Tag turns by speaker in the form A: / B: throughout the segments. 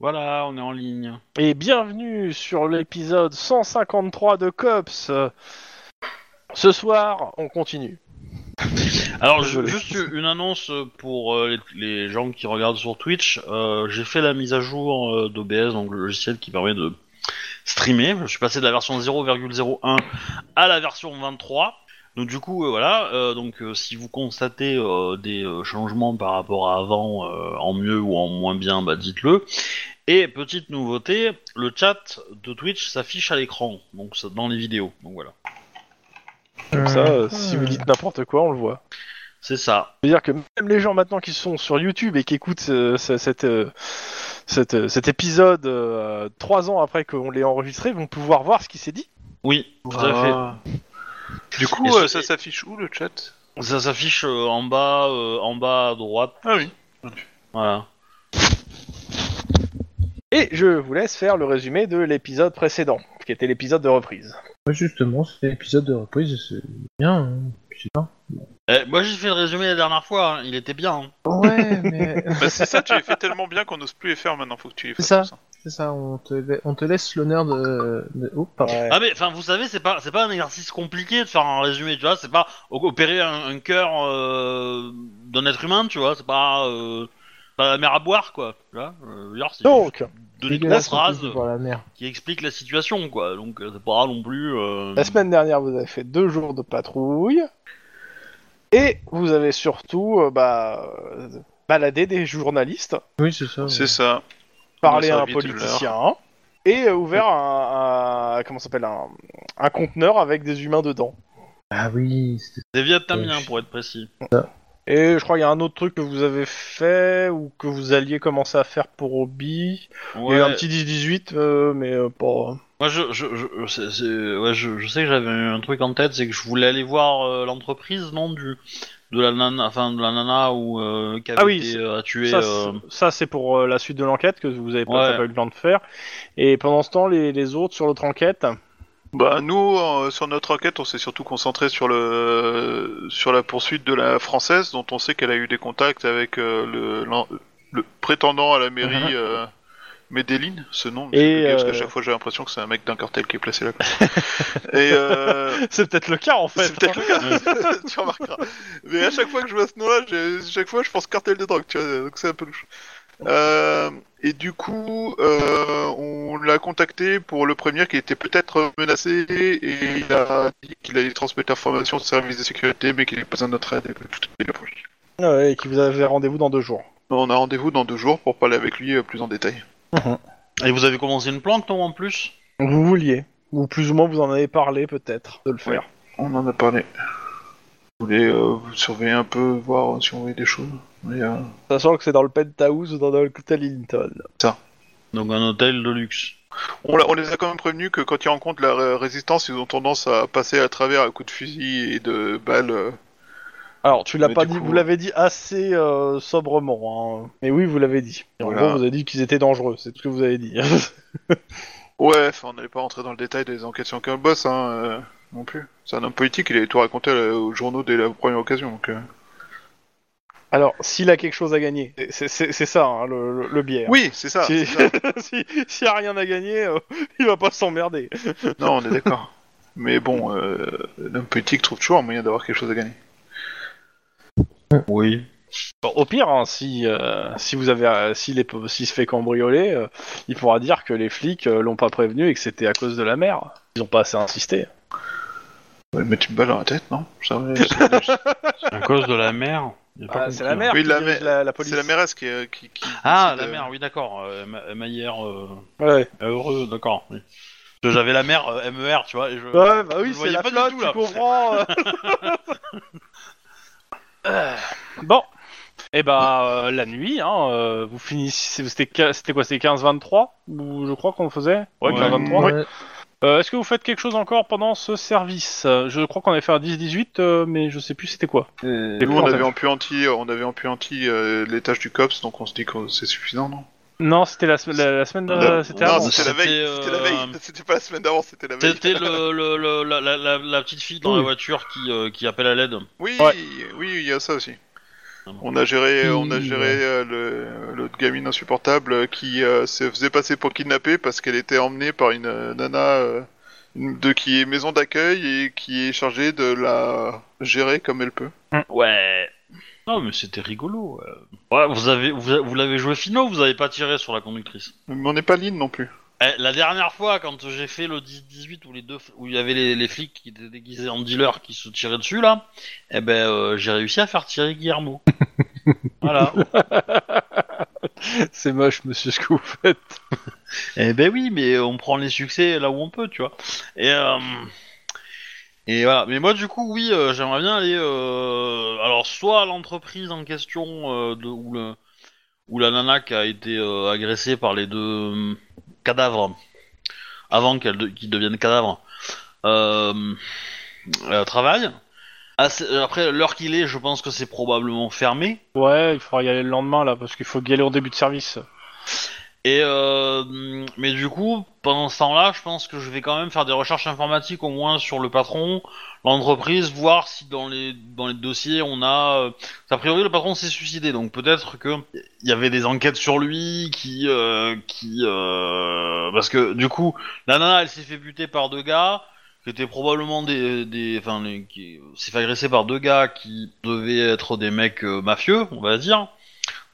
A: on est en ligne.
B: Et bienvenue sur l'épisode 153 de Cops. Ce soir, on continue.
A: Alors, je-
B: Désolé.
A: juste une annonce pour euh, les, les gens qui regardent sur Twitch. Euh, J'ai fait la mise à jour euh, d'OBS, donc le logiciel qui permet de streamer. Je suis passé de la version 0,01 à la version 23. Donc du coup, euh, voilà. euh, donc euh, si vous constatez euh, des euh, changements par rapport à avant, euh, en mieux ou en moins bien, bah dites-le. Et petite nouveauté, le chat de Twitch s'affiche à l'écran, donc ça- dans les vidéos. Donc voilà.
B: Comme ça, euh, si vous dites n'importe quoi, on le voit.
A: C'est ça.
B: C'est-à-dire que même les gens maintenant qui sont sur YouTube et qui écoutent euh, ce- cette, euh, cette, euh, cet épisode euh, trois ans après qu'on l'ait enregistré vont pouvoir voir ce qui s'est dit.
A: Oui, tout à fait.
C: Du
A: Et
C: coup,
A: ce-
C: euh, ça s'affiche où le chat
A: Ça s'affiche euh, en bas, euh, en bas à droite.
C: Ah oui.
A: Voilà.
B: Et je vous laisse faire le résumé de l'épisode précédent, qui était l'épisode de reprise.
D: Ouais, justement, c'était l'épisode de reprise, c'est bien, hein, puis c'est bien.
A: Eh, moi j'ai fait le résumé la dernière fois, hein, il était bien. hein.
D: Ouais, mais
C: Bah, c'est ça, tu les fais tellement bien qu'on n'ose plus les faire maintenant, faut que tu les fasses.
D: C'est ça.
C: tous, hein.
D: c'est ça, on te, la- on te laisse l'honneur de... de- Oh, pardon.
A: Ah mais enfin vous savez c'est pas c'est pas un exercice compliqué de faire un résumé tu vois c'est pas o- opérer un, un cœur euh, d'un être humain tu vois c'est pas euh, pas la mer à boire quoi tu vois Euh, genre, c'est
B: Donc,
A: juste donner trois
D: Dégueulasse,
A: phrases
D: pour la mer.
A: qui expliquent la situation quoi donc euh, c'est pas non plus euh,
B: La semaine dernière, vous avez fait deux jours de patrouille. Et vous avez surtout euh, bah, euh, baladé des journalistes,
D: Oui, c'est ça.
C: C'est ça.
B: parlé
C: ça
B: à
C: va
B: un
C: vite, tout l'heure.
B: politicien et euh, ouvert un, un- comment ça s'appelle un, un conteneur avec des humains dedans.
D: Ah oui, c'était
A: des
B: Euh,
A: vietnamiens pour être précis
B: Et je crois qu'il y a un autre truc que vous avez fait ou que vous alliez commencer à faire pour Obi. Il y a eu
A: Ouais.
B: un petit 10-18, euh, mais euh, pas.
A: Moi, je, je, je, c'est- c'est- ouais, je, je sais que j'avais un truc en tête, c'est que je voulais aller voir euh, l'entreprise, non, du, de la nana, enfin, de la nana où, euh, qui avait
B: Ah oui,
A: été
B: c'est-
A: euh, tuée.
B: Ça,
A: euh,
B: c'est- ça, c'est pour euh, la suite de l'enquête que vous avez pas,
A: Ouais.
B: t'as pas eu le temps de faire. Et pendant ce temps, les, les autres sur l'autre enquête.
C: Bah nous, euh, sur notre enquête, on s'est surtout concentré sur le sur la poursuite de la française, dont on sait qu'elle a eu des contacts avec euh, le l'en- le prétendant à la mairie. euh, Medellin, ce nom, je sais
B: Et,
C: plus lequel, parce
B: euh,
C: qu'à chaque fois j'ai l'impression que c'est un mec d'un cartel qui est placé là. quoi. Et euh,
B: C'est peut-être le cas en fait.
C: C'est peut-être le cas. tu remarqueras. Mais à chaque fois que je vois ce nom-là, j'ai- chaque fois je pense cartel de drogue, tu vois, donc c'est un peu louche. Euh, et du coup, euh, on l'a contacté pour le prévenir qu'il était peut-être menacé et il a dit qu'il allait transmettre l'information au service de sécurité, mais qu'il n'est pas un notre aide. Il a promis.
B: Ouais, et qui vous avez rendez-vous dans deux jours.
C: On a rendez-vous dans deux jours pour parler avec lui euh, plus en détail.
A: Et vous avez commencé une planque, non, en plus
B: Vous vouliez. Ou plus ou moins vous en avez parlé peut-être de le faire.
C: On en a parlé. Vous voulez euh, vous surveiller un peu, voir si on voit des choses. Mais, euh,
B: Sachant que c'est dans le penthouse ou dans le hôtel Hilton.
A: Donc, un hôtel de luxe.
C: On, l'a- on les a quand même prévenus que quand ils rencontrent la ré- résistance, ils ont tendance à passer à travers à coups de fusil et de balles. euh.
B: Alors tu l'as
C: Mais
B: pas
C: du
B: dit,
C: coup-
B: vous l'avez dit assez euh, sobrement. Hein. Mais oui, vous l'avez dit. Et En
C: Voilà.
B: gros, vous avez dit qu'ils étaient dangereux. C'est tout ce que vous avez dit.
C: Ouais, enfin, on n'allait pas rentrer dans le détail des enquêtes sur le boss, hein, euh, non plus. C'est un homme politique, il avait tout raconté euh, aux journaux dès la première occasion. Donc, euh.
B: Alors s'il a quelque chose à gagner, c'est- c'est c'est ça hein, le, le, le biais.
C: Oui, c'est ça.
B: Si-
C: c'est ça.
B: si- S'il y a rien à gagner, euh, il va pas s'emmerder.
C: non, on est d'accord. Mais bon, euh, l'homme politique trouve toujours un moyen d'avoir quelque chose à gagner.
A: Oui.
B: Bon, au pire, hein, si euh, si vous avez euh, s'il est- s'il se fait cambrioler, euh, il pourra dire que les flics euh, l'ont pas prévenu et que c'était à cause de la mer. Ils ont pas assez insisté.
C: Ouais, mettre une balle dans la tête, non Ça, ouais, c'est-
A: À cause de la mer
B: Ah, c'est la mer
C: Oui,
B: qui
C: la
B: dirige
C: mer-
B: la, la police.
C: C'est la mairesse qui. euh, qui, qui
A: Ah,
C: décide,
A: la
C: euh,
A: mer, oui, d'accord. euh, Ma- Maillère, euh,
B: Ouais.
A: heureux, d'accord. oui. Parce que J'avais la mer euh, MER, tu vois, et je...
B: Ouais, bah oui,
A: Je
B: c'est
A: voyais
B: la
A: pas du
B: flotte,
A: tout,
B: tu
A: là.
B: comprends. euh. Euh, bon. Et bah, euh, la nuit, hein, euh, vous finissez. C'était qu- c'était quoi C'était 15-23 ou Je crois qu'on faisait Ouais,
A: Ouais.
B: 15-23.
D: Ouais.
B: Euh, Est-ce que vous faites quelque chose encore pendant ce service Euh, Je crois qu'on avait fait un 10-18, euh, mais je sais plus c'était quoi.
D: Euh,
B: C'est plus
C: Nous, on
B: rentable.
C: avait empuanti, on avait empuanti euh, les tâches du COPS, donc on se dit que c'est suffisant, non
B: Non, c'était la, se- la- la semaine. euh,
C: Non,
B: c'était
C: non,
B: avant.
A: c'est-
C: c'était la
A: C'était,
C: veille. C'était la
A: euh,
C: veille. C'était pas la semaine d'avant, c'était la veille.
A: C'était le, le- le- la, la- la- la petite fille dans la voiture qui, euh, qui appelle à l'aide.
C: Oui,
B: Ouais.
C: oui, il y a ça aussi.
E: On a géré,
D: Mmh.
E: on a géré euh, le, l'autre gamine insupportable euh, qui euh, se faisait passer pour kidnappée parce qu'elle était emmenée par une euh, nana euh, une- de qui est maison d'accueil et qui est chargée de la gérer comme elle peut.
A: Ouais. Non, mais c'était rigolo. euh. ouais. Ouais, vous avez, vous, a- vous l'avez joué finot, vous avez pas tiré sur la conductrice.
E: Mais on n'est pas ligne non plus.
A: Eh, la dernière fois, quand j'ai fait le 10-18 où les deux, f- où il y avait les, les flics qui étaient déguisés en dealers qui se tiraient dessus là, eh ben euh, j'ai réussi à faire tirer Guillermo. voilà.
B: C'est moche, monsieur, ce que vous faites.
A: Eh ben oui, mais on prend les succès là où on peut, tu vois. Et euh, et voilà. Mais moi du coup, oui, euh, j'aimerais bien aller. euh, alors soit à l'entreprise en question euh, de où le où la nana qui a été euh, agressée par les deux euh, cadavres avant qu'elle de- qu'ils deviennent cadavres euh, euh, travaille. Ah, c'est- Après l'heure qu'il est, je pense que c'est probablement fermé.
B: Ouais, il faudra y aller le lendemain, là, parce qu'il faut y aller en début de service.
A: Et euh, mais du coup, pendant ce temps-là, je pense que je vais quand même faire des recherches informatiques au moins sur le patron, l'entreprise, voir si dans les dans les dossiers on a. euh, a priori, le patron s'est suicidé, donc peut-être que il y avait des enquêtes sur lui qui euh, qui euh, parce que du coup, la nana, elle s'est fait buter par deux gars qui étaient probablement des des enfin les- qui s'est fait agresser par deux gars qui devaient être des mecs euh, mafieux, on va dire,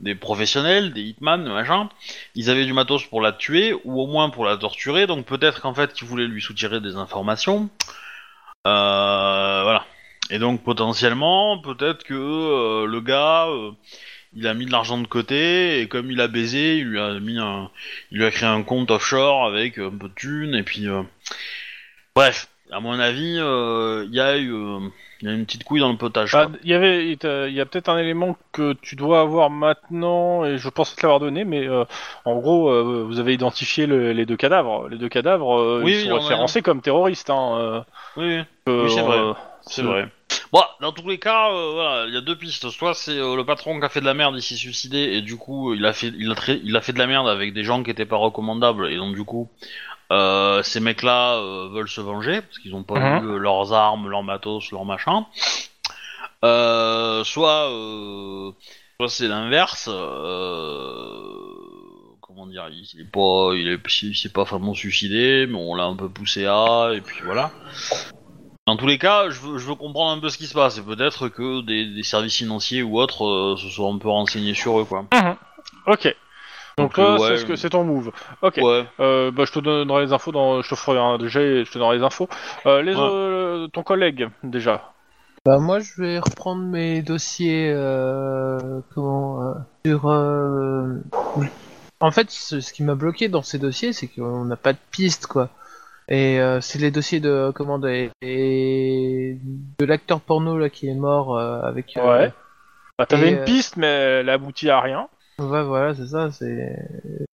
A: des professionnels, des hitman, machin ils avaient du matos pour la tuer ou au moins pour la torturer, donc peut-être qu'en fait ils voulaient lui soutirer des informations. Euh, voilà. Et donc potentiellement, peut-être que euh, le gars, euh, il a mis de l'argent de côté et comme il a baisé, il lui a mis un, il lui a créé un compte offshore avec un peu de thunes et puis, euh, bref, à mon avis, euh, il y a eu, euh, il y a une petite couille dans le potage.
B: Bah,
A: quoi.
B: Il y avait, il t'a- il y a peut-être un élément que tu dois avoir maintenant, et je pense te l'avoir donné, mais euh, en gros, euh, vous avez identifié le- les deux cadavres. Les deux cadavres, euh,
A: Oui,
B: ils
A: oui,
B: sont
A: on a-
B: référencés comme terroristes. Hein, euh,
A: Oui, oui.
B: euh,
A: c'est vrai.
B: euh,
A: C'est vrai. Bon, dans tous les cas, euh, voilà, il y a deux pistes. Soit c'est euh, le patron qui a fait de la merde, il s'est suicidé et du coup euh, il a fait, il a, trai- il a fait de la merde avec des gens qui étaient pas recommandables et donc du coup euh, ces mecs-là euh, veulent se venger parce qu'ils ont pas
B: Mhm.
A: vu euh, leurs armes, leurs matos, leurs machins. Euh, soit, euh, soit c'est l'inverse. euh, comment dire, il, il est pas, il est, il s'est pas vraiment suicidé, mais on l'a un peu poussé à et puis voilà. Dans tous les cas, je veux, je veux comprendre un peu ce qui se passe, et peut-être que des, des services financiers ou autres euh, se sont un peu renseignés sur eux, quoi.
B: Ok.
A: Donc,
B: Donc là,
A: euh, ouais.
B: c'est ce que- c'est ton move. Ok.
A: Ouais.
B: Euh, bah, je te donnerai les infos dans, je te ferai un jet et je te donnerai les infos. Euh, les,
A: Ouais.
B: euh, ton collègue déjà.
D: Bah moi je vais reprendre mes dossiers euh, comment euh, sur. euh, En fait, ce, ce qui m'a bloqué dans ces dossiers, c'est qu'on n'a pas de piste quoi. Et euh, c'est les dossiers de comment de, et- de l'acteur porno là qui est mort euh, avec. euh,
B: Ouais. Bah, t'avais
D: Et,
B: une
D: euh,
B: piste, mais elle aboutit à rien.
D: ouais, voilà, c'est ça. C'est.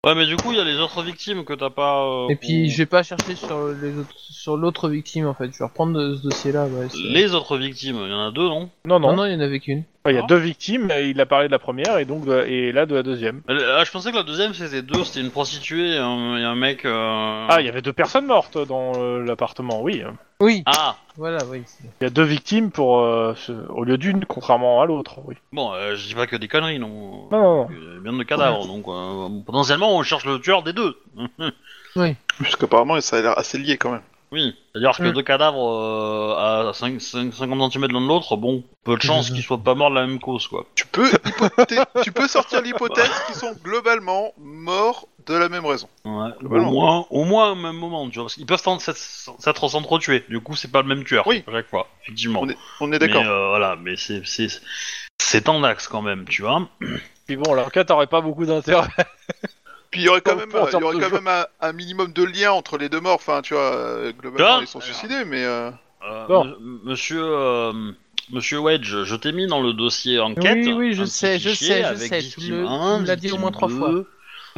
A: Ouais, mais du coup, il y a les autres victimes que t'as pas. euh,
D: Et puis
A: qu'on-
D: je vais pas chercher sur les autres, sur l'autre victime en fait. Je vais reprendre de- ce dossier là.
A: les autres victimes, il y en a deux, non
B: Non, non.
D: Non, non, il y en avait qu'une.
B: Enfin, Il y a
A: non.
B: deux victimes. et Il a parlé de la première et donc de- et là de la deuxième.
A: Mais, euh, Je pensais que la deuxième c'était deux, c'était une prostituée et un, et un mec. euh,
B: Ah, il y avait deux personnes mortes dans euh, l'appartement. Oui.
D: Oui.
A: Ah
D: Voilà, oui. c'est-
B: Il y a deux victimes pour euh, ce- au lieu d'une, contrairement à l'autre. Oui.
A: Bon, euh, je dis pas que des conneries, non.
B: Non, non, non.
A: Il y a bien de cadavres, donc euh, potentiellement on cherche le tueur des deux.
E: Puisqu'apparemment, ça a l'air assez lié quand même.
A: Oui, c'est-à-dire que
D: Mm.
A: deux cadavres euh, à 5, 50 cm l'un de l'autre, bon, peu de chance
D: Mhm.
A: qu'ils soient pas morts de la même cause, quoi.
E: Tu peux, hypothé- tu peux sortir l'hypothèse qu'ils sont globalement morts de la même raison.
A: Ouais, au,
E: Globalement.
A: moins, au moins au même moment, tu vois, parce qu'ils peuvent s'en- s'être s'être s'entretuer, du coup c'est pas le même tueur
E: Oui.
A: à chaque fois, effectivement.
E: On est d'accord.
A: Mais euh, voilà, mais c'est c'est c'est tendax quand même, tu vois.
B: Puis bon, l'enquête aurait pas beaucoup d'intérêt.
E: Puis il y aurait quand
B: Pour-
E: même, euh,
B: pour en
E: il y
B: termes
E: aurait
B: de
E: quand
B: jeu.
E: même un, un minimum de lien entre les deux morts. Enfin, tu vois, euh, globalement,
A: Ah
E: ils sont
A: Alors.
E: suicidés, mais. euh,
A: Euh,
B: Bon.
A: m- monsieur euh, Monsieur Wedge, je t'ai mis dans le dossier enquête.
D: Oui, oui, je
A: un petit
D: sais, je
A: fichier
D: sais, je
A: avec
D: sais, tu
A: victime
D: me- tu
A: un,
D: me l'as dit au
A: victime
D: moins trois
A: deux.
D: fois.
B: Non,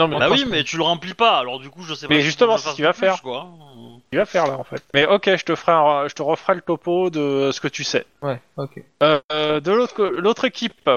B: Ah mais
A: Bah
B: attends,
A: oui, mais tu le remplis pas, alors du coup je sais pas.
B: Mais
A: si
B: justement,
A: je
B: c'est
A: fasse
B: ce qu'il va
A: plus,
B: faire.
A: quoi.
B: tu vas faire là en fait. Mais ok, je te ferai, un- je te referai le topo de ce que tu sais.
D: Ouais, ok.
B: Euh, euh, de l'autre, co- l'autre équipe.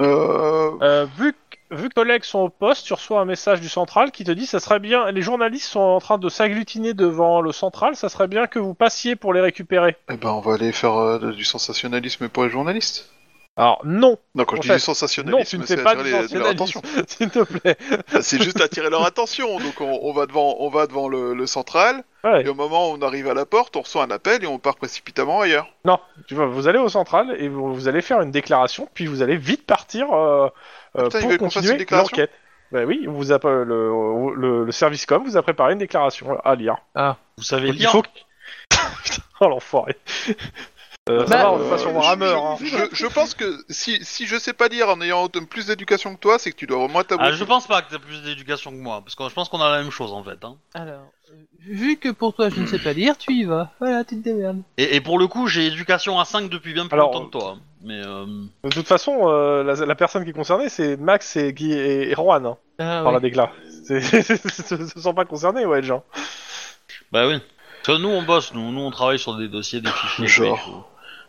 E: euh,
B: Euh, vu que, vu que tes collègues sont au poste, tu reçois un message du central qui te dit ça serait bien. Les journalistes sont en train de s'agglutiner devant le central. Ça serait bien que vous passiez pour les récupérer.
E: eh ben, on va aller faire euh, de- du sensationnalisme pour les journalistes.
B: Alors non,
E: Non, quand je
B: En
E: dis
B: fait,
E: du sensationnalisme,
B: non, tu ne
E: c'est
B: fais pas
E: attirer
B: du
E: les- leur
B: sensationnalisme,
E: attention.
B: s'il te plaît.
E: Ah, C'est juste attirer leur attention. Donc on, on va devant, on va devant le, le central,
B: Ouais.
E: et au moment où on arrive à la porte, on reçoit un appel et on part précipitamment ailleurs.
B: Non, tu vois, vous allez au central et vous, vous allez faire une déclaration, puis vous allez vite partir euh, euh,
E: Ah, Putain, il
B: pour
E: veut qu'on fasse une
B: continuer
E: déclaration
B: l'enquête. Bah oui, on vous a, pas- le, euh, le, le service com vous a préparé une déclaration euh, à lire.
A: Vous savez
B: Donc, il
A: lire
B: faut que... oh l'enfoiré. Euh, ça
D: Bah,
B: va, on est pas
D: euh,
B: sur
E: je-
B: Warhammer. hein.
E: Je, je pense que si, si je sais pas lire en ayant plus d'éducation que toi, c'est que tu dois au moins
A: Ah,
E: t'avouer.
A: je pense pas que t'as plus d'éducation que moi, parce que je pense qu'on a la même chose en fait. hein.
D: Alors, euh, vu que pour toi je ne sais pas lire, tu y vas. Voilà, tu te démerdes.
A: Et, et pour le coup, j'ai éducation à 5 depuis bien plus
B: Alors,
A: longtemps que toi. hein. Mais euh,
B: De toute façon, euh, la, la personne qui est concernée, c'est Max et Guy et, et Juan hein,
D: Ah,
B: par la
D: ouais.
B: déclaration. Ils se sont pas concernés, ouais, les gens.
A: bah oui. Parce que nous on bosse, nous, nous on travaille sur des dossiers, des fichiers.
E: Genre.
A: des trucs.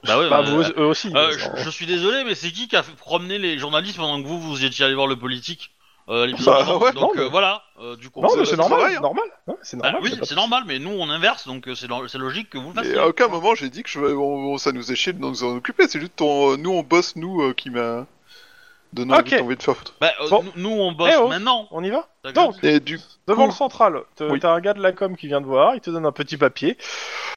A: Bah oui.
B: Bah, vous, eux aussi.
A: Euh,
B: ils sont-
A: je, je suis désolé, mais c'est qui qui a fait promener les journalistes pendant que vous vous étiez allé voir le politique euh, à l'épisode
E: Bah,
A: cent
E: ouais,
A: Donc
B: non,
A: euh,
B: mais-
A: voilà, euh, du coup.
B: Non, mais
E: c'est
B: c'est normal,
E: travail, hein.
B: c'est normal. hein, c'est
A: Bah
B: normal. y a
A: oui,
B: pas de euh,
A: c'est normal, mais nous on inverse, donc euh, c'est lo- c'est logique que vous le
E: Et
A: fassiez.
E: à aucun moment j'ai dit que je, on- on- ça nous est chier de nous en occuper. C'est juste ton, euh, nous on bosse nous euh, qui m'a donné
B: Ok.
E: envie, envie de faire foutre.
A: Bah, euh,
B: Bon.
A: nous- nous on bosse
B: Eh oh.
A: maintenant.
B: On y va
A: t'as
B: Donc,
A: compris
E: Et du
B: Devant
E: Cool.
B: le central, te- t'as
E: Oui.
B: un gars de la com qui vient te voir, il te donne un petit papier.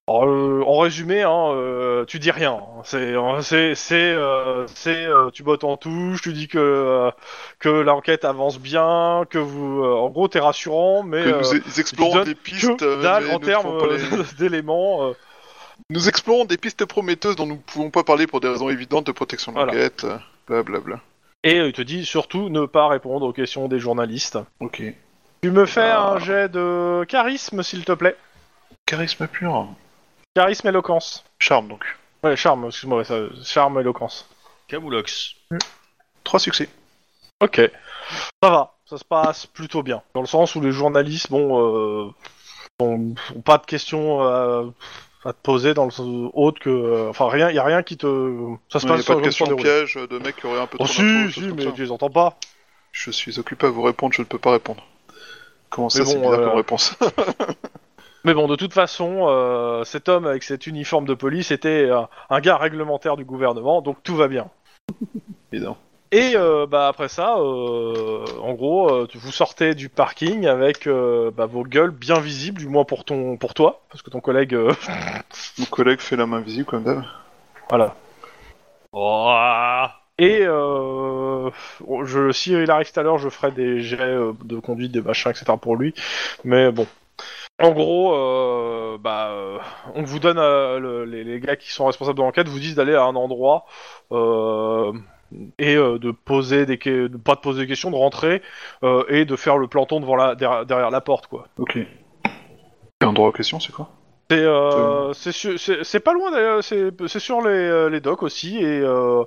B: Alors, euh, en résumé, hein, euh, tu dis rien. hein. C'est, euh, c'est, c'est, euh, c'est, euh, tu bottes en touche, tu dis que euh, que l'enquête avance bien, que vous, euh, en gros, t'es rassurant, mais
E: que
B: euh,
E: nous ils explorons
B: donnes
E: des
B: que
E: pistes, euh,
B: dalle
E: mais
B: en
E: nous ne
B: termes
E: pouvons pas les-
B: euh, d'éléments. euh.
E: nous explorons des pistes prometteuses dont nous ne pouvons pas parler pour des raisons évidentes de protection de
B: Voilà.
E: l'enquête. euh, Blablabla.
B: et euh, il te dit surtout ne pas répondre aux questions des journalistes.
E: Ok.
B: Tu me fais
E: Ah.
B: un jet de charisme, s'il te plaît.
E: Charisme pur.
B: Charisme, éloquence.
E: Charme donc.
B: Ouais, charme, excuse-moi, ouais, ça, charme, éloquence.
A: Camoulox.
E: Trois succès.
B: Ok. Ça va, ça se passe plutôt bien. Dans le sens où les journalistes, bon, euh, ont, ont pas de questions euh, à te poser dans le sens autre que, euh, enfin rien, y a rien qui te, ça se
E: Il n'y a
B: passe sur
E: pas
B: le
E: de question de
B: déroulé.
E: piège euh, de mec qui aurait un peu trop
B: Oh
E: d'infos,
B: si,
E: des
B: si,
E: choses comme
B: mais
E: ça.
B: tu les entends pas.
E: Je suis occupé à vous répondre, je ne peux pas répondre. Comment ça,
B: Mais
E: c'est
B: bon,
E: bizarre
B: euh,
E: comme réponse
B: Mais bon, de toute façon, euh, cet homme avec cet uniforme de police était euh, un gars réglementaire du gouvernement, donc tout va bien.
E: Évidemment.
B: Et euh, bah après ça, euh, en gros, euh, tu- vous sortez du parking avec euh, bah, vos gueules bien visibles, du moins pour ton, pour toi, parce que ton collègue euh,
E: Mon collègue fait la main visible comme d'hab.
A: Oh.
B: Et euh, je, si il arrive tout à l'heure, je ferai des jets euh, de conduite, des machins, etc. pour lui. Mais bon. En gros, euh, bah, euh, on vous donne euh, le- les, les gars qui sont responsables de l'enquête vous disent d'aller à un endroit euh, et euh, de poser des que- de pas de poser des questions, de rentrer euh, et de faire le planton devant la derrière, derrière la porte quoi.
E: Ok. Et un droit aux questions, c'est quoi
B: C'est euh, c'est sur- c'est- c'est pas loin d'ailleurs, c'est c'est sur les, euh, les docks aussi et euh,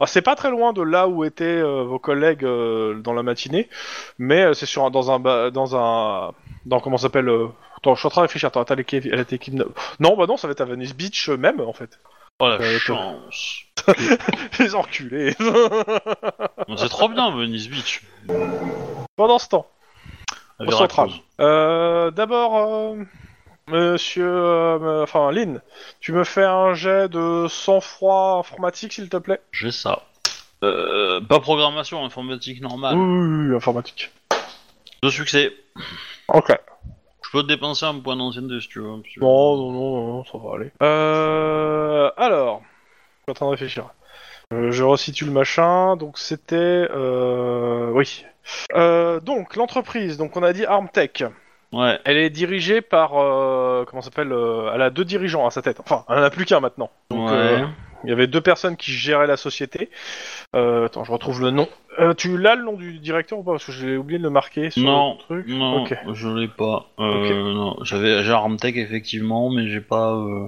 B: ah, c'est pas très loin de là où étaient euh, vos collègues euh, dans la matinée, mais euh, c'est sur un- dans un ba- dans un dans comment ça s'appelle euh, attends, je suis en train de réfléchir, attends, t'as les Kev- elle a été kidna- Non, bah non, ça va être à Venice Beach euh, même en fait.
A: Oh la
B: Euh, attends.
A: chance.
B: les enculés.
A: Non, C'est trop bien, Venice Beach.
B: Pendant ce temps,
A: à
B: au central.
A: Veracruz.
B: Euh, d'abord euh, monsieur euh, enfin Lynn, tu me fais un jet de sang-froid informatique s'il te plaît
A: J'ai ça. Euh, pas programmation informatique normale.
B: Oui, oui, oui, informatique.
A: Deux succès.
B: OK.
A: Je peux te dépenser un point d'ancienneté si tu veux. si tu veux.
B: Non, non, non, non, ça va aller. Euh, alors, je suis en train de réfléchir. Euh, je resitue le machin, donc c'était... Euh, oui. Euh, donc, l'entreprise, donc on a dit Armtech,
A: Ouais.
B: elle est dirigée par... Euh, comment ça s'appelle euh, Elle a deux dirigeants à sa tête, enfin, elle en a plus qu'un maintenant. Donc,
A: ouais.
B: euh, il y avait deux personnes qui géraient la société. Euh, attends, je retrouve le nom. Euh, tu l'as le nom du directeur ou pas Parce que j'ai oublié de le marquer sur
A: Non.
B: le truc.
A: Non,
B: Ok.
A: je l'ai pas. Euh,
B: Ok.
A: Non, j'avais j'ai Armtech effectivement, mais j'ai pas euh,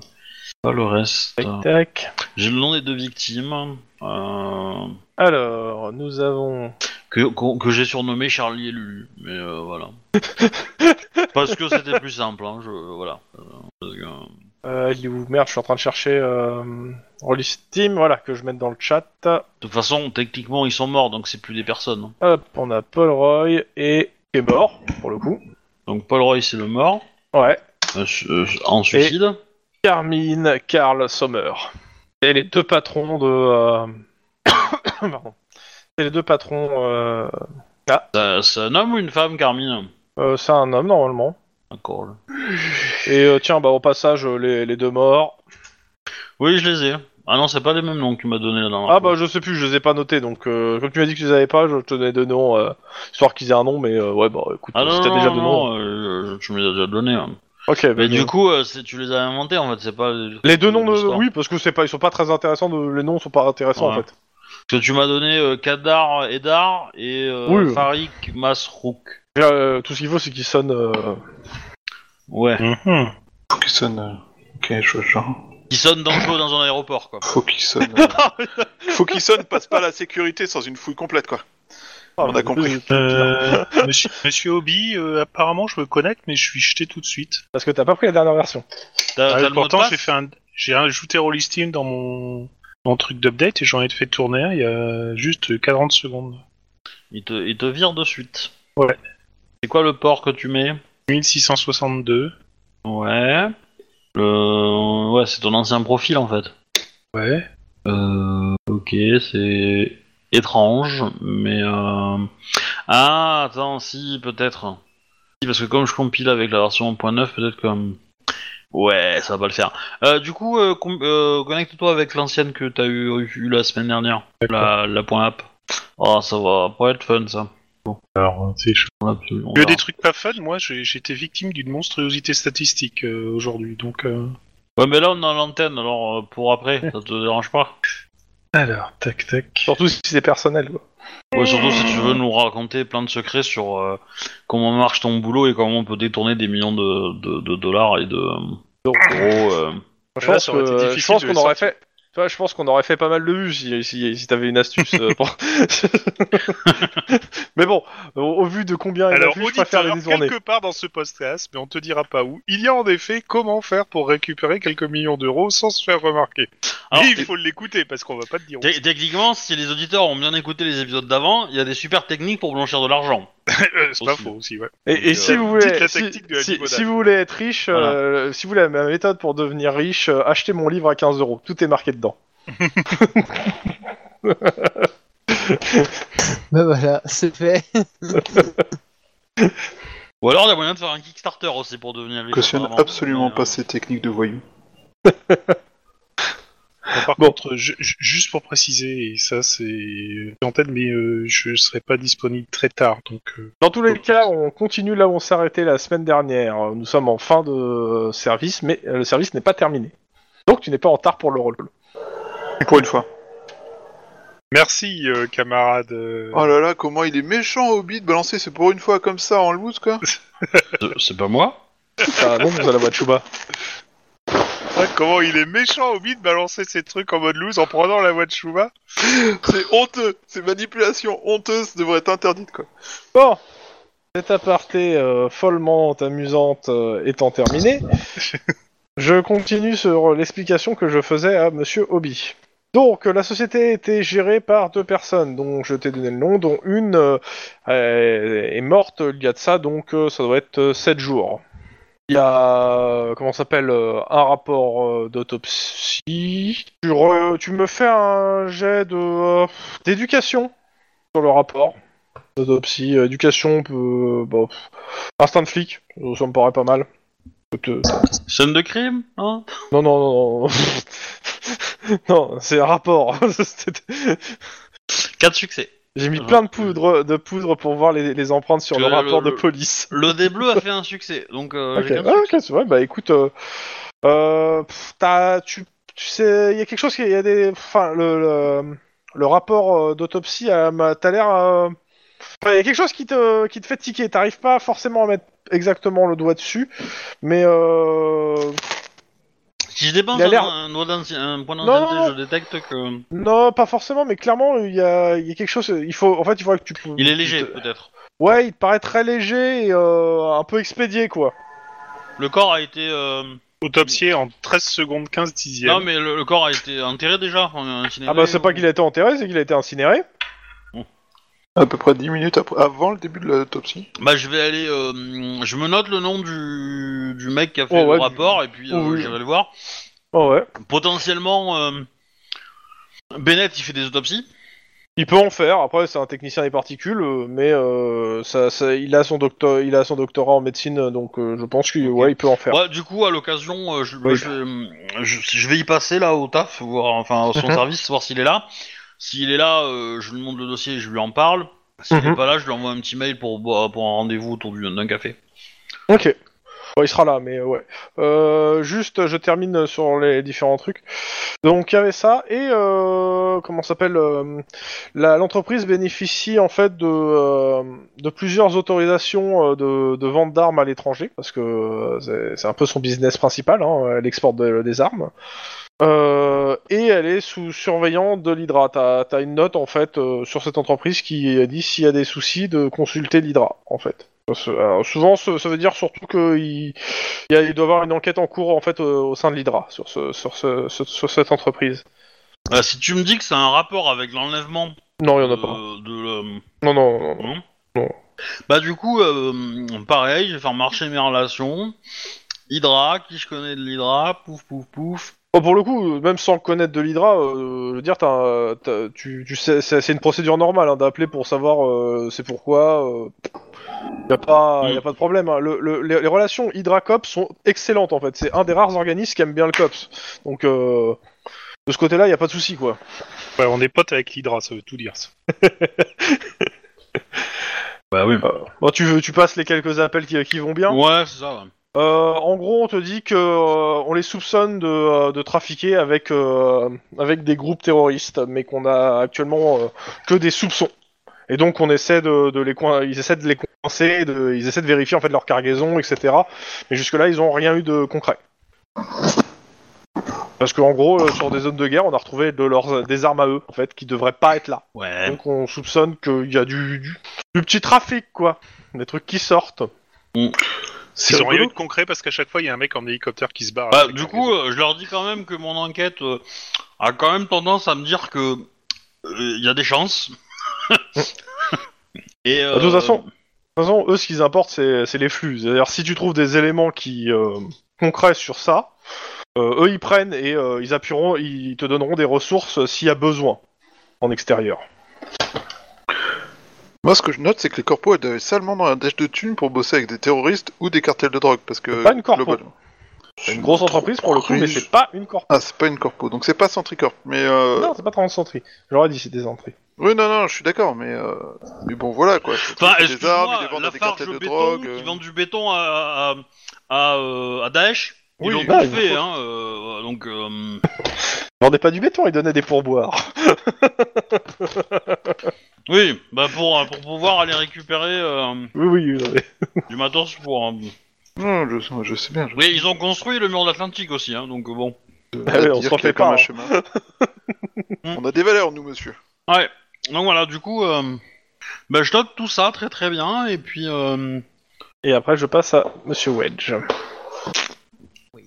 A: pas le reste.
B: Tac, tac.
A: J'ai le nom des deux victimes euh,
B: Alors, nous avons.
A: que qu'on- que j'ai surnommé Charlie et Lulu, mais euh, voilà. Parce que c'était plus simple, hein, je voilà. Euh, parce que-
B: Euh, il est où Merde, je suis en train de chercher. Euh... Release Team, voilà, que je mette dans le chat.
A: De toute façon, techniquement, ils sont morts, donc c'est plus des personnes. hein.
B: Hop, on a Paul Roy et. qui est mort, pour le coup.
A: Donc Paul Roy, c'est le mort
B: Ouais.
A: euh, su- euh, en suicide.
B: Carmine, Karl, Sommer. Et les deux patrons de. euh, Pardon. C'est les deux patrons. euh,
A: C'est c'est un homme ou une femme, Carmine
B: euh, c'est un homme normalement.
A: D'accord. là.
B: Et euh, tiens, bah au passage, euh, les, les deux morts.
A: Oui, je les ai. Ah non, c'est pas les mêmes noms que tu m'as donné la dernière
B: Ah
A: fois.
B: bah je sais plus, je les ai pas notés. Donc euh, comme tu m'as dit que tu les avais pas, je te donnais deux noms euh, histoire qu'ils aient un nom. Mais euh, ouais, bah écoute,
A: Ah non,
B: si
A: non,
B: t'as
A: non,
B: déjà
A: non,
B: deux noms.
A: euh, tu me les as déjà donnés. hein.
B: Ok.
A: Mais
B: bah,
A: du
B: bien.
A: coup, euh, c'est- tu les as inventés en fait, c'est pas...
B: les deux noms, de-
A: l'histoire.
B: oui, parce que c'est pas, ils sont pas très intéressants. De, les noms sont pas intéressants en
A: Ouais.
B: fait.
A: Parce que tu m'as donné euh, Kadar, Edar et euh,
B: Oui.
A: Farik Masrouk.
B: Euh, tout ce qu'il faut, c'est qu'ils sonnent. euh,
A: Ouais.
E: Mhm. Faut qu'il sonne. euh, Ok, je vois le genre.
A: Qui sonne dangereux dans un aéroport, quoi.
E: Faut qu'il sonne. euh, Faut qu'il sonne, passe pas la sécurité sans une fouille complète, quoi. Ah, On a compris.
F: Euh, monsieur, monsieur Hobby, euh, apparemment je me connecte, mais je suis jeté tout de suite.
B: Parce que t'as pas pris la dernière version.
A: T'as
B: Ah,
A: t'as le
F: Ouais,
A: mot de
F: pourtant,
A: passe
F: j'ai fait un, j'ai ajouté Rollistim dans mon, mon truc d'update et j'en ai fait tourner un il y a juste 40 secondes.
A: il, te, il te vire de suite.
F: Ouais.
A: C'est quoi le port que tu mets
F: 1662.
A: Ouais. Euh, ouais, c'est ton ancien profil, en fait.
F: Ouais.
A: Euh, ok, c'est étrange, mais... Euh... Ah, attends, si, peut-être. Si, parce que comme je compile avec la version 1.9, peut-être que... Ouais, ça va pas le faire. Euh, du coup, euh, com- euh, connecte-toi avec l'ancienne que t'as eu, eu la semaine dernière, la, la point .app. Oh, ça va pas être fun, ça.
F: Alors, c'est chaud.
A: On hein. l'a plus- on
F: Il y a
A: verra.
F: des trucs pas fun, moi j'ai j'ai été victime d'une monstruosité statistique euh, aujourd'hui, donc... euh,
A: Ouais, mais là, on est en l'antenne, alors euh, pour après, ça te dérange pas
F: Alors, tac tac.
B: Surtout si c'est personnel. Quoi.
A: Ouais, surtout si tu veux nous raconter plein de secrets sur euh, comment marche ton boulot et comment on peut détourner des millions de, de- de dollars et de euh,
B: Donc,
A: d'euros. euh.
B: Je
F: Là,
B: pense,
F: ça aurait été
B: que, je
F: difficile
B: pense
F: de
B: qu'on
F: les
B: aurait
F: sortir.
B: fait. tu vois, je pense qu'on aurait fait pas mal de vues si, si, si t'avais une astuce. euh, pour- mais bon, au, au vu de combien il y a
F: Alors,
B: vu, je préfère les
F: auditeur,
B: détourner.
F: quelque part dans ce podcast, mais on te dira pas où, il y a en effet comment faire pour récupérer quelques millions d'euros sans se faire remarquer.
A: Alors,
F: Mais il
A: t-
F: faut l'écouter, parce qu'on va pas te dire où.
A: t- techniquement, si les auditeurs ont bien écouté les épisodes d'avant, il y a des super techniques pour blanchir de l'argent.
F: Euh, C'est pas
A: aussi.
F: faux aussi, ouais.
A: Donc,
B: Et, et
A: euh,
B: si vous
F: dites
B: voulez,
F: la
B: si,
F: tactique de la
B: si-
F: limonade.
B: si vous voulez être riche, euh, si vous voulez ma méthode pour devenir riche, euh, achetez mon livre à 15 euros. Tout est marqué dedans.
D: Bah voilà, c'est fait.
A: Ou alors, il y a moyen de faire un Kickstarter aussi pour devenir riche.
E: Cautionne
A: apparemment.
E: absolument
A: Mais, euh,
E: pas ces techniques de voyous.
F: Bon, par
B: Bon.
F: contre, ju- ju- juste pour préciser, et ça c'est en tête, mais euh, je serai pas disponible très tard, donc euh,
B: Dans tous les cas, on continue là où on s'est arrêté la semaine dernière. Nous sommes en fin de service, mais euh, le service n'est pas terminé. Donc tu n'es pas en retard pour le rôle.
E: Pour une fois.
F: merci euh, camarade. euh.
E: Oh là là, comment il est méchant, Hobby, de balancer, c'est pour une fois comme ça en loose, quoi.
A: c'est- C'est pas moi
B: Ah non, vous allez voir Chouba.
F: Ah, comment il est méchant au de balancer ces trucs en mode loose en prenant la voix de Shuma.
E: C'est honteux, ces manipulations honteuses devraient être interdites, quoi.
B: Bon, cet aparté euh, follement amusante euh, étant terminé, je continue sur l'explication que je faisais à Monsieur Hobby. Donc, la société était gérée par deux personnes, dont je t'ai donné le nom, dont une euh, est est morte il y a de ça, donc euh, ça doit être euh, sept jours. Il y a, euh, comment ça s'appelle, euh, un rapport euh, d'autopsie. Tu, re- tu me fais un jet de euh, d'éducation sur le rapport. Autopsie, euh, éducation, peu- bah, pff, instinct de flic, euh, ça me paraît pas mal. Peut-
A: Scène de crime hein
B: Non, non, non, non. non, c'est un rapport. C'était-
A: Quatre succès.
B: J'ai mis
A: Ah,
B: plein de poudre, de poudre pour voir les, les empreintes sur
A: Tu
B: le
A: as le-
B: rapport de
A: le-
B: police.
A: Le dé bleu a fait un succès, donc euh,
B: Ok,
A: j'ai
B: ah,
A: quatre succès.
B: ok, c'est vrai, bah écoute, euh, euh, pff, t'as- tu, tu sais, il y a quelque chose qui, il y a des, enfin, le, le, le rapport euh, d'autopsie, euh, m'a- t'as l'air, euh, enfin, il y a quelque chose qui te, qui te fait tiquer, t'arrives pas forcément à mettre exactement le doigt dessus, mais euh,
A: Si je dépense
B: Il a
A: un,
B: l'air-
A: un doigt d'ancienne- un point
B: Non,
A: d'ancienneté,
B: non,
A: je détecte que...
B: non, pas forcément, mais clairement, il y a, il y a quelque chose, il faut, en fait, il faudrait que tu,
A: Il est léger,
B: tu te-
A: peut-être.
B: ouais, il te paraît très léger et euh, un peu expédié, quoi.
A: Le corps a été. euh,
F: Autopsié en 13 secondes 15 dixièmes.
A: Non, mais le, le corps a été enterré déjà. enfin, incinéré,
B: Ah bah, c'est
A: ou-
B: pas qu'il a été enterré, c'est qu'il a été incinéré.
E: À peu près 10 minutes après- avant le début de l'autopsie.
A: Bah, je vais aller. euh, je me note le nom du, du mec qui a fait
B: Oh, ouais,
A: le rapport et puis euh,
B: Oh, oui.
A: j'irai le voir.
B: Oh ouais.
A: Potentiellement, euh, Bennett il fait des autopsies.
B: Il peut en faire. Après, c'est un technicien des particules, euh, mais euh, ça, ça- il a son docteur, il a son doctorat en médecine, donc euh, je pense qu'il ouais, il peut en faire.
A: Ouais, du coup, à l'occasion, euh, je, euh,
B: Oui.
A: je- je- je vais y passer là au taf, voir enfin à son
B: Mhm.
A: service, voir s'il est là. S'il est là, euh, je lui montre le dossier et je lui en parle. S'il n'est
B: Mhm.
A: pas là, je lui envoie un petit mail pour, bah, pour un rendez-vous autour du- d'un café.
B: Ok. Bon, il sera là, mais euh, ouais. Euh, juste, je termine sur les différents trucs. Donc, il y avait ça, et euh, comment ça s'appelle euh, la- L'entreprise bénéficie en fait de, euh, de plusieurs autorisations euh, de, de vente d'armes à l'étranger, parce que euh, c'est- c'est un peu son business principal, hein, elle exporte de- des armes. Euh, et elle est sous surveillant de l'Hydra. T'as t'as une note en fait euh, sur cette entreprise qui dit s'il y a des soucis de consulter l'Hydra en fait. Parce- alors, souvent, ce- ça veut dire surtout qu'il il y a- il doit y avoir une enquête en cours en fait au, au sein de l'Hydra sur, ce- sur, ce- sur- sur cette entreprise.
A: Euh, si tu me dis que c'est un rapport avec l'enlèvement
B: Non, il y en a pas.
A: de, euh, de l'homme,
B: Non, non, non, non.
A: bah du coup, euh, pareil, je vais faire marcher mes relations. Hydra, qui je connais de l'Hydra, pouf pouf pouf.
B: Bon, pour le coup, euh, même sans connaître de l'Hydra, euh, je veux dire, t'as un- t'as- tu, tu sais, c'est c'est une procédure normale hein, d'appeler pour savoir euh, c'est pourquoi. Il n'y a, pas-
A: Mm.
B: y a pas de problème. hein. Le- le- les, les relations Hydra-Cops sont excellentes en fait. C'est un des rares organismes qui aime bien le Cops. Donc euh, de ce côté-là, il n'y a pas de souci quoi.
F: Ouais, on est potes avec l'Hydra, ça veut tout dire. ça.
A: Bah oui.
B: Bon, tu, veux- tu passes les quelques appels qui, qui vont bien.
A: Ouais, c'est ça. ouais.
B: Euh, en gros, on te dit que euh, on les soupçonne de, euh, de trafiquer avec euh, avec des groupes terroristes, mais qu'on a actuellement euh, que des soupçons. Et donc, on essaie de, de les coin- ils essaient de les coincer, de- ils essaient de vérifier en fait leur cargaison, etc. Mais jusque là, ils n'ont rien eu de concret. Parce qu'en gros, euh, sur des zones de guerre, on a retrouvé de leurs des armes à eux, en fait, qui devraient pas être là.
A: Ouais.
B: Donc, on soupçonne qu'il y a du, du du petit trafic, quoi, des trucs qui sortent. C'est
F: Ils ont rien
B: rigolo.
F: eu de concret parce qu'à chaque fois, il y a un mec en hélicoptère qui se barre.
A: Bah,
F: avec
A: du
F: un
A: coup, euh, je leur dis quand même que mon enquête euh, a quand même tendance à me dire que euh, il y a des chances. Et euh,
B: De toute façon, De toute façon, eux, ce qu'ils importent, c'est c'est les flux. C'est-à-dire, si tu trouves des éléments qui euh, concrets sur ça, euh, eux, ils prennent et euh, ils appuieront, ils te donneront des ressources euh, s'il y a besoin en extérieur.
E: Moi, ce que je note, c'est que les corpos elles doivent être salement dans la dèche de thunes pour bosser avec des terroristes ou des cartels de drogue. Parce que.
B: Pas une corpo.
E: globalement-
B: C'est une grosse entreprise pour le coup, mais c'est pas une corporation.
E: Ah, c'est pas une corpo, donc c'est pas Centricorp. Mais. Euh...
B: Non, c'est pas Transcentry. J'aurais dit c'est des entrées.
E: Oui, non, non, je suis d'accord, mais. euh, Mais bon, voilà quoi.
A: enfin,
E: Il fait des armes, il les
A: excuse-moi,
E: vend à
A: la
E: des
A: farge
E: cartels de
A: béton
E: drogue.
A: qui
E: euh.
A: vend du béton à, à, à, euh, à Daesh, ils
E: Oui,
A: l'ont
E: bah,
A: pas
B: il
A: fait,
B: faut-
A: hein. euh, donc, euh,
B: Ils vendaient pas du béton, ils donnaient des pourboires.
A: oui, bah pour euh, pour pouvoir aller récupérer euh,
B: Oui, oui, oui. oui.
A: du matos pour. euh,
E: Non, je, je sais bien. Je...
A: Oui, ils ont construit le mur de l'Atlantique aussi, hein. Donc euh, bon.
B: Ah ouais, on
E: dire
B: s'en
E: qu'il y a
B: fait
E: quand
B: pas,
E: même un
B: hein.
E: schéma.
A: Hmm.
E: on a des valeurs, nous, monsieur.
A: Ouais. Donc voilà, du coup, euh, bah, je note tout ça très très bien et puis. euh,
B: Et après, je passe à Monsieur Wedge.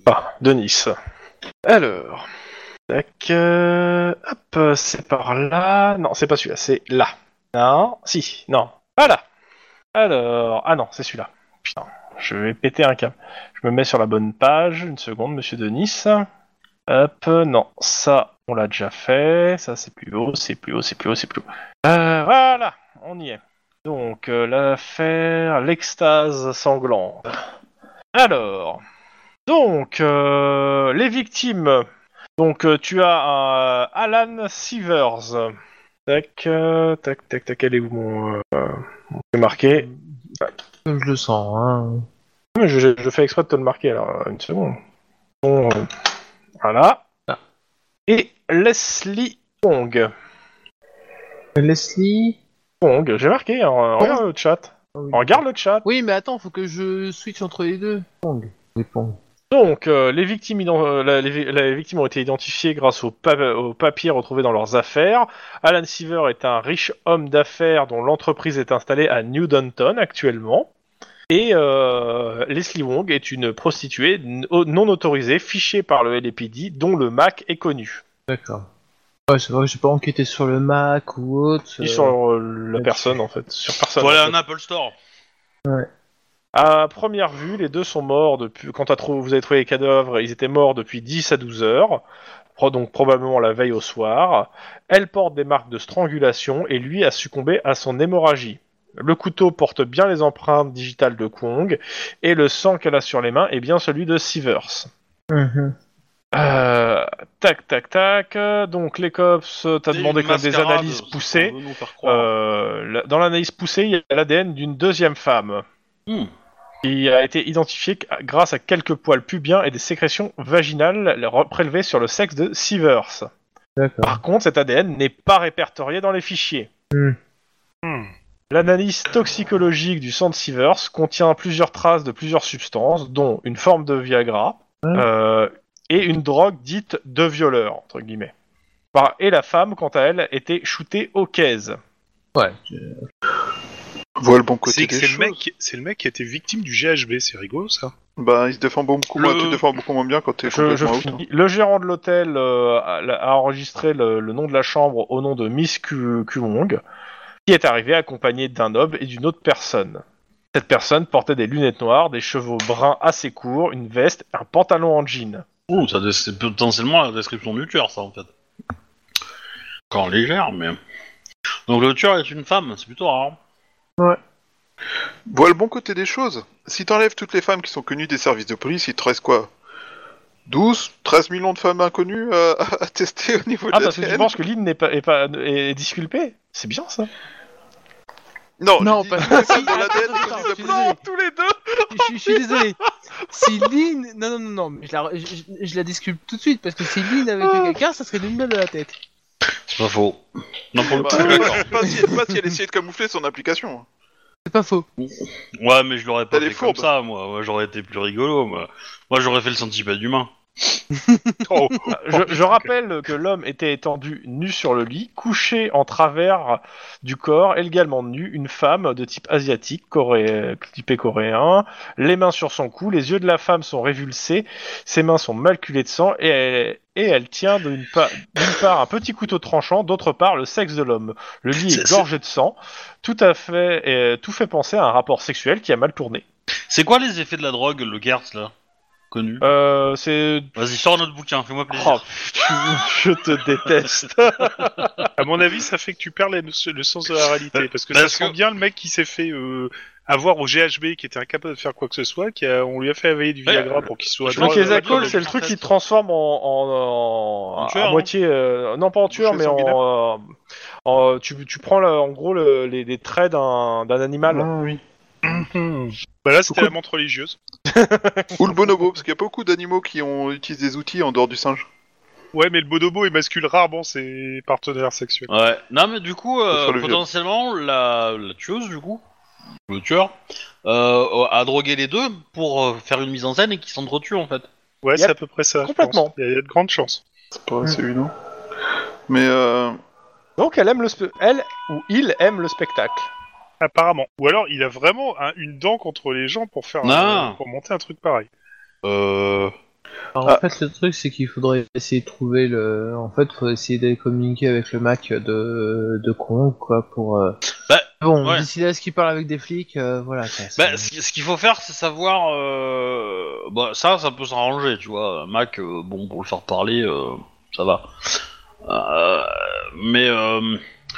B: Ah, Denis. Alors. Tac. euh, hop, c'est par là. Non, c'est pas celui-là, c'est là. Non, si, non. Voilà. Alors. Ah non, c'est celui-là. Putain, je vais péter un câble. Je me mets sur la bonne page. Une seconde, monsieur Denis. Hop, non, ça, on l'a déjà fait. Ça, c'est plus haut, c'est plus haut, c'est plus haut, c'est plus haut. Euh, voilà, on y est. Donc, euh, l'affaire L'extase sanglante. Alors, donc, euh, les victimes. Donc, euh, tu as un Alan Sievers. Tac, euh, tac, tac, tac, elle est où mon. euh, mon- c'est marqué. Ah,
D: Comme je le sens, hein.
B: Mais Je, je- je fais exprès de te le marquer, alors, une seconde. Bon, euh, voilà. Et Leslie Pong.
D: Euh, Leslie
B: Pong, j'ai marqué, hein, regarde le chat. Regarde le chat.
D: Oui, mais attends, faut que je switch entre les deux. Pong. Les Pong.
B: Donc, euh, les, victimes ident- euh, la- les, vi- les victimes ont été identifiées grâce aux, pa- euh, aux papiers retrouvés dans leurs affaires. Alan Seaver est un riche homme d'affaires dont l'entreprise est installée à New Downton actuellement. Et euh, Leslie Wong est une prostituée n- au- non autorisée fichée par le LAPD dont le Mac est connu.
D: D'accord. Ouais, c'est vrai que j'ai pas enquêté sur le Mac ou autre.
B: Ni
D: euh,
B: sur euh, la personne en fait, sur personne.
A: Faut aller
B: en
A: à
B: fait.
A: un Apple Store.
B: À première vue, les deux sont morts depuis. Quand t'as trou- vous avez trouvé les cadavres, ils étaient morts depuis 10 à 12 heures, pro- donc probablement la veille au soir. Elle porte des marques de strangulation et lui a succombé à son hémorragie. Le couteau porte bien les empreintes digitales de Kong et le sang qu'elle a sur les mains est bien celui de Sivers.
D: Mhm.
B: Euh, tac, tac, tac. Donc les cops, euh, t'as
A: C'est
B: demandé
A: une
B: quand même des
A: mascarade,
B: analyses
A: ce qu'on
B: poussées.
A: veut nous faire croire.
B: Euh, la- dans l'analyse poussée, il y a l'ADN d'une deuxième femme.
A: Hmm.
B: Qui a été identifiée qu- grâce à quelques poils pubiens et des sécrétions vaginales re- prélevées sur le sexe de Sivers.
D: D'accord.
B: Par contre, cet ADN n'est pas répertorié dans les fichiers.
F: Hmm.
B: L'analyse toxicologique du sang de Sivers contient plusieurs traces de plusieurs substances, dont une forme de Viagra euh, et une drogue dite de violeur, entre guillemets. Par- Et la femme, quant à elle, était shootée au caisse.
D: Ouais.
E: Vois le bon côté
F: C'est
E: des
F: c'est le,
E: choses.
F: mec qui- c'est le mec qui a été victime du GHB, c'est rigolo ça.
E: Bah, il se défend beaucoup,
F: Le-
E: moins, tu te défends beaucoup moins bien quand t'es
B: Je- je
E: complètement out.
B: finis. Le gérant de l'hôtel euh, a, a enregistré le, le nom de la chambre au nom de Miss Ku- Kuong, qui est arrivée accompagnée d'un homme et d'une autre personne. Cette personne portait des lunettes noires, des cheveux bruns assez courts, une veste, un pantalon en jean.
A: Ouh, ça, c'est potentiellement la description du tueur, ça, en fait. Quand légère, mais... Donc le tueur est une femme, c'est plutôt rare.
E: Vois le bon côté des choses. Si t'enlèves toutes les femmes qui sont connues des services de police, il te reste quoi 12, 13 millions de femmes inconnues euh, à, tester au niveau
B: Ah,
E: de
B: parce que tu
E: l'ADN
B: penses que Lynn n'est pas, est pas est disculpée C'est bien ça.
E: Non,
A: Oh,
D: Non,
E: j'ai dit,
D: parce que-
E: les femmes dans l'ADN
D: Attends,
E: et connues de la
D: je suis désolé.
E: police. tous les deux
D: Je suis- je suis désolé. Si Lynn. Non, non, non, non, mais je la, je, je- je la discute tout de suite parce que si Lynn avait fait quelqu'un, ça serait d'une balle de la tête.
A: C'est pas faux. Non, pour le
E: Bah,
A: coup,
E: je
A: d'accord.
E: sais pas, si, pas si elle essayait de camoufler son application.
D: C'est pas faux.
A: Ouais, mais je l'aurais pas
E: Elle est
A: fait comme
E: fourbe.
A: ça, moi. Moi, j'aurais été plus rigolo, moi. Moi, j'aurais fait le centipède humain.
F: Oh,
B: Je, je rappelle que l'homme était étendu nu sur le lit, couché en travers du corps, également nu, une femme de type asiatique, coré... typé coréen, les mains sur son cou, les yeux de la femme sont révulsés, ses mains sont maculées de sang et elle, et elle tient d'une pa- d'une part un petit couteau tranchant, d'autre part le sexe de l'homme. Le lit est
A: C'est-
B: gorgé de sang, tout à fait, euh, tout fait penser à un rapport sexuel qui a mal tourné.
A: C'est quoi les effets de la drogue, le Gertz, là Connu.
B: Euh, c'est...
A: Vas-y, sors notre bouquin, fais-moi plaisir.
B: Oh, je te déteste.
F: à mon avis, ça fait que tu perds la- le sens de la réalité. Parce que ça
A: Parce
F: sent
A: que-
F: bien le mec qui s'est fait euh, avoir au GHB, qui était incapable de faire quoi que ce soit, qui a- on lui a fait avaler du
A: Ouais,
F: Viagra pour qu'il soit.
A: je
F: dans
A: pense
B: Donc
A: Ouais,
F: le-
B: les
A: ouais,
B: alcools,
A: ouais,
B: c'est le
A: ouais,
B: truc
A: ouais.
B: qui te transforme en, en, en-
A: En tueur,
B: à
A: hein.
B: moitié, euh, non pas en tueur, mais
F: Boucher
B: en, euh, en- tu, tu prends là, en gros le- les, les traits d'un d'un
E: Ah,
B: animal.
E: bah,
F: Mhm. Bah là, c'était la montre religieuse.
E: Ou le bonobo, parce qu'il y a beaucoup d'animaux qui ont utilisé des outils en dehors du singe.
F: Ouais, mais le bodobo, il mascule rarement ses partenaires sexuels.
A: Ouais. Non, mais du coup, euh,
E: Faut faire le vieux.
A: potentiellement, la, la tueuse, du coup, le tueur, euh, a drogué les deux pour euh, faire une mise en scène et qu'ils s'entretuent, en fait.
F: Ouais,
B: Yep.
F: c'est à peu près ça. je
B: Complètement.
F: pense. Il y, a- il y a de grandes chances.
E: C'est pas assez non Mais euh,
B: Donc elle aime le, spe- elle ou il aime le spectacle.
F: Apparemment. Ou alors, il a vraiment hein, une dent contre les gens pour faire,
A: Non.
F: euh, pour monter un truc pareil.
A: Euh...
D: Alors, En fait, le truc, c'est qu'il faudrait essayer de trouver le. En fait, faut essayer d'aller communiquer avec le Mac de, de Kong, quoi, pour. euh,
A: Bah,
D: bon,
A: ouais.
D: d'ici là, ce qu'il parle avec des flics, euh, voilà. quoi,
A: Bah,
D: c'est-
A: ce qui- ce qu'il faut faire, c'est savoir. euh, Bah, ça, ça peut s'arranger, tu vois. Mac, euh, bon, pour le faire parler, euh, ça va. Euh, mais euh,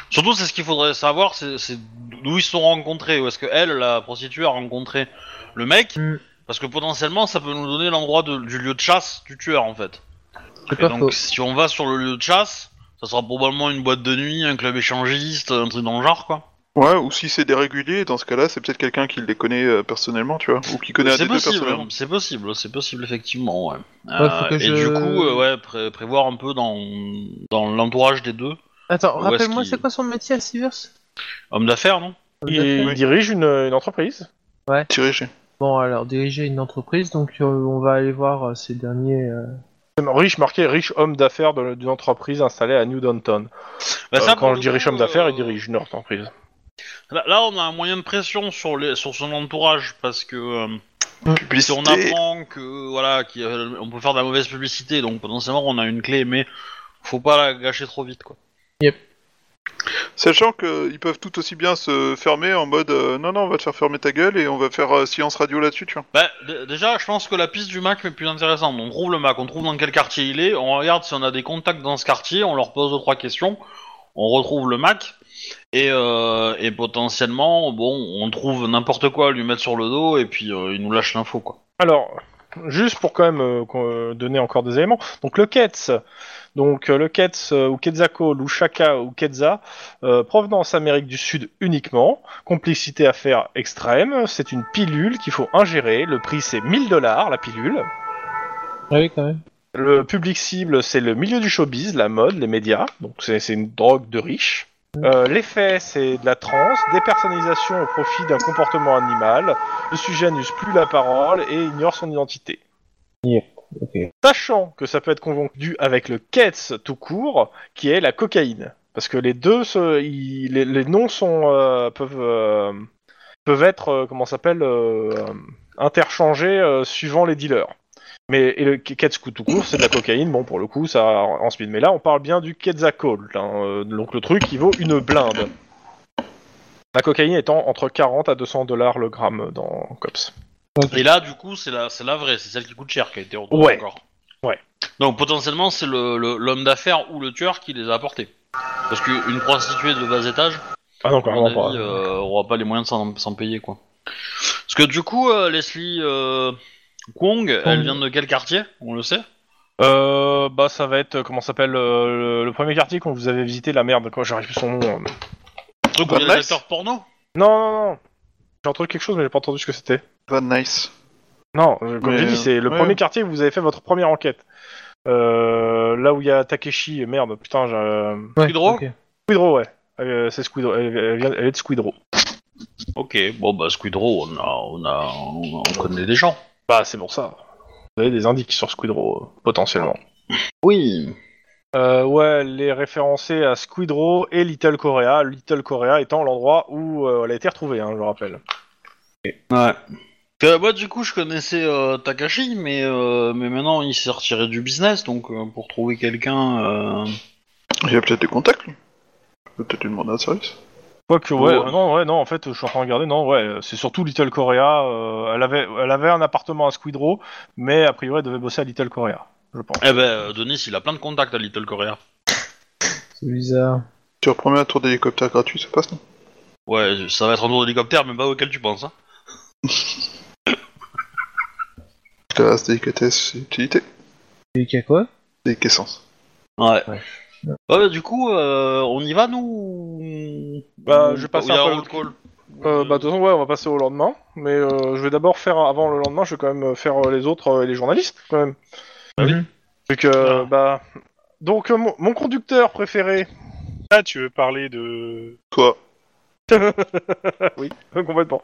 A: surtout, c'est ce qu'il faudrait savoir, c'est c'est d'où ils se sont rencontrés. Ou est-ce que elle, la prostituée, a rencontré le mec
D: Mm.
A: Parce que potentiellement, ça peut nous donner l'endroit de- du lieu de chasse du tueur, en fait.
D: c'est
A: Et
D: pas faux.
A: donc, si on va sur le lieu de chasse, ça sera probablement une boîte de nuit, un club échangiste, un truc dans le genre, quoi.
E: Ouais, ou si c'est des réguliers, dans ce cas-là, c'est peut-être quelqu'un qui les connaît euh, personnellement, tu vois, ou qui connaît un des
A: C'est
E: deux
A: possible, hein.
E: personnellement.
A: c'est possible, c'est possible effectivement, ouais.
D: Ouais, faut
A: Euh,
D: que
A: et
D: je-
A: du coup, euh, ouais, pré- prévoir un peu dans, dans l'entourage des deux.
D: Attends,
A: où est-ce
D: rappelle-moi,
A: qu'il-
D: c'est quoi son métier à Sivers
A: Homme d'affaires, non
B: Il, il dirige une, une entreprise.
E: Dirigé.
D: Bon, alors, diriger une entreprise, donc euh, on va aller voir euh, ces derniers. euh,
B: Riche marqué riche homme d'affaires de- d'une entreprise installée à New Downton.
A: Bah,
B: Euh,
A: ça, pour
B: quand
A: le
B: je dis riche
A: coup,
B: homme d'affaires,
A: euh,
B: il dirige une entreprise.
A: Là, là, on a un moyen de pression sur, les, sur son entourage parce que euh, si on apprend que voilà, qu'il y a- on peut faire de la mauvaise publicité, donc potentiellement on a une clé, mais faut pas la gâcher trop vite, quoi.
E: Sachant qu'ils peuvent tout aussi bien se fermer en mode euh, non, non, on va te faire fermer ta gueule et on va faire euh, silence radio là-dessus, tu vois.
A: Bah, d- déjà, je pense que la piste du Mac est plus intéressante. On trouve le Mac, on trouve dans quel quartier il est, on regarde si on a des contacts dans ce quartier, on leur pose deux trois questions, on retrouve le Mac, et, euh, et potentiellement, bon, on trouve n'importe quoi à lui mettre sur le dos, et puis euh, il nous lâche l'info, quoi.
B: Alors, juste pour quand même euh, qu'on- euh, donner encore des éléments, donc le Ketz, donc euh, le Ketz euh, ou Quetzalcoatl ou Chaka ou Quetzal, euh, provenance Amérique du Sud uniquement, complexité à faire extrême, c'est une pilule qu'il faut ingérer, le prix c'est 1000 dollars la pilule,
D: Ah oui, quand même.
B: le public cible c'est le milieu du showbiz, la mode, les médias, donc c'est c'est une drogue de riches. Euh, L'effet, c'est de la transe, dépersonnalisation au profit d'un comportement animal. Le sujet n'use plus la parole et ignore son identité.
D: Ok.
B: sachant que ça peut être confondu avec le Ketz tout court, qui est la cocaïne. Parce que les deux, se- ils- les, les noms sont, euh, peuvent, euh, peuvent être, euh, comment ça s'appelle, euh, euh, interchangés euh, suivant les dealers. Mais et le Ketz tout court, c'est de la cocaïne, bon pour le coup, ça en en speed. Mais là, on parle bien du Quetzalcoatl, hein, euh, donc le truc qui vaut une blinde. La cocaïne étant entre 40 à 200 dollars le gramme dans COPS.
A: Et là, du coup, c'est la, c'est la vraie, c'est celle qui coûte cher qui a été retrouvée
B: Ouais.
A: encore.
B: Ouais.
A: Donc potentiellement, c'est le- le- l'homme d'affaires ou le tueur qui les a apportés. Parce qu'une prostituée de bas étage,
B: Ah
A: à
B: non,
A: mon
B: clairement
A: avis,
B: pas.
A: euh, aura pas les moyens de s'en- s'en payer, quoi. Parce que du coup, euh, Leslie euh, Kwong, elle vient de quel quartier On le sait
B: Euh, bah ça va être euh, comment ça s'appelle euh, le, le premier quartier qu'on vous avait visité la merde quoi j'arrive plus son nom. euh.
A: Le truc où il y a des
E: Nice.
A: acteurs porno
B: Non non non j'ai entendu quelque chose mais j'ai pas entendu ce que c'était.
E: Van Nice.
B: Non euh, comme
E: Mais,
B: j'ai dit
E: euh,
B: c'est le
E: ouais.
B: premier quartier où vous avez fait votre première enquête. Euh, là où il y a Takeshi merde putain j'ai... euh,
D: Ouais,
A: Squidro
D: ok.
B: Squidro ouais Euh, c'est Squidro elle, elle vient- elle est de Squidro.
A: Ok, bon bah Squidro, on, a, on, a, on, on connaît des gens.
B: Bah c'est pour ça vous avez des indices sur Squidro euh, potentiellement.
A: Oui.
B: Euh, ouais elle est référencée à Squidro et Little Korea Little Korea étant l'endroit où euh, elle a été retrouvée hein, je le rappelle.
A: Ouais. Que, moi, du coup, je connaissais euh, Takashi, mais, euh, mais maintenant, il s'est retiré du business, donc euh, pour trouver quelqu'un... euh,
E: Il y a peut-être des contacts, lui. Je vais peut-être lui demander un service.
B: Quoique, ouais,
A: Ouais.
B: euh, non, ouais, non, en fait, je suis en train de regarder, non, ouais, euh, c'est surtout Little Korea, euh, elle, avait, elle avait un appartement à Squidrow, mais a priori, elle devait bosser à Little Korea, je pense.
A: Eh ben, euh, Denis, il a plein de contacts à Little Korea.
D: C'est bizarre.
E: Tu repromets un tour d'hélicoptère gratuit, ça passe, non
A: Ouais, ça va être un tour d'hélicoptère, mais pas auquel tu penses. Hein.
E: Classe, délicatesse, utilité.
D: Et qu'à quoi
E: Déliquescence.
A: Ouais.
D: Ouais.
A: Ouais, bah, du coup, euh, on y va, nous
B: Bah,
A: Ou-
B: je passe
A: ou y a
B: un peu
A: roll
B: le-
A: call
B: Euh, bah, de toute façon, ouais, on va passer au lendemain, mais euh, je vais d'abord faire, avant le lendemain, je vais quand même euh, faire euh, les autres euh, et les journalistes, quand même.
A: Bah oui.
B: Vu que, euh,
F: Ah.
B: bah. Donc, euh, mon, mon conducteur préféré,
F: Ah, tu veux parler de.
E: Quoi
B: euh, complètement,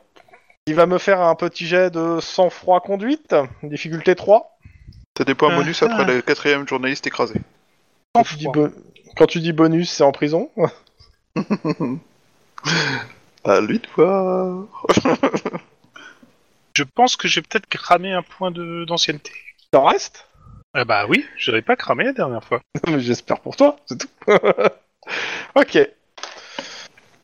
B: il va me faire un petit jet de sang-froid conduite, difficulté 3.
E: T'as des points
F: Ah,
E: bonus
F: ah.
E: après le quatrième journaliste écrasé.
B: Quand tu dis, bon- Quand tu dis bonus, c'est en prison
E: À lui de voir.
F: Je pense que j'ai peut-être cramé un point de- d'ancienneté.
B: T'en restes
F: Ah bah oui, je l'avais pas cramé la dernière fois.
B: Mais J'espère pour toi, c'est tout. ok.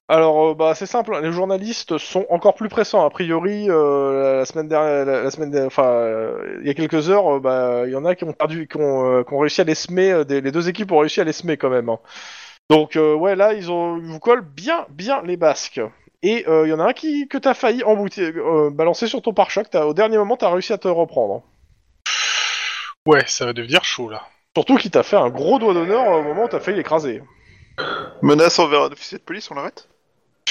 B: Alors, euh, bah, c'est simple, hein, les journalistes sont encore plus pressants. A priori, euh, la- la semaine dernière, la, la semaine dernière- enfin, euh, il y a quelques heures, euh, bah, il y en a qui ont perdu, qui ont, euh, qui ont réussi à les semer, euh, des- les deux équipes ont réussi à les semer quand même. hein. Donc, euh, ouais, là, ils, ont, ils vous collent bien, bien les basques. Et euh, il y en a un qui, que t'as failli emboutir, euh, balancer sur ton pare-choc, t'as- au dernier moment, t'as réussi à te reprendre.
F: Ouais, ça va devenir chaud là.
B: Surtout qu'il t'a fait un gros doigt d'honneur euh, au moment où t'as failli l'écraser.
E: Menace envers un officier de police, on l'arrête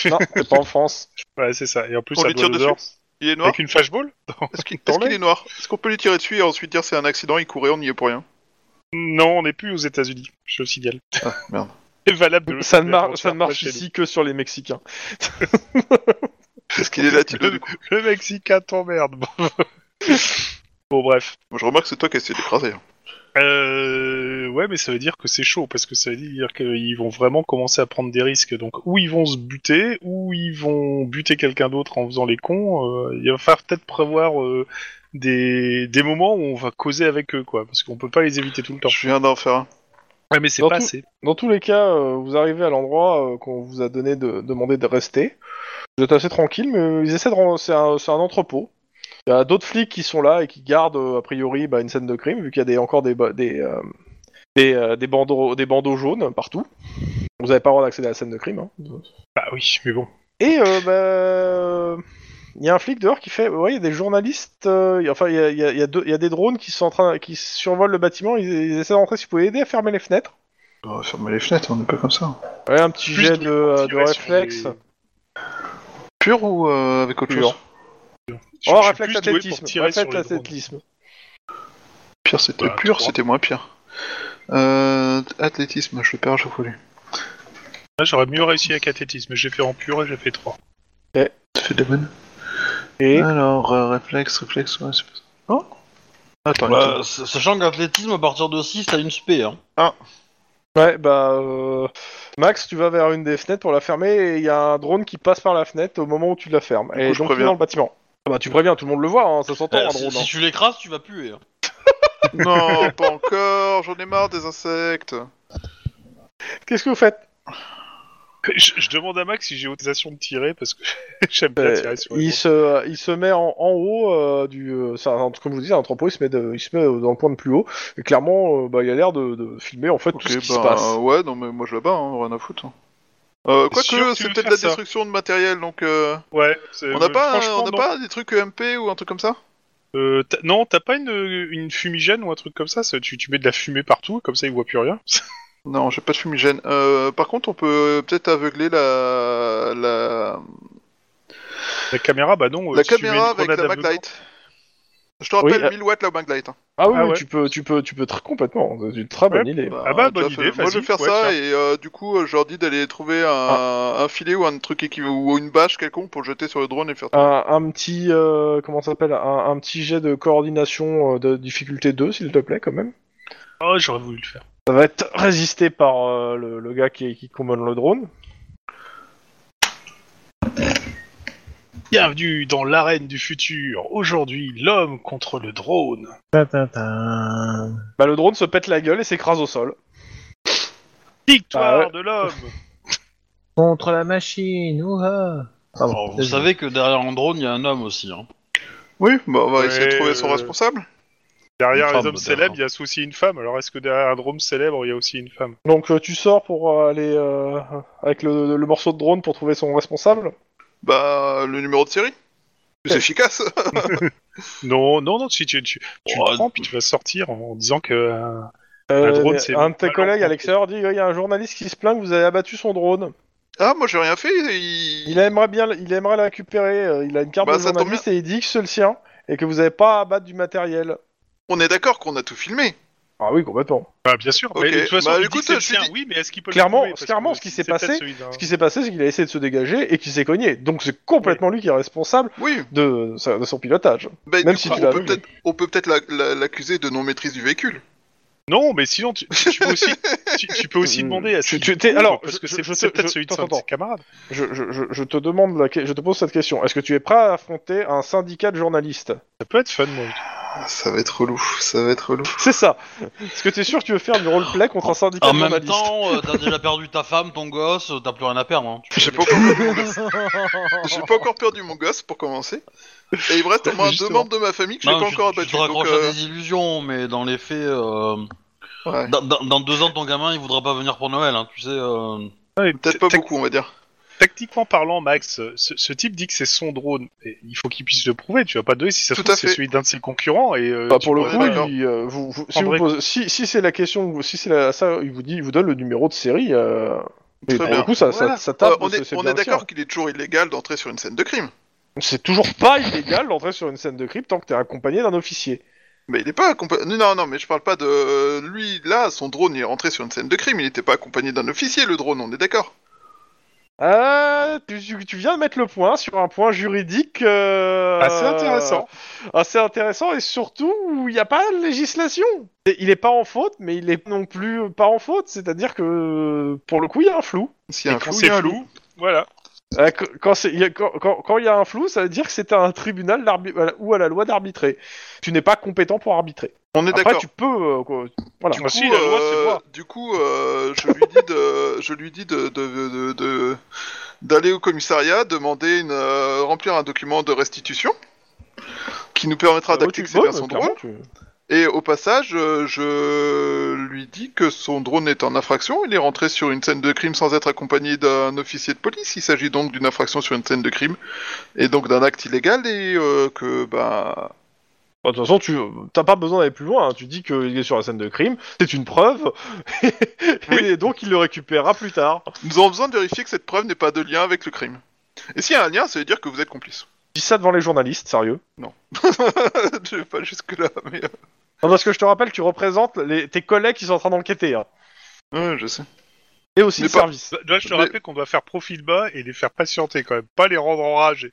B: Non, c'est pas en France.
F: Ouais, c'est ça. Et en plus,
E: On
F: ça
E: lui tire
F: doit l'odeur.
E: Il est noir
F: Avec une flashball
E: Est-ce qu'il est-ce qu'il est noir Est-ce qu'on peut lui tirer dessus et ensuite dire c'est un accident, il courait, on n'y est pour rien
F: Non, on n'est plus aux États-Unis. Je le signale.
E: Ah, merde.
F: C'est valable. De...
B: Ça ne,
F: de
B: mar-
F: le
B: ça ne marche
F: faire
B: ici que sur les Mexicains.
E: Est-ce qu'il est latino
F: Le,
E: du coup
F: le Mexicain t'emmerde. Bon. bon, bref.
E: Je remarque que c'est toi qui as essayé d'écraser. hein.
F: Euh, ouais, mais ça veut dire que c'est chaud parce que ça veut dire qu'ils vont vraiment commencer à prendre des risques. Donc, ou ils vont se buter, ou ils vont buter quelqu'un d'autre en faisant les cons. Euh, il va falloir peut-être prévoir euh, des, des moments où on va causer avec eux, quoi, parce qu'on peut pas les éviter tout le temps.
E: Je viens d'en faire un.
F: Ouais, mais c'est
E: Dans
F: pas
E: tout-
F: assez.
E: Dans tous les cas, euh, vous arrivez à l'endroit euh, qu'on vous a donné de demander de rester. Vous êtes assez tranquille, mais euh, ils essaient de. ren- C'est un, c'est un entrepôt. Il y a d'autres flics qui sont là et qui gardent euh, a priori bah, une scène de crime, vu qu'il y a des, encore des ba- des, euh, des, euh, des bandeaux des bandeaux jaunes partout. Vous n'avez pas le droit d'accéder à la scène de crime. hein.
F: Bah oui, mais bon.
E: Et euh, bah, euh, il y a un flic dehors qui fait, ouais, il y a des journalistes, euh, il y a- enfin il y a, il y a- il y a deux- il y a des drones qui sont en train, qui survolent le bâtiment. Ils, ils essaient d'entrer. Si vous pouvez aider à fermer les fenêtres.
G: Bah, fermez les fenêtres, on n'est pas comme ça.
E: Ouais, un petit
F: Plus
E: jet
F: de
E: de, euh, de
F: motivation
E: réflexe.
F: des-
C: Pur ou euh, avec autre
E: Pur.
C: chose
F: Je-
E: Oh,
F: je suis
E: réflexe
F: plus doué pour
E: athlétisme.
F: tirer sur
E: Réflexe
F: les drones.
E: athlétisme.
C: Pire, c'était
F: Bah,
C: pur,
F: trois.
C: c'était moins pire. Euh, athlétisme, je perds, je voulais.
F: Là, j'aurais mieux réussi avec athlétisme, mais j'ai fait en pur et j'ai fait 3.
C: Tu fais de la bonne.
E: Et
C: Alors, euh, réflexe, réflexe, ouais, c'est pas ça. Non Oh. Attends,
A: Bah,
C: attends.
A: sa- sachant que l'athlétisme, à partir de 6, t'as une spé. Hein.
E: ouais, bah euh, Max, tu vas vers une des fenêtres pour la fermer et il y a un drone qui passe par la fenêtre au moment où tu la fermes.
C: Du
E: et
C: coup, je
E: donc il est
C: préviens.
E: dans le bâtiment. Ah Bah tu préviens, tout le monde le voit, hein, ça s'entend
A: Eh,
E: un
A: si,
E: drone.
A: si
E: hein.
A: tu l'écrases, tu vas puer. hein.
C: non, pas encore, j'en ai marre des insectes.
E: Qu'est-ce que vous faites
F: Je, je demande à Max si j'ai autorisation de tirer parce que j'aime bien
E: Euh,
F: tirer sur les
E: Il
F: drones.
E: se, il se met en, en haut euh, du, euh, c'est un- comme je vous dis, un entrepôt. Il se met, de- il se met dans le point de plus haut. Et clairement, euh, bah, il a l'air de, de filmer en fait
C: Ok,
E: tout ce qui
C: bah,
E: se passe.
F: euh,
C: ouais, non, mais moi je la bats, hein, rien à foutre. Euh,
F: T'es sûr que
C: Quoique,
F: tu
C: c'est
F: veux
C: peut-être
F: faire
C: la
F: ça
C: destruction de matériel, donc euh,
F: Ouais, c'est-
C: on n'a pas, un-
F: franchement,
C: on n'a
F: non.
C: pas des trucs EMP ou un truc comme ça
F: Euh, t'as- non, t'as pas une, une fumigène ou un truc comme ça, ça- tu, tu mets de la fumée partout, comme ça ils voient plus rien.
C: Non, j'ai pas de fumigène. Euh, par contre, on peut peut-être aveugler la la,
F: la caméra, bah non. euh,
C: la
F: si tu mets une
C: caméra avec
F: grenade
C: la
F: aveuglante-
C: maglite. Je te
E: Oui,
C: rappelle
E: euh,
C: 1000 watts la maglite. hein.
E: Ah oui,
F: Ah
E: oui,
F: ouais.
E: tu peux, tu peux, tu peux très complètement. C'est une très bonne idée.
F: Ah bah,
C: tu
F: bonne
C: vois,
F: idée,
C: Moi je
F: vas-y,
C: vais faire
F: ouais,
C: ça
F: tiens.
C: et euh, du coup, euh, je leur dis d'aller trouver un, un filet ou un truc équivalent ou une bâche quelconque pour le jeter sur le drone et le faire.
E: un, un petit euh, comment ça s'appelle un, un petit jet de coordination euh, de difficulté 2 s'il te plaît quand même
F: Oh, j'aurais voulu le faire.
E: ça va être résisté par euh, le, le gars qui, qui commande le drone
F: Bienvenue dans l'arène du futur. Aujourd'hui, l'homme contre le drone.
D: Tintintin.
E: bah le drone se pète la gueule et s'écrase au sol
F: Victoire
E: Ah ouais.
F: de l'homme.
D: Contre la machine, ouha Pardon,
A: Alors, Oh, vous
D: désolé.
A: savez que derrière un drone, il y a un homme aussi. Hein.
C: Oui, bah, on va essayer de
F: Ouais,
C: trouver son
F: euh,
C: responsable.
F: Derrière
A: Une
F: les
A: femme,
F: hommes
A: derrière.
F: célèbres, il y a aussi une femme. Alors est-ce que derrière un drone célèbre, il y a aussi une femme
E: donc euh, tu sors pour euh, aller euh, avec le, le morceau de drone pour trouver son responsable
C: Bah, le numéro de série. C'est efficace.
F: Non, non, non. Si tu, tu, tu
A: Oh,
F: le prends puis tu vas sortir en disant que euh,
E: Euh,
F: drone, c'est
E: un de tes
F: pas
E: collègues
F: l'enfant.
E: à l'extérieur dit euh, il y a un journaliste qui se plaint que vous avez abattu son drone
C: ah, moi j'ai rien fait. il-
E: il aimerait bien il aimerait la récupérer euh, il a une carte
C: Bah,
E: de
C: ça tombe
E: journaliste et il dit que c'est le sien et que vous n'avez pas à abattre du matériel
C: On est d'accord qu'on a tout filmé.
E: ah oui complètement
F: bah, bien sûr. Mais
C: Ok,
F: de toute façon,
C: bah,
F: il dit
C: écoute,
F: que c'est le
C: je te
F: sien.
C: dis-
F: Oui, mais est-ce qu'il peut le
E: Clairement-
F: prouver Parce que
E: clairement, ce qui
F: si
E: s'est
F: c'est peut-être
E: passé,
F: celui-d'un-
E: Ce qui s'est passé, c'est qu'il a essayé de se dégager et qu'il s'est cogné. Donc c'est complètement lui qui est responsable
C: Oui.
E: de, sa- de son pilotage.
C: Bah,
E: Même
C: du
E: si
C: coup,
E: tu l'as
C: on peut
E: aveuglé.
C: peut-être on peut peut-être la- la- l'accuser de non maîtrise du véhicule.
F: Non, mais sinon, tu, tu peux aussi, tu, tu peux aussi
E: Hmm.
F: demander à ce
E: Tu- tu-
F: qu'il
E: t'es-
F: prouve,
E: alors,
F: parce que
E: je-
F: c'est
E: je-
F: c'est
E: je-
F: peut-être
E: je-
F: celui de
E: attends,
F: son
E: attends.
F: camarade.
E: Je, je- je- je te demande, la que- je te pose cette question. Est-ce que tu es prêt à affronter un syndicat de journalistes
F: Ça peut être fun, moi.
C: Ah, ça va être relou. Ça va être relou.
E: C'est ça. Est-ce que tu es sûr que tu veux faire du roleplay contre un syndicat
A: En
E: de
A: même
E: journalistes
A: temps, euh, t'as déjà perdu ta femme, ton gosse, euh, t'as plus rien à perdre. Hein. Tu
C: J'ai
A: peux-
C: pas encore perdu mon gosse. J'ai pas encore perdu mon gosse pour commencer. Et il me reste au moins deux
F: Justement.
C: membres de ma famille que j'ai
A: Non,
C: pas
A: tu-
C: encore
A: tu
C: abattu.
A: te
C: Donc,
A: raccroches
C: euh,
A: à des illusions, mais dans les faits, euh,
C: ouais.
A: dans, dans- dans deux ans, ton gamin, il voudra pas venir pour Noël. Hein, tu sais. euh.
C: peut-être pas beaucoup, on va dire.
F: Tactiquement parlant, Max, ce, ce type dit que c'est son drone. Et il faut qu'il puisse le prouver. Tu vas pas donner si ça se
C: Tout
F: trouve
C: à
F: c'est
C: fait.
F: celui d'un de ses concurrents. Et euh,
E: Bah,
F: tu
E: pour le
F: pourrais
C: Ouais,
E: coup,
F: pas-
C: d'accord.
E: il, euh, vous- vous- si, vous
F: André-
E: posez- si- si c'est la question, si c'est la- ça, il vous dit, il vous donne le numéro de série. euh,
C: Très
E: et pour
C: bien.
E: le coup, ça, ça-
F: Voilà.
E: ça
C: Euh,
E: tape.
C: on
E: c'est-
C: est,
E: c'est
C: on
E: bien
C: est
E: le sien.
C: d'accord qu'il est toujours illégal d'entrer sur une scène de crime.
E: C'est toujours pas illégal d'entrer sur une scène de crime tant que t'es accompagné d'un officier.
C: Mais il est pas accompagné. Non, non, mais je parle pas de. euh, Lui, là, son drone, il est rentré sur une scène de crime. Il n'était pas accompagné d'un officier, le drone, on est d'accord.
B: Euh,
E: Ah, tu, tu- tu viens de mettre le point sur un point juridique euh,
F: Ah, c'est intéressant.
E: assez intéressant et surtout où il n'y a pas de législation. Et Il est pas en faute, mais il est non plus pas en faute, c'est-à-dire que pour le coup il y a un flou.
C: S'il y a un
F: Quand
C: flou, il
F: c'est
C: y a un
F: flou,
C: loup.
F: voilà.
B: Euh, qu- Quand c'est- il y a- quand- quand- quand il y a un flou, ça veut dire que c'est à un tribunal d'arbi- à la- ou à la loi d'arbitrer. Tu n'es pas compétent pour arbitrer.
C: On est
B: Après,
C: d'accord.
B: tu peux. euh, quoi, voilà.
C: Du coup,
F: Ah si, la loi, c'est
C: euh,
F: moi.
C: du coup, euh, je lui dis de, je lui dis de, de, de- de- d'aller au commissariat, demander une, euh, remplir un document de restitution qui nous permettra
B: Bah, ouais, tu-
C: d'acter que Ah, c'est
B: ouais,
C: bien
B: bah,
C: son
B: clairement,
C: drone.
B: tu-
C: Et au passage, euh, je lui dis que son drone est en infraction. Il est rentré sur une scène de crime sans être accompagné d'un officier de police. Il s'agit donc d'une infraction sur une scène de crime et donc d'un acte illégal et euh, que bah
B: Bah, De toute façon, tu t'as pas besoin d'aller plus loin. hein. Tu dis qu'il est sur la scène de crime, c'est une preuve, et donc il le récupérera plus tard.
C: nous avons besoin de vérifier que cette preuve n'est pas de lien avec le crime. Et s'il y a un lien, ça veut dire que vous êtes complice.
B: Je dis ça devant les journalistes, sérieux.
C: je vais pas jusque là, mais. euh,
B: Non, parce que je te rappelle, tu représentes les- tes collègues qui sont en train d'enquêter, hein.
C: Ouais, je sais.
B: et aussi
C: Mais
B: le
C: pas-
B: service.
F: Bah, Dois-je te
C: euh, Mais-
F: rappeler qu'on doit faire profil bas et les faire patienter quand même, pas les rendre enragés.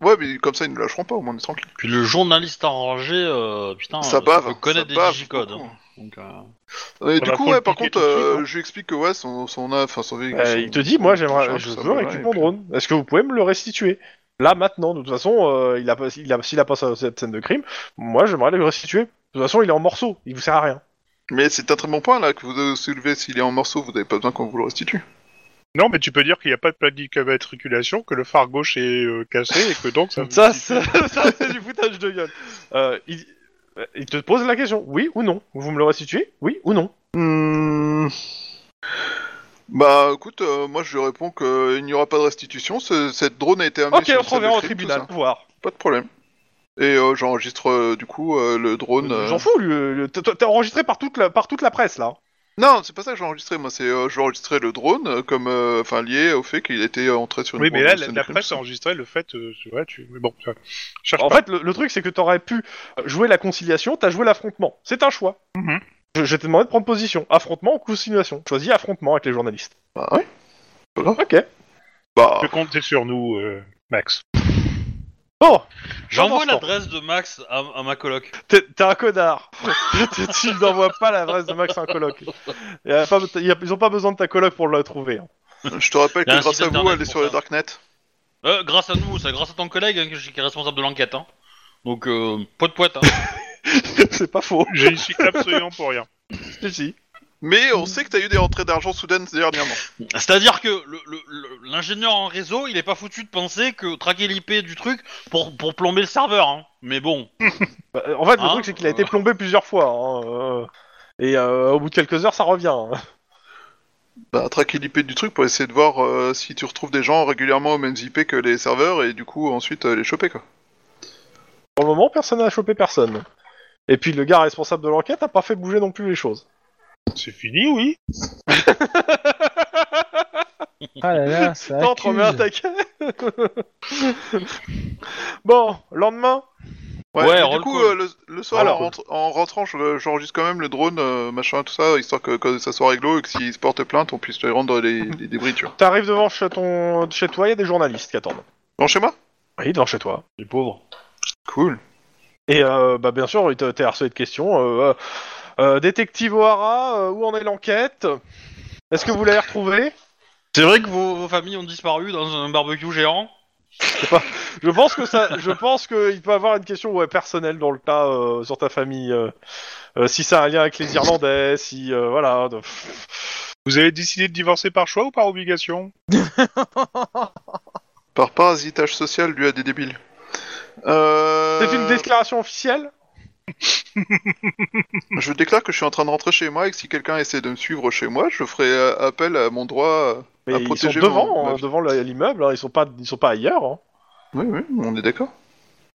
C: Ouais, mais comme ça, ils ne lâcheront pas, au moins on est tranquille.
A: Puis le journaliste enragé, euh, putain,
C: ça
A: euh,
C: bave.
A: peut connaître
C: ça
A: des
C: bave
A: digicodes.
C: beaucoup.
A: hein. Donc, euh,
C: Et du
F: Voilà,
C: coup,
F: faut le
C: ouais, par
F: piquer
C: contre,
F: tout de suite,
C: euh,
F: hein.
C: je lui explique que, ouais, son, son œuf, enfin, son véhicule.
B: Euh,
C: son-
B: il te dit, moi, j'aimerais,
C: son
B: je
C: charge,
B: veux
C: ça,
B: récupérer
C: voilà,
B: mon
C: et puis-
B: drone. Est-ce que vous pouvez me le restituer Là, maintenant, de toute façon, euh, il a, pas- il a, s'il a pas sa- cette scène de crime, moi, j'aimerais le restituer. De toute façon, il est en morceaux, il vous sert à rien.
C: Mais c'est un très bon point, là, que vous euh, soulevez. S'il est en morceaux, vous n'avez pas besoin qu'on vous le restitue.
F: Non, mais tu peux dire qu'il n'y a pas de plaque d'immatriculation, que le phare gauche est euh, cassé et que donc ça.
B: Ça, c'est ça, c'est du foutage de gueule. Euh, il, euh, il te pose la question, oui ou non Vous me le restituez Oui ou non
C: Hmm. Bah, écoute, euh, moi, je lui réponds qu'il n'y aura pas de restitution. ce- cette drone a été amenée
B: Ok,
C: sur
B: on
C: une
B: se
C: scène de
B: reverra au
C: crime, tout
B: tribunal,
C: ça.
B: voir.
C: Pas de problème. Et euh, j'enregistre, euh, du coup, euh, le drone. euh,
B: J'en fous, lui, euh, t'es t'es enregistré par toute la, par toute la presse, là.
C: Non, c'est pas ça que j'ai enregistré, moi, c'est euh, j'ai enregistré le drone euh, comme euh, enfin lié au fait qu'il était euh, entré sur une
F: Oui, mais
C: drone
F: là,
C: de
F: la,
C: scène
F: la
C: de crime.
F: presse a enregistré le fait. euh, tu vois, tu. Mais bon, ça- cherche
B: En
F: pas.
B: fait, le, le truc, c'est que t'aurais pu jouer la conciliation, t'as joué l'affrontement. C'est un choix.
F: Mhm.
B: Je, je t'ai demandé de prendre position. Affrontement ou conciliation Choisis affrontement avec les journalistes.
C: Bah oui.
B: Ok.
C: Bah,
F: Tu peux compter sur nous, euh, Max.
B: Bon,
A: J'envoie
B: Pendant ce temps.
A: l'adresse de Max à, à ma coloc.
B: t'es t'es un connard. Tu- tu n'envoies pas l'adresse de Max à un coloc. Y a pas- y a- ils ont pas besoin de ta coloc pour le trouver. hein.
C: je te rappelle
A: y a
C: que
A: un
C: grâce
A: site
C: à vous,
A: internet
C: elle est
A: pour
C: sur le
A: ça.
C: Darknet.
A: Euh, grâce à nous, c'est grâce à ton collègue hein, qui qui est responsable de l'enquête. Hein. Donc, euh, pote pote. Hein.
B: c'est pas faux.
F: J'ai une suis absolument pour rien.
B: Si, si.
C: Mais on sait que t'as eu des rentrées d'argent soudaines dernièrement.
A: C'est-à-dire que le- le- le- l'ingénieur en réseau, il est pas foutu de penser que traquer l'IP du truc pour, pour plomber le serveur. Hein. Mais bon,
B: Bah, euh, en fait, le
A: Hein
B: truc, c'est qu'il a été plombé plusieurs fois. hein, euh, Et euh, au bout de quelques heures, ça revient. hein.
C: Bah, traquer l'IP du truc pour essayer de voir euh, si tu retrouves des gens régulièrement aux mêmes IP que les serveurs et du coup ensuite euh, les choper quoi.
B: Pour le moment, personne n'a chopé personne. Et puis, le gars responsable de l'enquête a pas fait bouger non plus les choses.
F: C'est fini, oui.
D: Ah là là, ça
B: Attends, remets un
D: accuse.
B: taquet. bon, lendemain.
C: Ouais,
A: Ouais,
C: mais
A: roll
C: du coup
A: call.
C: euh, le, le soir
B: Alors.
C: en, rentre- en rentrant, je- j'enregistre quand même le drone, euh, machin, tout ça, histoire que, que ça soit réglo et que s'ils se portent plainte, on puisse les rendre les, les débris, tu vois.
B: T'arrives devant chez, ton... chez toi, il y a des journalistes qui attendent.
C: Bon, chez moi
B: Oui, devant chez toi.
A: les pauvres.
C: Cool.
B: Et euh, bah, bien sûr, t'es t'es harcelé de questions. euh, euh, euh, détective O'Hara, euh, où en est l'enquête Est-ce que vous l'avez retrouvé
A: C'est vrai que vos, vos familles ont disparu dans un barbecue géant.
B: Je pense que ça, je pense qu'il peut avoir une question ouais, personnelle dans le tas euh, sur ta famille. euh, euh, si ça a un lien avec les Irlandais, si euh, voilà. de-
F: Vous avez décidé de divorcer par choix ou par obligation
C: Par parasitage social dû à des débiles. Euh...
B: C'est une déclaration officielle
C: Je déclare que je suis en train de rentrer chez moi et que si quelqu'un essaie de me suivre chez moi, je ferai euh, appel à mon droit. euh,
B: Mais
C: à
B: ils sont
C: protéger
B: devant,
C: mon-
B: hein, devant le- l'immeuble. hein, ils sont pas, ils sont pas ailleurs. hein.
C: Oui, oui, on est d'accord.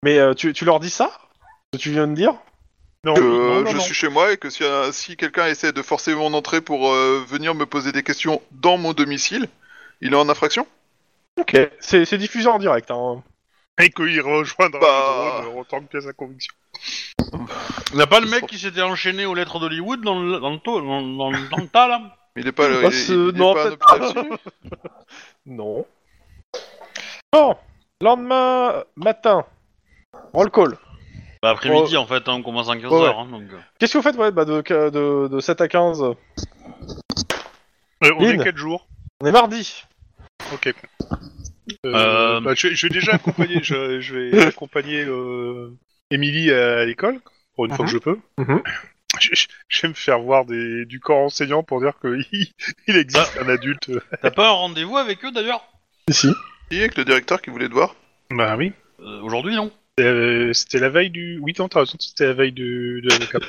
B: Mais euh, tu, tu leur dis ça Ce que tu viens de dire
F: Non,
C: Que
F: non,
C: euh,
F: non,
C: je
F: non.
C: suis chez moi et que si, euh, si quelqu'un essaie de forcer mon entrée pour euh, venir me poser des questions dans mon domicile, il est en infraction
B: Ok. C'est c'est diffusé en direct. Hein.
F: Et qu'il rejoindra
C: Bah.
F: le drone en tant que pièce à conviction.
A: Il a pas le mec qui s'était enchaîné aux lettres d'Hollywood dans le, dans, le taux- dans, dans le- dans le tas là
C: Il est pas,
B: Ah,
C: il, est-
B: c'est-
C: il est
B: non,
C: pas un
B: peut-être
C: hôpital
B: pas.
C: suivi.
B: Non. Bon, lendemain matin, roll call.
A: Bah,
C: Oh.
A: après-midi en fait, hein, on commence à 15h.
B: Ouais.
A: Hein, donc, euh.
B: Qu'est-ce que vous faites ouais, bah, de, de, de 7 à 15 On
F: Euh, on
B: Lynn.
F: est 4 jours.
B: est mardi.
F: Ok.
A: Euh,
F: bah, je, vais- je vais déjà accompagner, je, je vais accompagner euh, Émilie à l'école, pour une fois que je peux.
B: Mhm.
F: Je, je- je vais me faire voir des, du corps enseignant pour dire qu'il il existe un adulte.
A: T'as pas un rendez-vous avec eux d'ailleurs
F: Ici.
E: Et avec le directeur qui voulait te voir.
F: Bah oui.
A: Euh, Aujourd'hui non.
F: Euh, c'était la veille du. Oui, non, t'as raison, c'était la veille du, de l'avocat.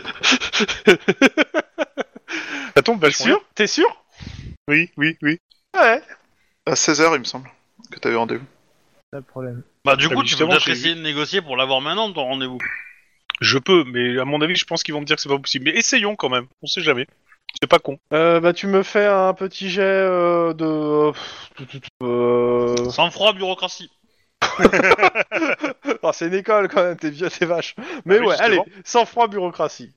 F: Ça tombe
B: T'es
F: vachement
B: sûr T'es sûr
F: bien. Oui, oui, oui.
B: Ouais.
E: À 16h, il me semble, que t'avais rendez-vous.
D: Pas de problème.
A: Bah du
F: Ah,
A: coup tu
F: mais
A: peux
F: justement,
A: peut-être
F: j'ai
A: essayer de négocier pour l'avoir maintenant ton rendez-vous.
F: Je peux, mais à mon avis, je pense qu'ils vont me dire que c'est pas possible. Mais essayons quand même, on sait jamais. C'est pas con.
B: Euh, bah tu me fais un petit jet euh, de. Euh...
A: Sans froid bureaucratie.
B: Ah, c'est une école quand même, t'es vieux, t'es vache. Mais
F: Ah oui,
B: ouais, allez,
F: justement.
B: sans froid bureaucratie.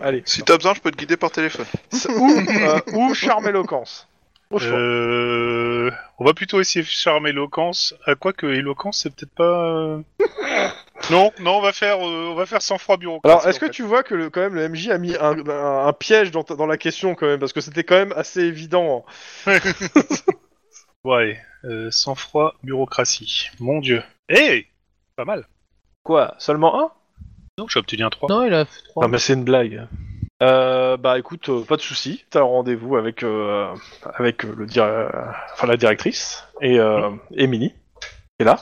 B: Allez.
E: Si t'as besoin, je peux te guider par téléphone.
B: ou, euh, ou charme éloquence. Au choix.
F: Euh, on va plutôt essayer de charme éloquence. À quoi que éloquence, Ah, c'est peut-être pas. euh, non, non, on va faire, euh, on va faire sans froid bureaucratie.
B: Alors, est-ce
F: en
B: que
F: fait.
B: tu vois que le, quand même le MJ a mis un, un- un piège dans, ta- dans la question quand même parce que c'était quand même assez évident. hein.
F: Ouais. Euh, sans froid bureaucratie. Mon Dieu. Eh, pas mal.
B: Quoi Seulement un
F: Non, j'ai obtenu un 3.
D: Non, il a fait trois.
B: Non, mais c'est une blague. Euh, bah écoute, euh, pas de souci. T'as un rendez-vous avec euh, avec euh, le dir- euh, enfin la directrice et euh, Émilie. Et là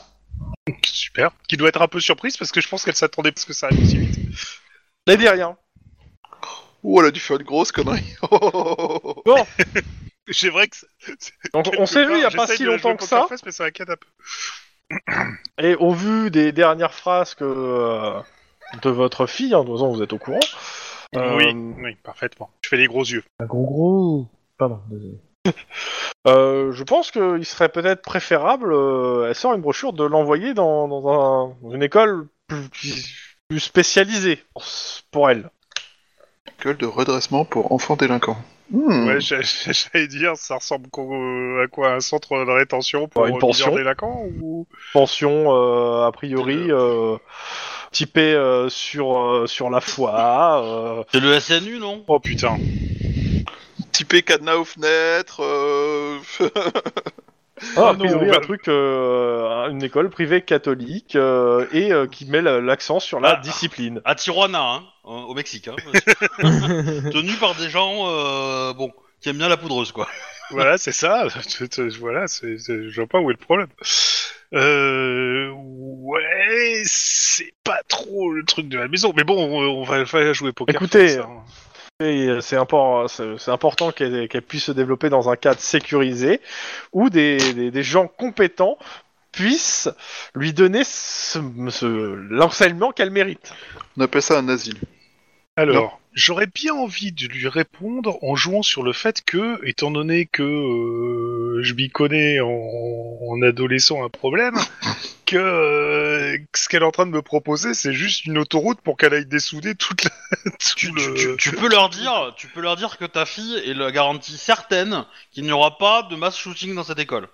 F: Super. Qui doit être un peu surprise parce que je pense qu'elle s'attendait parce que ça arrive si vite.
B: Elle dit rien.
E: Ouh, elle a dû faire une grosse connerie.
C: Oh,
F: C'est vrai que. c'est-
B: Donc on
F: quelque
B: s'est vu
F: part,
B: il y a pas
F: j'essaye
B: si
F: de jouer
B: longtemps que
F: poker
B: ça.
F: face, mais ça inquiète un peu.
B: Et au vu des dernières phrases que euh, de votre fille, hein, de toute façon, vous êtes au courant. euh,
F: Oui, oui, parfaitement. Je fais les gros yeux.
D: Un gros gros. Pardon, désolé.
B: Euh, je pense qu'il serait peut-être préférable, euh, elle sort une brochure, de l'envoyer dans, dans un- dans une école plus, plus spécialisée pour, pour elle.
E: École de redressement pour enfants délinquants. Hmm.
F: Ouais, j'a- j'a- j'allais dire, ça ressemble qu'au- euh, à quoi Un centre de rétention pour
B: Ouais, une
F: euh,
B: pension.
F: mineurs délinquants ou
B: Pension, euh, a priori, euh, typée euh, sur, euh, sur la foi. euh,
A: C'est le SNU non
F: Oh putain.
E: Typé cadenas aux fenêtres. euh,
B: a
F: non,
B: priori,
F: bah-
B: un truc, euh, une école privée catholique euh, et euh, qui met la- l'accent sur la
A: Ah.
B: discipline.
A: À Tijuana hein, euh, au Mexique. Hein, tenu par des gens euh, bon qui aiment bien la poudreuse quoi.
F: voilà, c'est ça. Je- je- voilà, c'est- c'est- je vois pas où est le problème. Euh, ouais, c'est pas trop le truc de la maison. Mais bon, on, on va, va jouer poker.
B: Écoutez,
F: face, hein.
B: Et, euh, c'est impor- c'est- c'est important qu'elle qu'elle puisse se développer dans un cadre sécurisé où des, des- des gens compétents puissent lui donner ce, ce- l'enseignement qu'elle mérite.
E: On appelle ça un asile.
F: Alors, j'aurais bien envie de lui répondre en jouant sur le fait que, étant donné que euh, je m'y connais en, en adolescent un problème, que euh, que ce qu'elle est en train de me proposer, c'est juste une autoroute pour qu'elle aille dessouder toute la. tout
A: Tu,
F: le-
A: tu- tu- tu peux leur dire, tu peux leur dire que ta fille est la garantie certaine qu'il n'y aura pas de mass shooting dans cette école.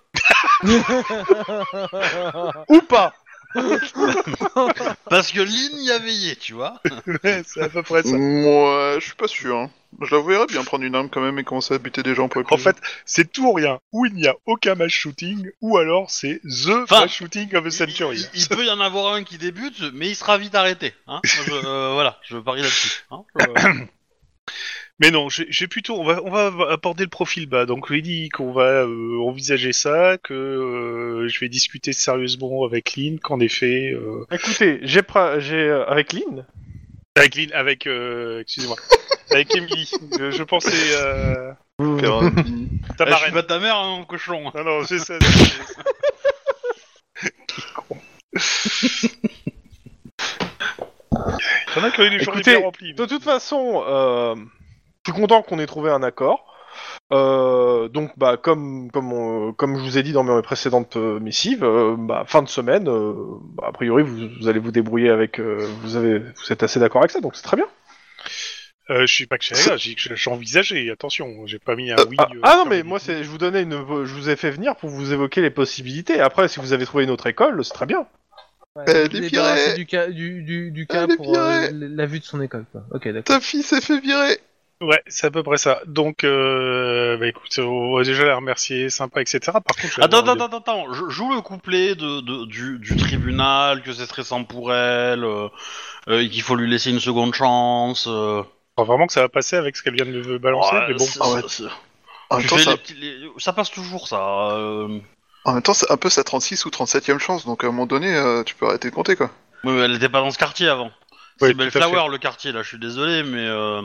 B: Ou pas
A: Parce que Lynn y a veillé, tu vois.
F: Ouais, c'est à peu près ça.
E: Moi, je suis pas sûr. Hein. Je la verrais bien prendre une arme quand même et commencer à buter des gens pour les
F: En
E: piéger.
F: fait, c'est tout ou rien. Ou il n'y a aucun match shooting, ou alors c'est The
A: Enfin,
F: match shooting of the
A: Il,
F: century.
A: il- il peut y en avoir un qui débute, mais il sera vite arrêté. Hein Moi, je, euh, voilà, je parie là-dessus. hein.
F: Mais non, j'ai j'ai plutôt, on va, on va aborder le profil bas. Donc, je lui ai dit qu'on va euh, envisager ça, que euh, je vais discuter sérieusement avec Lynn, qu'en effet, euh,
B: Écoutez, j'ai, pra- j'ai, euh, avec Lynn,
F: avec Lynn, avec, euh, excusez-moi, avec Emily. je, je pensais, euh, ta
E: Hmm.
B: Ah,
A: Eh, je suis
F: marraine.
A: pas ta mère, hein, cochon.
F: Non, non, c'est ça. c'est- Quel con. Il y en a qui ont eu des journées
B: Écoutez,
F: bien remplies.
B: de toute façon, euh, je suis content qu'on ait trouvé un accord. Euh, donc, bah, comme, comme, on- comme je vous ai dit dans mes précédentes euh, missives, euh, bah, fin de semaine, euh, bah, a priori, vous, vous allez vous débrouiller avec. euh, vous, avez, vous êtes assez d'accord avec ça, donc c'est très bien.
F: Euh, je suis pas que j'ai- j'ai- j'ai- j'ai envisagé, attention, j'ai pas mis un oui.
B: Ah,
F: euh,
B: ah non
F: comme
B: mais
F: il
B: moi
F: dit.
B: c'est je vous donnais une je vous ai fait venir pour vous évoquer les possibilités. Après si vous avez trouvé une autre école, c'est très bien.
D: Ouais,
E: Elle est
D: il est
E: virée.
D: débarrassé du cas, du, du, du cas
E: Elle est
D: pour euh,
E: virée.
D: la vue de son école. Quoi. Ok, d'accord.
E: Ta fille s'est fait virer.
F: Ouais, c'est à peu près ça. Donc, euh, bah écoute, on va déjà la remercier, sympa, etc. Par contre, je vais
A: Attends,
F: avoir
A: attends, attends, attends, je joue le couplet de, de- du, du tribunal, que c'est stressant pour elle, euh, euh, et qu'il faut lui laisser une seconde chance. euh.
F: des- enfin, vraiment que ça va passer avec ce qu'elle vient de me balancer,
A: Ouais,
F: mais bon.
A: Oh, c'est-
C: ah ouais.
A: c'est-
C: En
A: tu
C: même temps,
A: fais
C: ça,
A: les petits- les- ça passe toujours, ça. euh.
C: en même temps, c'est un peu sa 36 ou 37e chance, donc à un moment donné, euh, tu peux arrêter de compter, quoi.
A: Ouais, mais elle était pas dans ce quartier avant.
F: Ouais,
A: c'est
F: tout à
A: Bellflower, le quartier, là, je suis désolé, mais... euh,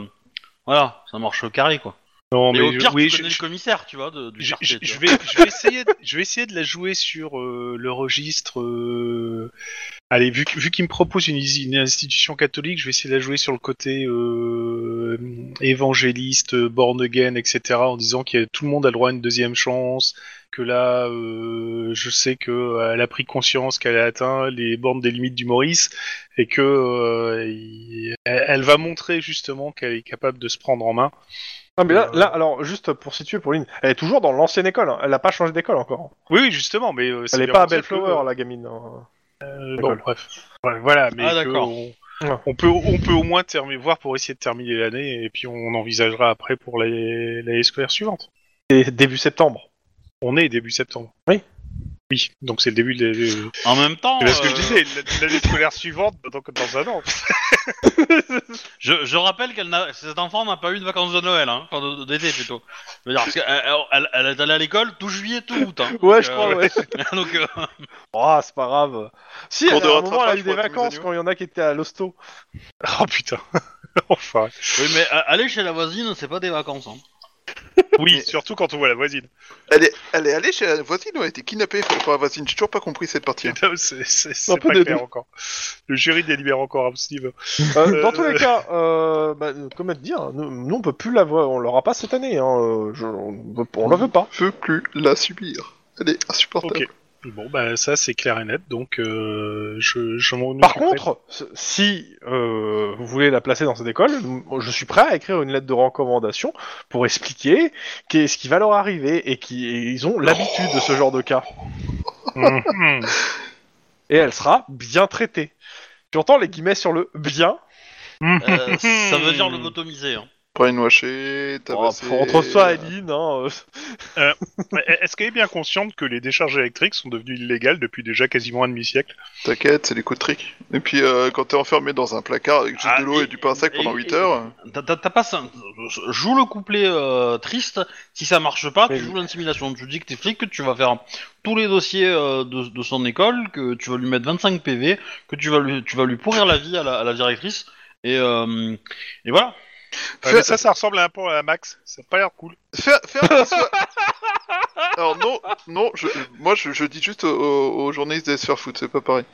A: Voilà, ça marche au carré, quoi.
F: Non,
A: Mais
F: mais
A: au pire,
F: oui,
A: tu
F: je,
A: connais
F: je-
A: le commissaire, tu vois, de- du
F: je-
A: quartier.
F: je-
A: tu
F: je vais, je vais essayer, de- je vais essayer de la jouer sur euh, le registre. euh, Allez, vu, que- vu qu'il me propose une, isi- une institution catholique, je vais essayer de la jouer sur le côté euh, évangéliste, euh, born again, etc. En disant que tout le monde a le droit à une deuxième chance, que là, euh, je sais que euh, elle a pris conscience qu'elle a atteint les bornes des limites du Maurice et que euh, il- elle, elle va montrer justement qu'elle est capable de se prendre en main.
B: Non, mais là,
F: Euh,
B: là, alors, juste pour situer Pauline, elle est toujours dans l'ancienne école, hein. elle n'a pas changé d'école encore.
F: Oui, oui, justement, mais euh, c'est
B: Elle n'est
F: bien
B: pas à
F: pour ça que-
B: Bellflower, la gamine. hein.
F: Euh,
B: D'accord.
F: bon, bref. Ouais, Voilà, mais
A: Ah,
F: que
A: d'accord.
F: on,
B: Ouais.
F: on peut, on peut au moins terminer, voir pour essayer de terminer l'année, et puis on envisagera après pour l'année l'année scolaire suivante.
B: C'est début septembre.
F: On est début septembre.
B: Oui.
F: Oui, donc c'est le début de l'année.
A: vois. En même temps,
F: C'est ce que
A: euh,
F: je disais, l'année scolaire suivante, donc dans un an.
A: Je, je rappelle qu'elle n'a, cet enfant n'a pas eu de vacances de Noël, hein, enfin de- d'été plutôt. Je veux dire, parce qu'elle- elle, elle- elle est allée à l'école tout juillet, tout août. Hein,
B: Ouais,
A: Donc,
B: je
A: euh,
B: crois, ouais.
A: donc, euh,
B: Ah, c'est pas grave. Si,
E: Cours
B: elle,
E: de
B: à un moment, elle a
E: rattrapage
B: eu des
E: pour tous les
B: vacances
E: animaux.
B: quand il y en a qui étaient à l'hosto.
F: Oh putain. enfin.
A: oui, mais euh, aller chez la voisine, c'est pas des vacances. Hein.
F: Oui,
C: Mais-
F: surtout quand on voit la voisine.
C: Elle est, elle est allée chez la voisine ou elle a été kidnappée par la voisine J'ai toujours pas compris cette partie. hein.
F: Putain, C'est c'est- c'est
B: Un peu
F: pas
B: des
F: clair
B: deux.
F: encore. Le jury délibère encore à ce niveau.
B: Euh, dans tous les cas, euh, bah, euh, comment te dire, nous, nous, on peut plus l'avoir, on l'aura pas cette année, hein, euh, je- on veut- on la veut pas.
C: Je veux plus la subir. Elle est insupportable.
F: Ok. Bon, bah ça c'est clair et net, donc euh, je, je m'en
B: Par
F: occuperai.
B: contre, ce- si euh, vous voulez la placer dans cette école, m- je suis prêt à écrire une lettre de recommandation pour expliquer qu'est-ce qui va leur arriver et qu'ils ont l'habitude de ce genre de cas.
F: Mhm.
B: Et elle sera bien traitée. Tu entends les guillemets sur le bien
A: Euh, ça veut dire le lobotomiser. Hein.
C: Brainwashé, tabassé...
B: Oh, Entre ça et Lynn, hein, euh,
F: Mais Est-ce qu'elle est bien consciente que les décharges électriques sont devenues illégales depuis déjà quasiment un demi-siècle
C: T'inquiète, c'est les coups de trick. Et puis, euh, quand t'es enfermé dans un placard avec juste
A: Ah,
C: de l'eau et,
A: et-
C: du pain sec pendant
A: et-
C: 8 heures... euh,
A: T'as- T'as t'as pas ça. Joue le couplet euh, triste. Si ça marche pas, tu
B: Mais-
A: joues l'intimidation. Tu dis que t'es flic, que tu vas faire tous les dossiers euh, de, de son école, que tu vas lui mettre 25 PV, que tu vas lui, tu vas lui pourrir la vie à la, à la directrice. Et, euh, et voilà.
C: Fais-
F: Ouais, Ah, mais Ça, ça ressemble à un pont à la Max. Ça a pas l'air cool.
C: Faire, faire qu'il soit- Alors non, non, je, moi je, je dis juste aux, aux journalistes d'aller se faire foutre, c'est pas pareil.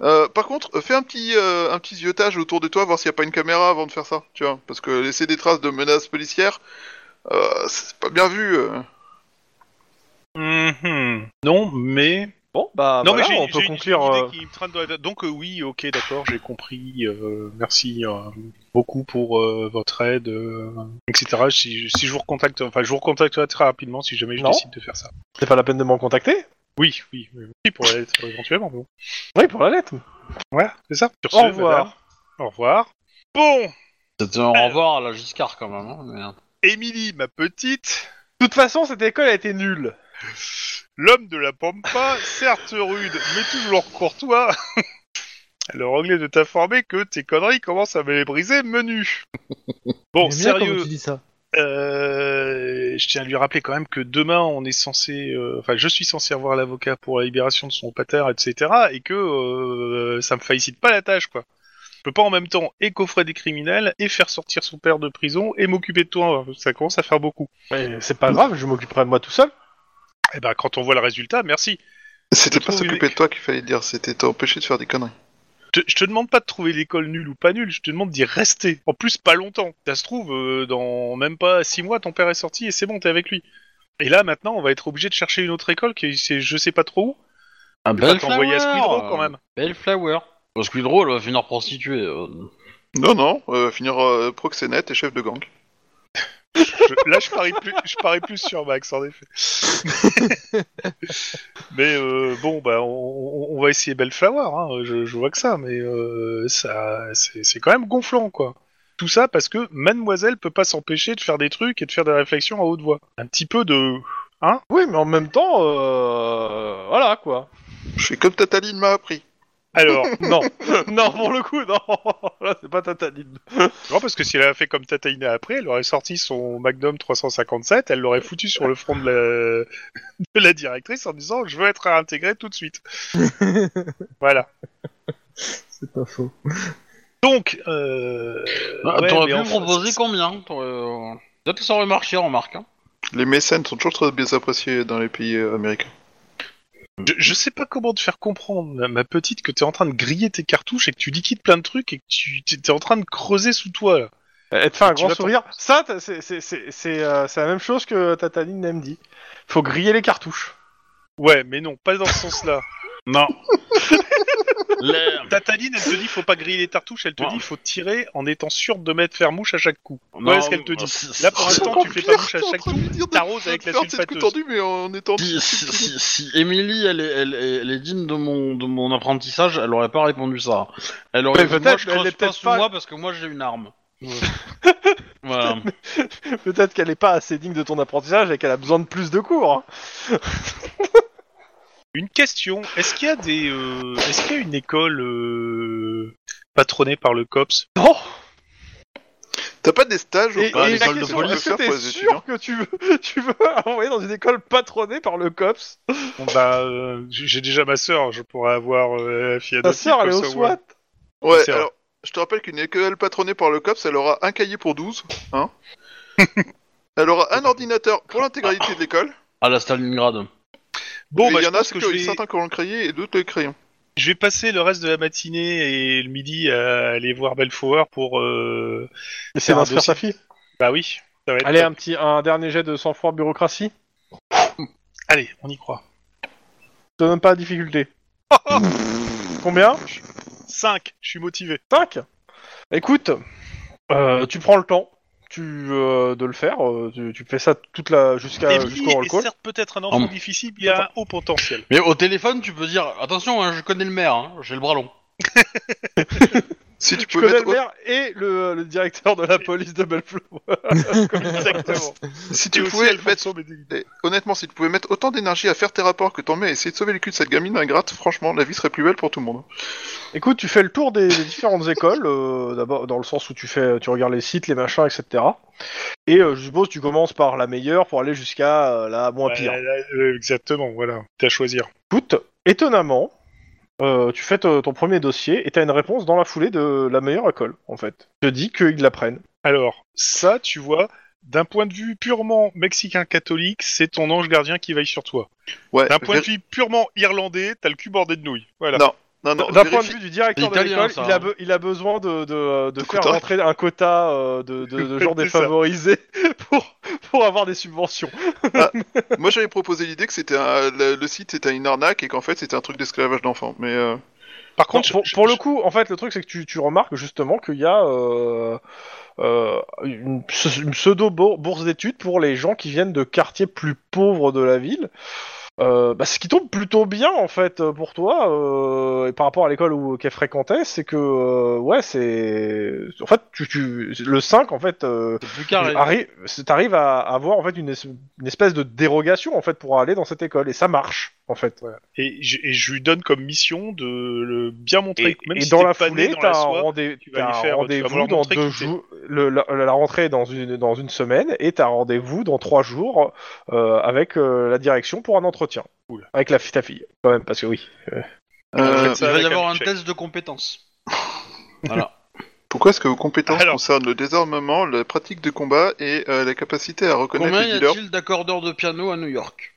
C: Euh, par contre, euh, fais un petit, euh, un petit ziotage autour de toi, voir s'il n'y a pas une caméra avant de faire ça, tu vois. Parce que laisser des traces de menaces policières, euh, c'est pas bien vu. euh.
F: Non, mais.
B: Bon, bah,
F: non,
B: Mhm. voilà,
F: mais j'ai-
B: on
F: j'ai
B: peut
F: une-
B: conclure.
F: j'ai une
B: euh,
F: idée qui me traîne dans la tête. Donc, euh, oui, ok, d'accord, j'ai compris. euh, merci euh, beaucoup pour euh, votre aide, euh, etc. Si, si je vous recontacte, enfin, je vous recontacterai très rapidement si jamais je
B: Non.
F: décide de faire ça.
B: C'est pas la peine de m'en contacter
F: Oui, oui, oui, oui, pour l'aide euh, éventuellement. mais bon.
B: Oui, pour la lettre.
F: Ouais, c'est ça. Sur ce,
B: Au revoir.
F: madame, Au revoir. Bon,
A: C'était un au revoir à la Giscard quand même. hein,
F: Émilie, ma petite.
B: De toute façon, cette école a été nulle.
F: L'homme de la pampa, certes rude, mais toujours courtois. Alors, anglais de t'informer que tes conneries commencent à me les briser menu.
D: J'aime
F: Bon,
D: bien comment
F: sérieux,
D: tu dis ça.
F: euh, je tiens à lui rappeler quand même que demain, on est censé... euh, Enfin, je suis censé avoir l'avocat pour la libération de son pater, etc. Et que euh, ça me facilite pas la tâche, quoi. Je peux pas en même temps et coffrer des criminels, et faire sortir son père de prison, et m'occuper de toi. Ça commence à faire beaucoup.
B: Mais c'est pas grave, je m'occuperai de moi tout seul.
F: Et ben, quand on voit le résultat, merci.
C: C'était pas
F: trouve
C: s'occuper de toi qu'il fallait dire, c'était t'empêcher de faire des conneries.
F: te- je te demande pas de trouver l'école nulle ou pas nulle, je te demande d'y rester. En plus, pas longtemps. Ça se trouve, euh, dans même pas six mois, ton père est sorti et c'est bon, t'es avec lui. Et là, maintenant, on va être obligé de chercher une autre école qui est je sais pas trop où.
A: Un
F: Je vais pas t'envoyer à Squidrow quand même.
A: Belle flower. Parce que Squidrow, elle va finir prostituée. euh.
C: Non, non, euh, finir euh, proxénète et chef de gang.
F: Je- là, je parie, plus, je parie plus sur Max, en effet. mais euh, bon, bah, on- on, on va essayer Bellflower, hein. je, je vois que ça, mais euh, ça, c'est c'est quand même gonflant, quoi. Tout ça parce que mademoiselle peut pas s'empêcher de faire des trucs et de faire des réflexions à haute voix. Un petit peu de...
B: Oui, mais en même temps, euh, voilà quoi.
C: Je suis comme Tataline m'a appris.
F: Alors,
B: Non, non, pour le coup, non. Là, c'est pas tatanine.
F: non, parce que si elle avait fait comme Tataina après, elle aurait sorti son Magnum 357, elle l'aurait foutu sur le front de la, de la directrice en disant « je veux être réintégrée tout de suite ». Voilà.
D: C'est pas faux.
F: Donc, euh...
A: Bah,
F: ouais,
A: T'aurais
F: mais
A: pu me
F: enfin,
A: proposer combien T'aurais, euh, Peut-être que ça aurait marché, remarque. Hein.
C: Les mécènes sont toujours très bien appréciés dans les pays euh, américains.
F: Je, je sais pas comment te faire comprendre, ma- ma petite, que t'es en train de griller tes cartouches et que tu liquides plein de trucs et que tu t'es t'es en train de creuser sous toi. Là.
B: Elle te fait un grand
F: vas
B: sourire. Ça, t'as- c'est c'est- c'est- c'est, euh, c'est la même chose que Tataline aime dit. Faut griller les cartouches.
F: Ouais, mais non, pas dans ce sens-là.
A: Non. Les-
F: Tataline, elle te dit faut pas griller les cartouches, elle te
A: Non.
F: dit faut tirer en étant sûr de mettre faire mouche à chaque coup.
A: Non, euh,
F: Voilà ce qu'elle te dit.
A: si-
F: Là, pour
A: si-
F: l'instant, tu fais pas mouche à chaque coup, t'arroses avec la
C: faire cette coups
F: sulfateuse.
C: tendus, mais en étant.
A: Si, si, si, si Emily, elle est, elle, est- elle est digne de mon, de mon apprentissage, elle aurait pas répondu ça. Elle aurait
B: Mais
A: dit,
B: peut-être,
A: moi je
B: mais elle
A: creuse
B: est
A: pas
B: peut-être
A: sous
B: pas-
A: moi parce que moi j'ai une arme. voilà.
B: Peut-être qu'elle est pas assez digne de ton apprentissage et qu'elle a besoin de plus de cours. hein.
F: Une question, est-ce qu'il y a des, euh, est-ce qu'il y a une école euh, patronnée par le COPS
B: Non.
C: T'as pas des stages
B: Et,
C: ou pas
B: et
C: des
B: la
C: écoles
B: question,
C: police
B: est-ce
C: à
B: que
C: faire pour
B: t'es
C: les
B: sûr
C: étudiants
B: que tu veux, tu veux envoyer dans une école patronnée par le COPS
F: Bon bah, euh, j'ai j'ai déjà ma sœur, je pourrais avoir euh, la fille
B: Ta
F: adoptive,
B: sœur, elle est
F: comme
B: au
F: ça, voilà.
B: SWAT.
F: C'est
C: Ouais,
F: vrai.
C: alors, je te rappelle qu'une école patronnée par le COPS, elle aura un cahier pour 12, hein. elle aura un ordinateur pour l'intégralité de l'école.
A: À la Stalingrad.
F: Bon,
C: et
F: bah,
C: il y
F: je
C: en a
F: pense
C: ceux
F: que
C: qui
F: je
C: ont eu
F: vais,
C: certains qui l'ont créé et d'autres le crayon.
F: je vais passer le reste de la matinée et le midi à aller voir Belfour pour. euh,
B: Essaye
F: un
B: d'inscrire
F: dossier.
B: sa fille.
F: Bah oui, ça va être.
B: Allez,
F: top.
B: un petit, un dernier jet de sang-froid bureaucratie.
F: Allez, on y croit.
B: Je te donne pas la difficulté. Combien
F: 5, je suis motivé.
B: 5 Écoute, euh, tu prends le temps tu, euh, de le faire. euh, tu, tu fais ça toute la
F: Et
B: jusqu'à jusqu'au roll
F: est
B: call.
F: certes peut-être un enfant
A: Hum.
F: difficile, mais il a un haut potentiel.
A: Mais au téléphone, tu peux dire attention, hein, je connais le maire, hein, j'ai le bras long.
C: Si tu
B: Tu
C: peux
B: connais
C: mettre,
B: le maire et le, le directeur de la police de Bellefleur.
F: Exactement.
C: si
F: Et
C: tu
F: aussi
C: pouvais
F: Alfonso
C: mettre,
F: Medellin.
C: eh, honnêtement, si tu pouvais mettre autant d'énergie à faire tes rapports que t'en mets à essayer de sauver le cul de cette gamine ingrate, franchement, la vie serait plus belle pour tout le monde.
B: Écoute, tu fais le tour des, des différentes écoles, euh, d'abord dans le sens où tu fais, tu regardes les sites, les machins, etc. Et euh, je suppose tu commences par la meilleure pour aller jusqu'à euh, la moins pire.
F: Voilà, là, euh, exactement, voilà. T'as à choisir.
B: Écoute, étonnamment, euh, tu fais ton ton premier dossier et t'as une réponse dans la foulée de la meilleure école, en fait. Je te dis qu'ils la prennent.
F: Alors, ça, tu vois, d'un point de vue purement mexicain catholique, c'est ton ange gardien qui veille sur toi.
C: Ouais,
F: D'un point de
C: vér-
F: vue purement irlandais, t'as le cul bordé de nouilles. Voilà.
C: Non. non, non,
B: D'un
C: vérifie-
B: point de vue du directeur de
A: C'est italien,
B: l'école,
A: ça,
B: il, a
A: hein.
B: be- il a besoin de, de- de
C: De
B: faire
C: quota.
B: rentrer un quota euh, de, de, de gens
F: C'est ça.
B: défavorisés pour, pour avoir des subventions.
C: Moi j'avais proposé l'idée que c'était un- le, le site c'était une arnaque et qu'en fait c'était un truc d'esclavage d'enfants. Mais euh,
F: Par
B: Non,
F: contre,
B: pour,
F: je-
B: pour
F: je-
B: le coup, en fait, le truc, c'est que tu, tu remarques justement qu'il y a euh, euh, une, pse- une pseudo-bourse d'études pour les gens qui viennent de quartiers plus pauvres de la ville. Euh, bah, ce qui tombe plutôt bien, en fait, euh, pour toi, euh, et par rapport à l'école où- qu'elle fréquentait, c'est que, euh, ouais, c'est... En fait, tu, tu- le 5, en fait... euh,
A: C'est plus carré.
B: arri- c'est- T'arrives à à avoir en fait une, es- une espèce de dérogation en fait pour aller dans cette école et ça marche en fait.
F: Et, je, et je lui donne comme mission de le bien montrer.
B: Et,
F: que même
B: et
F: si
B: dans
F: t'es
B: la
F: pas né
B: foulée,
F: dans
B: t'as
F: la
B: un
F: soie,
B: rendez-
F: tu vas
B: t'as
F: lui
B: un
F: faire- tu vas
B: rendez-vous
F: vouloir
B: dans
F: montrer
B: deux
F: qui t'es.
B: jours. le- la, la rentrée est dans une, dans une semaine et t'as un rendez-vous dans trois jours euh, avec euh, la direction pour un entretien.
F: Cool.
B: Avec la, fi- ta fille, quand même, parce que oui.
A: ben,
C: euh,
F: ça
A: Il va
F: avec
A: y avoir
F: un
A: un
F: check.
A: test de compétences. voilà.
C: pourquoi est-ce que vos compétences
F: Alors-
C: concernent le désarmement, la pratique de combat et euh, la capacité à reconnaître
A: Combien
C: les
A: y
C: dealers
A: a-t-il d'accordeurs de piano à New York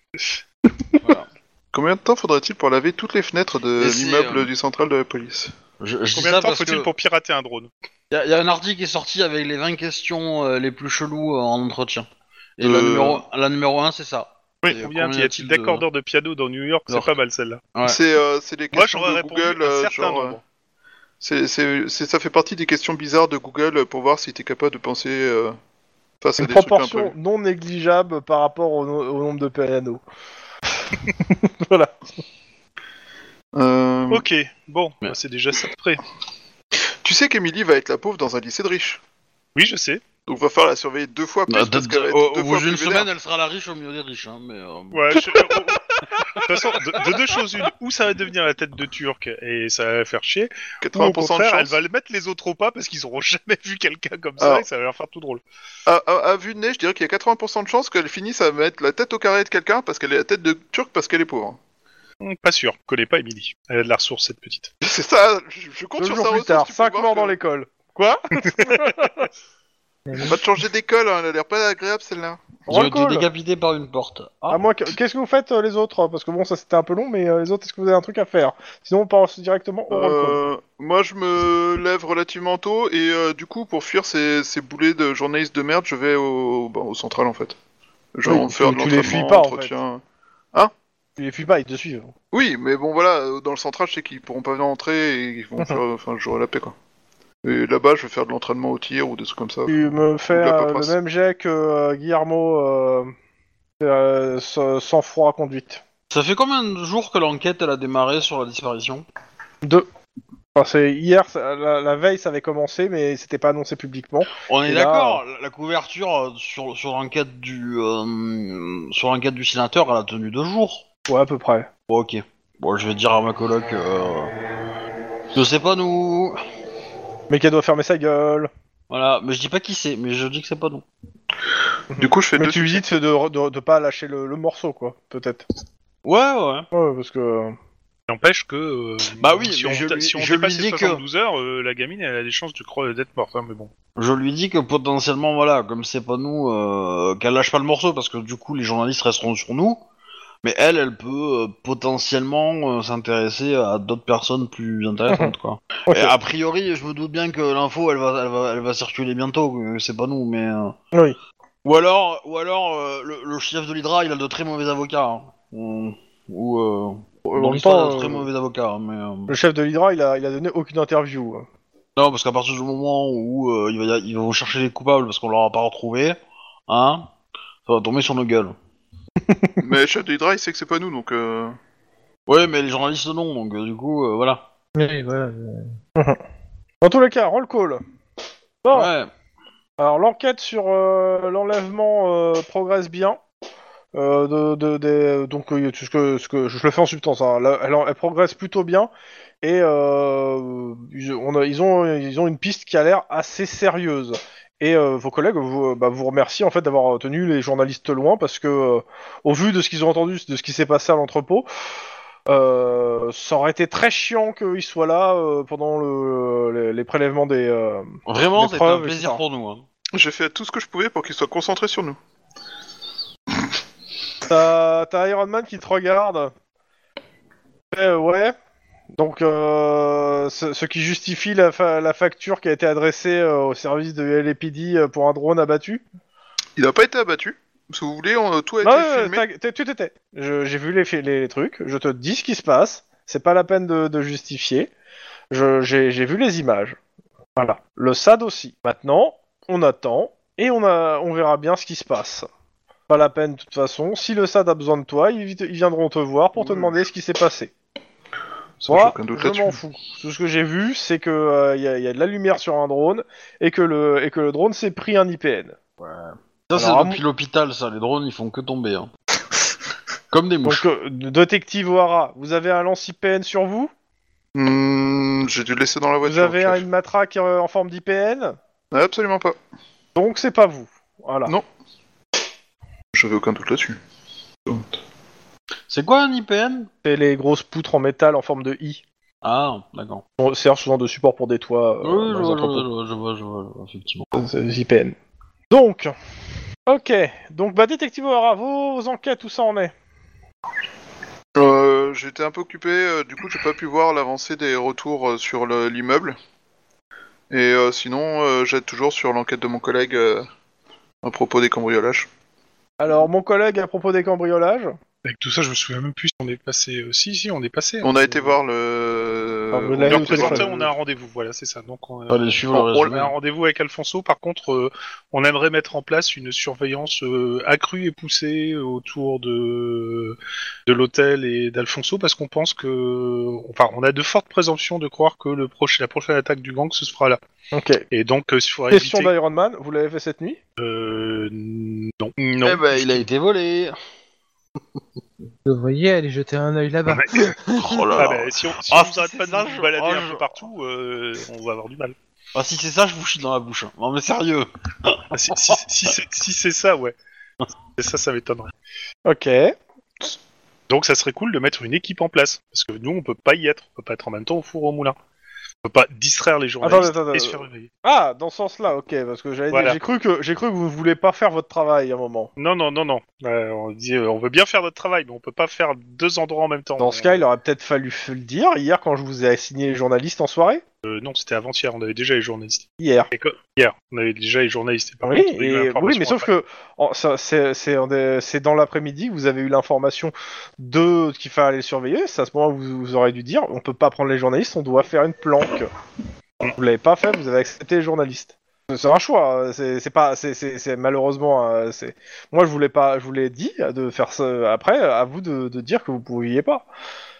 C: Combien de temps faudrait-il pour laver toutes les fenêtres de
A: Mais c'est,
C: l'immeuble
A: euh,
C: du central de la police
A: Je, je dis
F: Combien de
A: ça
F: temps
A: parce
F: faut-il
A: que
F: pour pirater un drone
A: y, a- y a un article qui est sorti avec les 20 questions euh, les plus cheloues euh, en entretien. Et la
C: Euh.
A: numéro, la numéro 1, c'est ça.
F: Oui,
A: Et
F: combien y a-t-il
A: de-
F: d'accordeurs de piano dans New York C'est
A: York.
F: pas mal celle-là.
A: Ouais.
C: C'est euh, c'est des
F: Moi,
C: questions
F: j'aurais
C: de
F: répondu
C: Google,
F: un
C: euh,
F: certain
C: genre,
F: nombre.
C: c'est- c'est- c'est- ça fait partie des questions bizarres de Google euh, pour voir si t'es capable de penser euh, face à
B: Une
C: des trucs un
B: proportion
C: peu.
B: non négligeable par rapport au, no- au nombre de pianos. voilà. Mm.
C: Euh,
F: Ok, bon, bah, c'est déjà ça de près.
C: Tu sais qu'Emily va être la pauvre dans un lycée de riches.
F: Oui, je sais.
C: Donc va falloir la surveiller deux fois plus.
A: Bah, peut-être,
C: parce qu'elle va être
A: au-
C: deux
A: au
C: fois
A: bout
C: plus
A: d'une
C: vénère.
A: semaine, elle sera la riche au milieu des riches. Hein, mais, euh,
F: Ouais, je- euh, oh, oh. De toute façon, de, de deux choses, une, ou ça va devenir la tête de Turc et ça va la faire chier, ou au
C: 80% de
F: contraire, elle
C: chance.
F: va le mettre les autres au pas parce qu'ils auront jamais vu quelqu'un comme ça
C: Alors.
F: et ça va leur faire tout drôle.
C: À, à- à vue de nez, je dirais qu'il y a 80% de chances qu'elle finisse à mettre la tête au carré de quelqu'un parce qu'elle est la tête de Turc parce qu'elle est pauvre.
F: Hmm, Pas sûr, je connais pas Emily. Elle a de la ressource cette petite.
C: C'est ça, je, je compte
B: Deux
C: sur
B: jours
C: sa
B: plus
C: ressource,
B: tard,
C: tu peux
B: 5
C: voir
B: morts
C: que-
B: dans l'école. Quoi
C: On va te changer d'école, hein, elle a l'air pas agréable celle-là.
A: Ils ont
B: Roll
A: été
B: call.
A: décapités par une porte. Ah,
B: À moins que- Qu'est-ce que vous faites euh, les autres Parce que bon, ça c'était un peu long, mais euh, les autres, est-ce que vous avez un truc à faire Sinon, on passe directement au roll call.
C: Euh, moi je me lève relativement tôt et euh, du coup pour fuir ces, ces boulets de journalistes de merde, je vais au, bah, au central en fait. Genre
B: Oui, tu-
C: faire de
B: tu les fuis
C: l'entraînement,
B: pas, en fait.
C: entretien. Euh.
B: Tu les fuis pas, ils te suivent.
C: Oui, mais bon, voilà, euh, dans le central, je sais qu'ils pourront pas venir entrer et ils vont
B: Mhm.
C: faire. Enfin, j'aurai la paix, quoi. Et là-bas, je vais faire de l'entraînement au tir ou des trucs comme ça.
B: Tu me fais
C: la
B: euh,
C: paperasse.
B: le même jet que euh, Guillermo euh, euh, sa- sans froid conduite.
A: Ça fait combien de jours que l'enquête elle a démarré sur la disparition
B: Enfin, c'est hier, ça- la, la veille, ça avait commencé, mais c'était pas annoncé publiquement.
A: On est
B: Et là,
A: d'accord, la- la couverture euh, sur, sur l'enquête du euh, sur l'enquête du sénateur, elle a tenu deux jours.
B: Ouais, à peu près.
A: Bon, ok. Bon, je vais dire à ma coloc. Euh... Je sais pas nous.
B: Mais qu'elle doit fermer sa gueule.
A: Voilà, mais je dis pas qui c'est, mais je dis que c'est pas nous.
C: Du coup, je fais
B: Mais
C: deux.
B: tu lui dis de, de, de pas lâcher le, le morceau, quoi, peut-être.
A: Ouais, ouais.
B: Ouais, parce que.
F: N'empêche que. euh,
A: Bah oui,
F: si
A: mais
F: on,
A: je
F: ta-
A: lui-
F: si on
A: je lui
F: dépasse les
A: dis que-
F: 72 heures, euh, la gamine, elle a des chances de cro- d'être morte, hein, mais bon.
A: Je lui dis que potentiellement, voilà, comme c'est pas nous, euh, qu'elle lâche pas le morceau parce que du coup, les journalistes resteront sur nous. Mais elle, elle peut euh, potentiellement euh, s'intéresser à d'autres personnes plus intéressantes, quoi.
B: Ok.
A: Et a priori, je me doute bien que l'info, elle va, elle va, elle va circuler bientôt. euh, C'est pas nous, mais. euh,
B: Oui.
A: Ou alors, ou alors, euh, le, le chef de l'Hydra, il a de très mauvais avocats. hein. Ou, ou, euh,
B: en
A: dans
B: même
A: l'histoire, il a
B: temps,
A: de très
B: euh,
A: mauvais avocats. hein, Mais euh,
B: Le chef de l'Hydra, il a, il a donné aucune interview. hein.
A: non, parce qu'à partir du moment où euh, il va y a- ils vont chercher les coupables parce qu'on leur a pas retrouvé, hein, ça va tomber sur nos gueules.
C: Mais Chef de Hydra, il sait que c'est pas nous, donc. euh,
A: Ouais, mais les journalistes non, donc euh, du coup, euh, voilà.
D: Oui, voilà.
B: Dans tous les cas, roll call. Bon,
A: Ouais.
B: Alors l'enquête sur euh, l'enlèvement euh, progresse bien. Euh, de, de- des- donc euh, ce que, ce que je le fais en substance, hein. Là, elle, elle progresse plutôt bien et euh, ils, on a- ils ont ils ont une piste qui a l'air assez sérieuse. Et euh, vos collègues vous, euh, bah, vous remercient en fait d'avoir tenu les journalistes loin parce que euh, au vu de ce qu'ils ont entendu, de ce qui s'est passé à l'entrepôt, euh, ça aurait été très chiant qu'ils soient là euh, pendant le, les, les prélèvements des euh,
A: Vraiment,
B: Des
A: c'est un
B: preuves,
A: plaisir
B: etc.
A: pour nous. hein.
C: J'ai fait tout ce que je pouvais pour qu'ils soient concentrés sur nous.
B: T'as t'as Iron Man qui te regarde. Eh, ouais. Donc, euh, ce, ce qui justifie la, fa- la facture qui a été adressée euh, au service de LAPD euh, pour un drone abattu.
C: Il a pas été abattu. Si vous voulez, on- tout a
B: Non,
C: été
B: Bah ouais,
C: filmé.
B: t'as- t'es- tu t'étais. Je- J'ai vu les, fi- les trucs. Je te dis ce qui se passe. C'est pas la peine de, de justifier. Je- J'ai j'ai vu les images. Voilà. Le SAD aussi. Maintenant, on attend et on, a, on verra bien ce qui se passe. Pas la peine de toute façon. Si le SAD a besoin de toi, ils, vi- ils viendront te voir pour te
C: Oui.
B: demander ce qui s'est passé.
C: Ça, j'ai
B: Moi,
C: aucun doute
B: je
C: là-dessus.
B: m'en fous. Tout ce que j'ai vu, c'est que euh, il y, a- il y a de la lumière sur un drone et que le, et que le drone s'est pris un IPN.
A: Ça, c'est
B: Alors, à
A: depuis l'hôpital, ça. Les drones, ils font que tomber. hein. Comme des mouches.
B: Donc, euh, détective O'Hara, vous avez un lance IPN sur vous
C: Hmm, J'ai dû le laisser dans la voiture.
B: Vous avez
C: chef.
B: une matraque euh, en forme d'IPN,
C: Absolument pas.
B: donc c'est pas vous. Voilà.
C: Non. J'avais aucun doute là-dessus.
A: C'est quoi un IPN
B: C'est les grosses poutres en métal en forme de I.
A: Ah, d'accord.
B: On sert souvent de support pour des toits. euh,
A: oui,
B: dans
A: je
B: les euh,
A: vois, je
B: entrepôts.
A: vois, je vois, je vois, je vois, effectivement.
B: C'est des IPN. Donc, ok. Donc, bah, détective O'Hara, vos, vos enquêtes, où ça en est
C: Euh, J'étais un peu occupé, euh, du coup j'ai pas pu voir l'avancée des retours euh, sur le- l'immeuble. Et euh, sinon, euh, j'aide toujours sur l'enquête de mon collègue euh, à propos des cambriolages.
B: Alors, mon collègue, à propos des cambriolages,
F: Avec tout ça, je me souviens même plus si on est passé. euh, si, si, on est passé.
C: On
F: hein.
C: a été voir le
E: euh,
B: Ah, vous
E: on
B: l'avez
E: vient
F: Donc,
B: au
E: de voir.
F: pour
B: téléphone.
F: ça, on a un rendez-vous, voilà, c'est ça. Donc, on,
A: Allez, suivre le
F: on-
A: résumé.
F: on a un rendez-vous avec Alfonso. Par contre, euh, on aimerait mettre en place une surveillance euh, accrue et poussée autour de, de l'hôtel et d'Alfonso parce qu'on pense que. Enfin, on a de fortes présomptions de croire que le proche, la prochaine attaque du gang se fera là.
B: Ok.
F: Et donc, euh, il faudra
B: Question
F: éviter.
B: d'Iron Man, vous l'avez fait cette nuit
F: Euh, non. non.
A: Eh ben, il a été volé.
D: Vous devriez aller jeter un œil là-bas.
A: Oh là
F: Ah,
A: là.
F: bah, si on si
A: Ah,
F: on
A: si
F: s'arrête
A: c'est
F: pas de
A: ça,
F: nous
A: je-
F: balader
A: oh,
F: un
A: je-
F: peu partout, euh, on va avoir du mal.
A: Ah, si c'est ça, je vous chie dans la bouche. hein. Non, mais sérieux.
F: Ah, si si- si c'est si c'est ça, ouais. Et ça, ça m'étonnerait.
B: Ok.
F: Donc ça serait cool de mettre une équipe en place, parce que nous on peut pas y être, on peut pas être en même temps au four au moulin. On peut pas distraire les journalistes
B: Attends, attends, attends.
F: et se faire réveiller.
B: Ah, dans ce sens-là, ok, parce que j'allais dire,
F: Voilà.
B: j'ai cru que j'ai cru que vous voulez pas faire votre travail à un moment.
F: Non, non, non, non. Euh, on dit, euh, on veut bien faire notre travail, mais on peut pas faire deux endroits en même temps.
B: Dans ce cas, il aurait peut-être fallu f- le dire hier quand je vous ai assigné les journalistes en soirée.
F: Euh, non, c'était avant-hier, on avait déjà les journalistes.
B: Hier.
F: Et quoi Hier, on avait déjà les journalistes. Et par
B: Oui,
F: contre, on a eu
B: et-
F: l'information
B: oui, mais sauf
F: après.
B: que en- ça- c'est c'est en des- c'est dans l'après-midi que vous avez eu l'information de qu'il fallait les surveiller. C'est à ce moment où vous, vous aurez dû dire on peut pas prendre les journalistes, on doit faire une planque. Vous l'avez pas fait, vous avez accepté les journalistes. C'est un choix. hein, C'est c'est pas c'est- c'est c'est- malheureusement euh, c'est moi je voulais pas je vous l'ai dit euh, de faire ça après euh, à vous de, de dire que vous pouviez pas.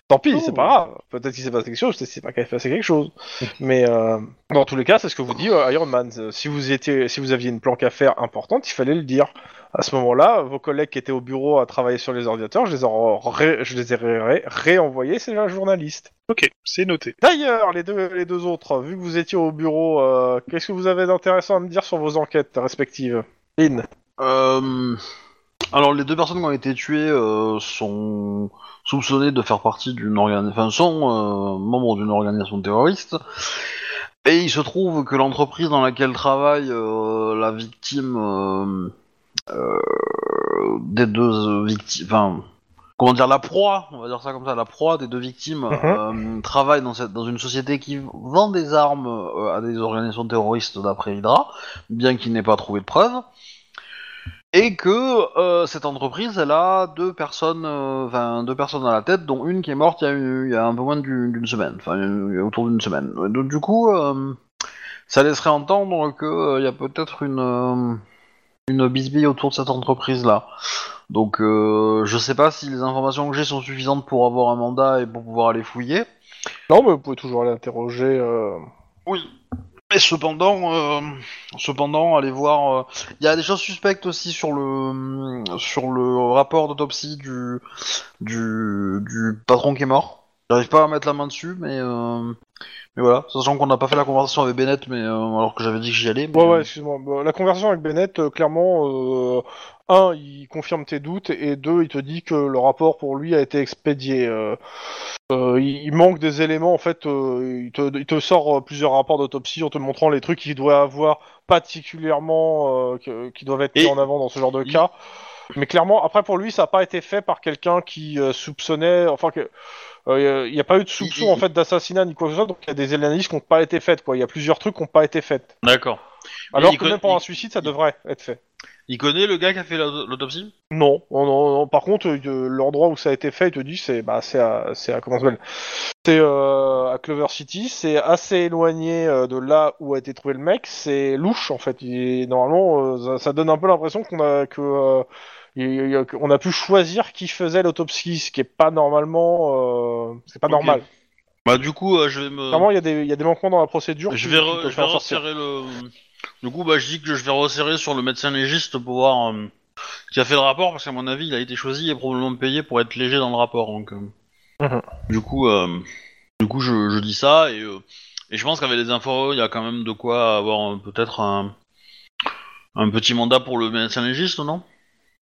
B: Tant pis, c'est pas grave. Peut-être qu'il s'est passé quelque chose, peut-être qu'il s'est pas passé quelque chose. Mais euh, dans tous les cas, c'est ce que vous dit euh, Iron Man. Euh, Si vous, étiez, si vous aviez une planque à faire importante, il fallait le dire. À ce moment-là, vos collègues qui étaient au bureau à travailler sur les ordinateurs, je les, en ré- je les ai ré- ré- réenvoyés, c'est la journaliste.
F: Ok, c'est noté.
B: D'ailleurs, les deux, les deux autres, vu que vous étiez au bureau, euh, qu'est-ce que vous avez d'intéressant à me dire sur vos enquêtes respectives Lynn
A: Euh, alors, les deux personnes qui ont été tuées euh, sont soupçonnées de faire partie d'une organisation, enfin, sont euh, membres d'une organisation terroriste. Et il se trouve que l'entreprise dans laquelle travaille euh, la victime euh, euh, des deux victimes, enfin, comment dire, la proie, on va dire ça comme ça, la proie des deux victimes euh, travaille dans, cette, dans une société qui vend des armes euh, à des organisations terroristes d'après Hydra, bien qu'il n'ait pas trouvé de preuves et que euh, cette entreprise, elle a deux personnes, euh, enfin deux personnes à la tête, dont une qui est morte il y a, eu- il y a un peu moins d'une d'une semaine, enfin il y a autour d'une semaine. Donc du coup, euh, ça laisserait entendre que euh, il y a peut-être une euh, une bisbille autour de cette entreprise là. Donc euh, je sais pas si les informations que j'ai sont suffisantes pour avoir un mandat et pour pouvoir aller fouiller.
B: Non, mais vous pouvez toujours l'interroger. euh.
A: Mais cependant, euh, cependant, allez voir. euh, Il y a des choses suspectes aussi sur le sur le rapport d'autopsie du, du du patron qui est mort. J'arrive pas à mettre la main dessus, mais euh, mais voilà. Sachant qu'on n'a pas fait la conversation avec Bennett, mais euh, alors que j'avais dit que j'y allais. mais,
B: Ouais,
A: euh,
B: ouais, excuse-moi. Bah, La conversation avec Bennett, euh, clairement, euh, un, il confirme tes doutes, et deux, il te dit que le rapport pour lui a été expédié. euh. Euh, il il manque des éléments, en fait, euh, il, te, il te sort euh, plusieurs rapports d'autopsie en te montrant les trucs qu'il doit avoir particulièrement, euh, que- qui doivent être mis
A: Et-
B: en avant dans ce genre de
A: il-
B: cas. Mais clairement, après, pour lui, ça n'a pas été fait par quelqu'un qui euh, soupçonnait, enfin, que, euh, il n'y a pas eu de soupçon,
A: il-
B: en fait, d'assassinat ni quoi que ce soit, donc il y a des analyses qui n'ont pas été faites, quoi. Il y a plusieurs trucs qui n'ont pas été faits.
A: D'accord.
B: Alors
A: il
B: que
A: conna-
B: même pour un
A: il-
B: suicide, ça devrait être fait.
A: euh, Il connaît le gars qui a fait la- l'autopsie
B: Non, non, non, non. Par contre, euh, l'endroit où ça a été fait, il te dit, c'est bah, c'est à, c'est à comment ça s'appelle C'est euh, à Clover City. C'est assez éloigné euh, de là où a été trouvé le mec. C'est louche en fait. Il est- normalement, euh, ça, ça donne un peu l'impression qu'on a que euh, il- il y a- qu'on a pu choisir qui faisait l'autopsie, ce qui est pas normalement, euh, c'est pas
A: Ok.
B: normal.
A: Bah du coup, euh, je vais me
B: Clairement, il y, a des- il y a des manquements dans la procédure.
A: Je
B: qui-
A: vais,
B: qui
A: re-
B: te
A: je
B: font
A: vais
B: sortir.
A: resserrer le. Du coup, bah, je dis que je vais resserrer sur le médecin légiste pour voir euh, qui a fait le rapport, parce qu'à mon avis, il a été choisi et probablement payé pour être léger dans le rapport. Donc, euh,
B: Mhm.
A: du coup, euh, du coup, je, je dis ça et, euh, et je pense qu'avec les infos, il y a quand même de quoi avoir euh, peut-être un, un petit mandat pour le médecin légiste, non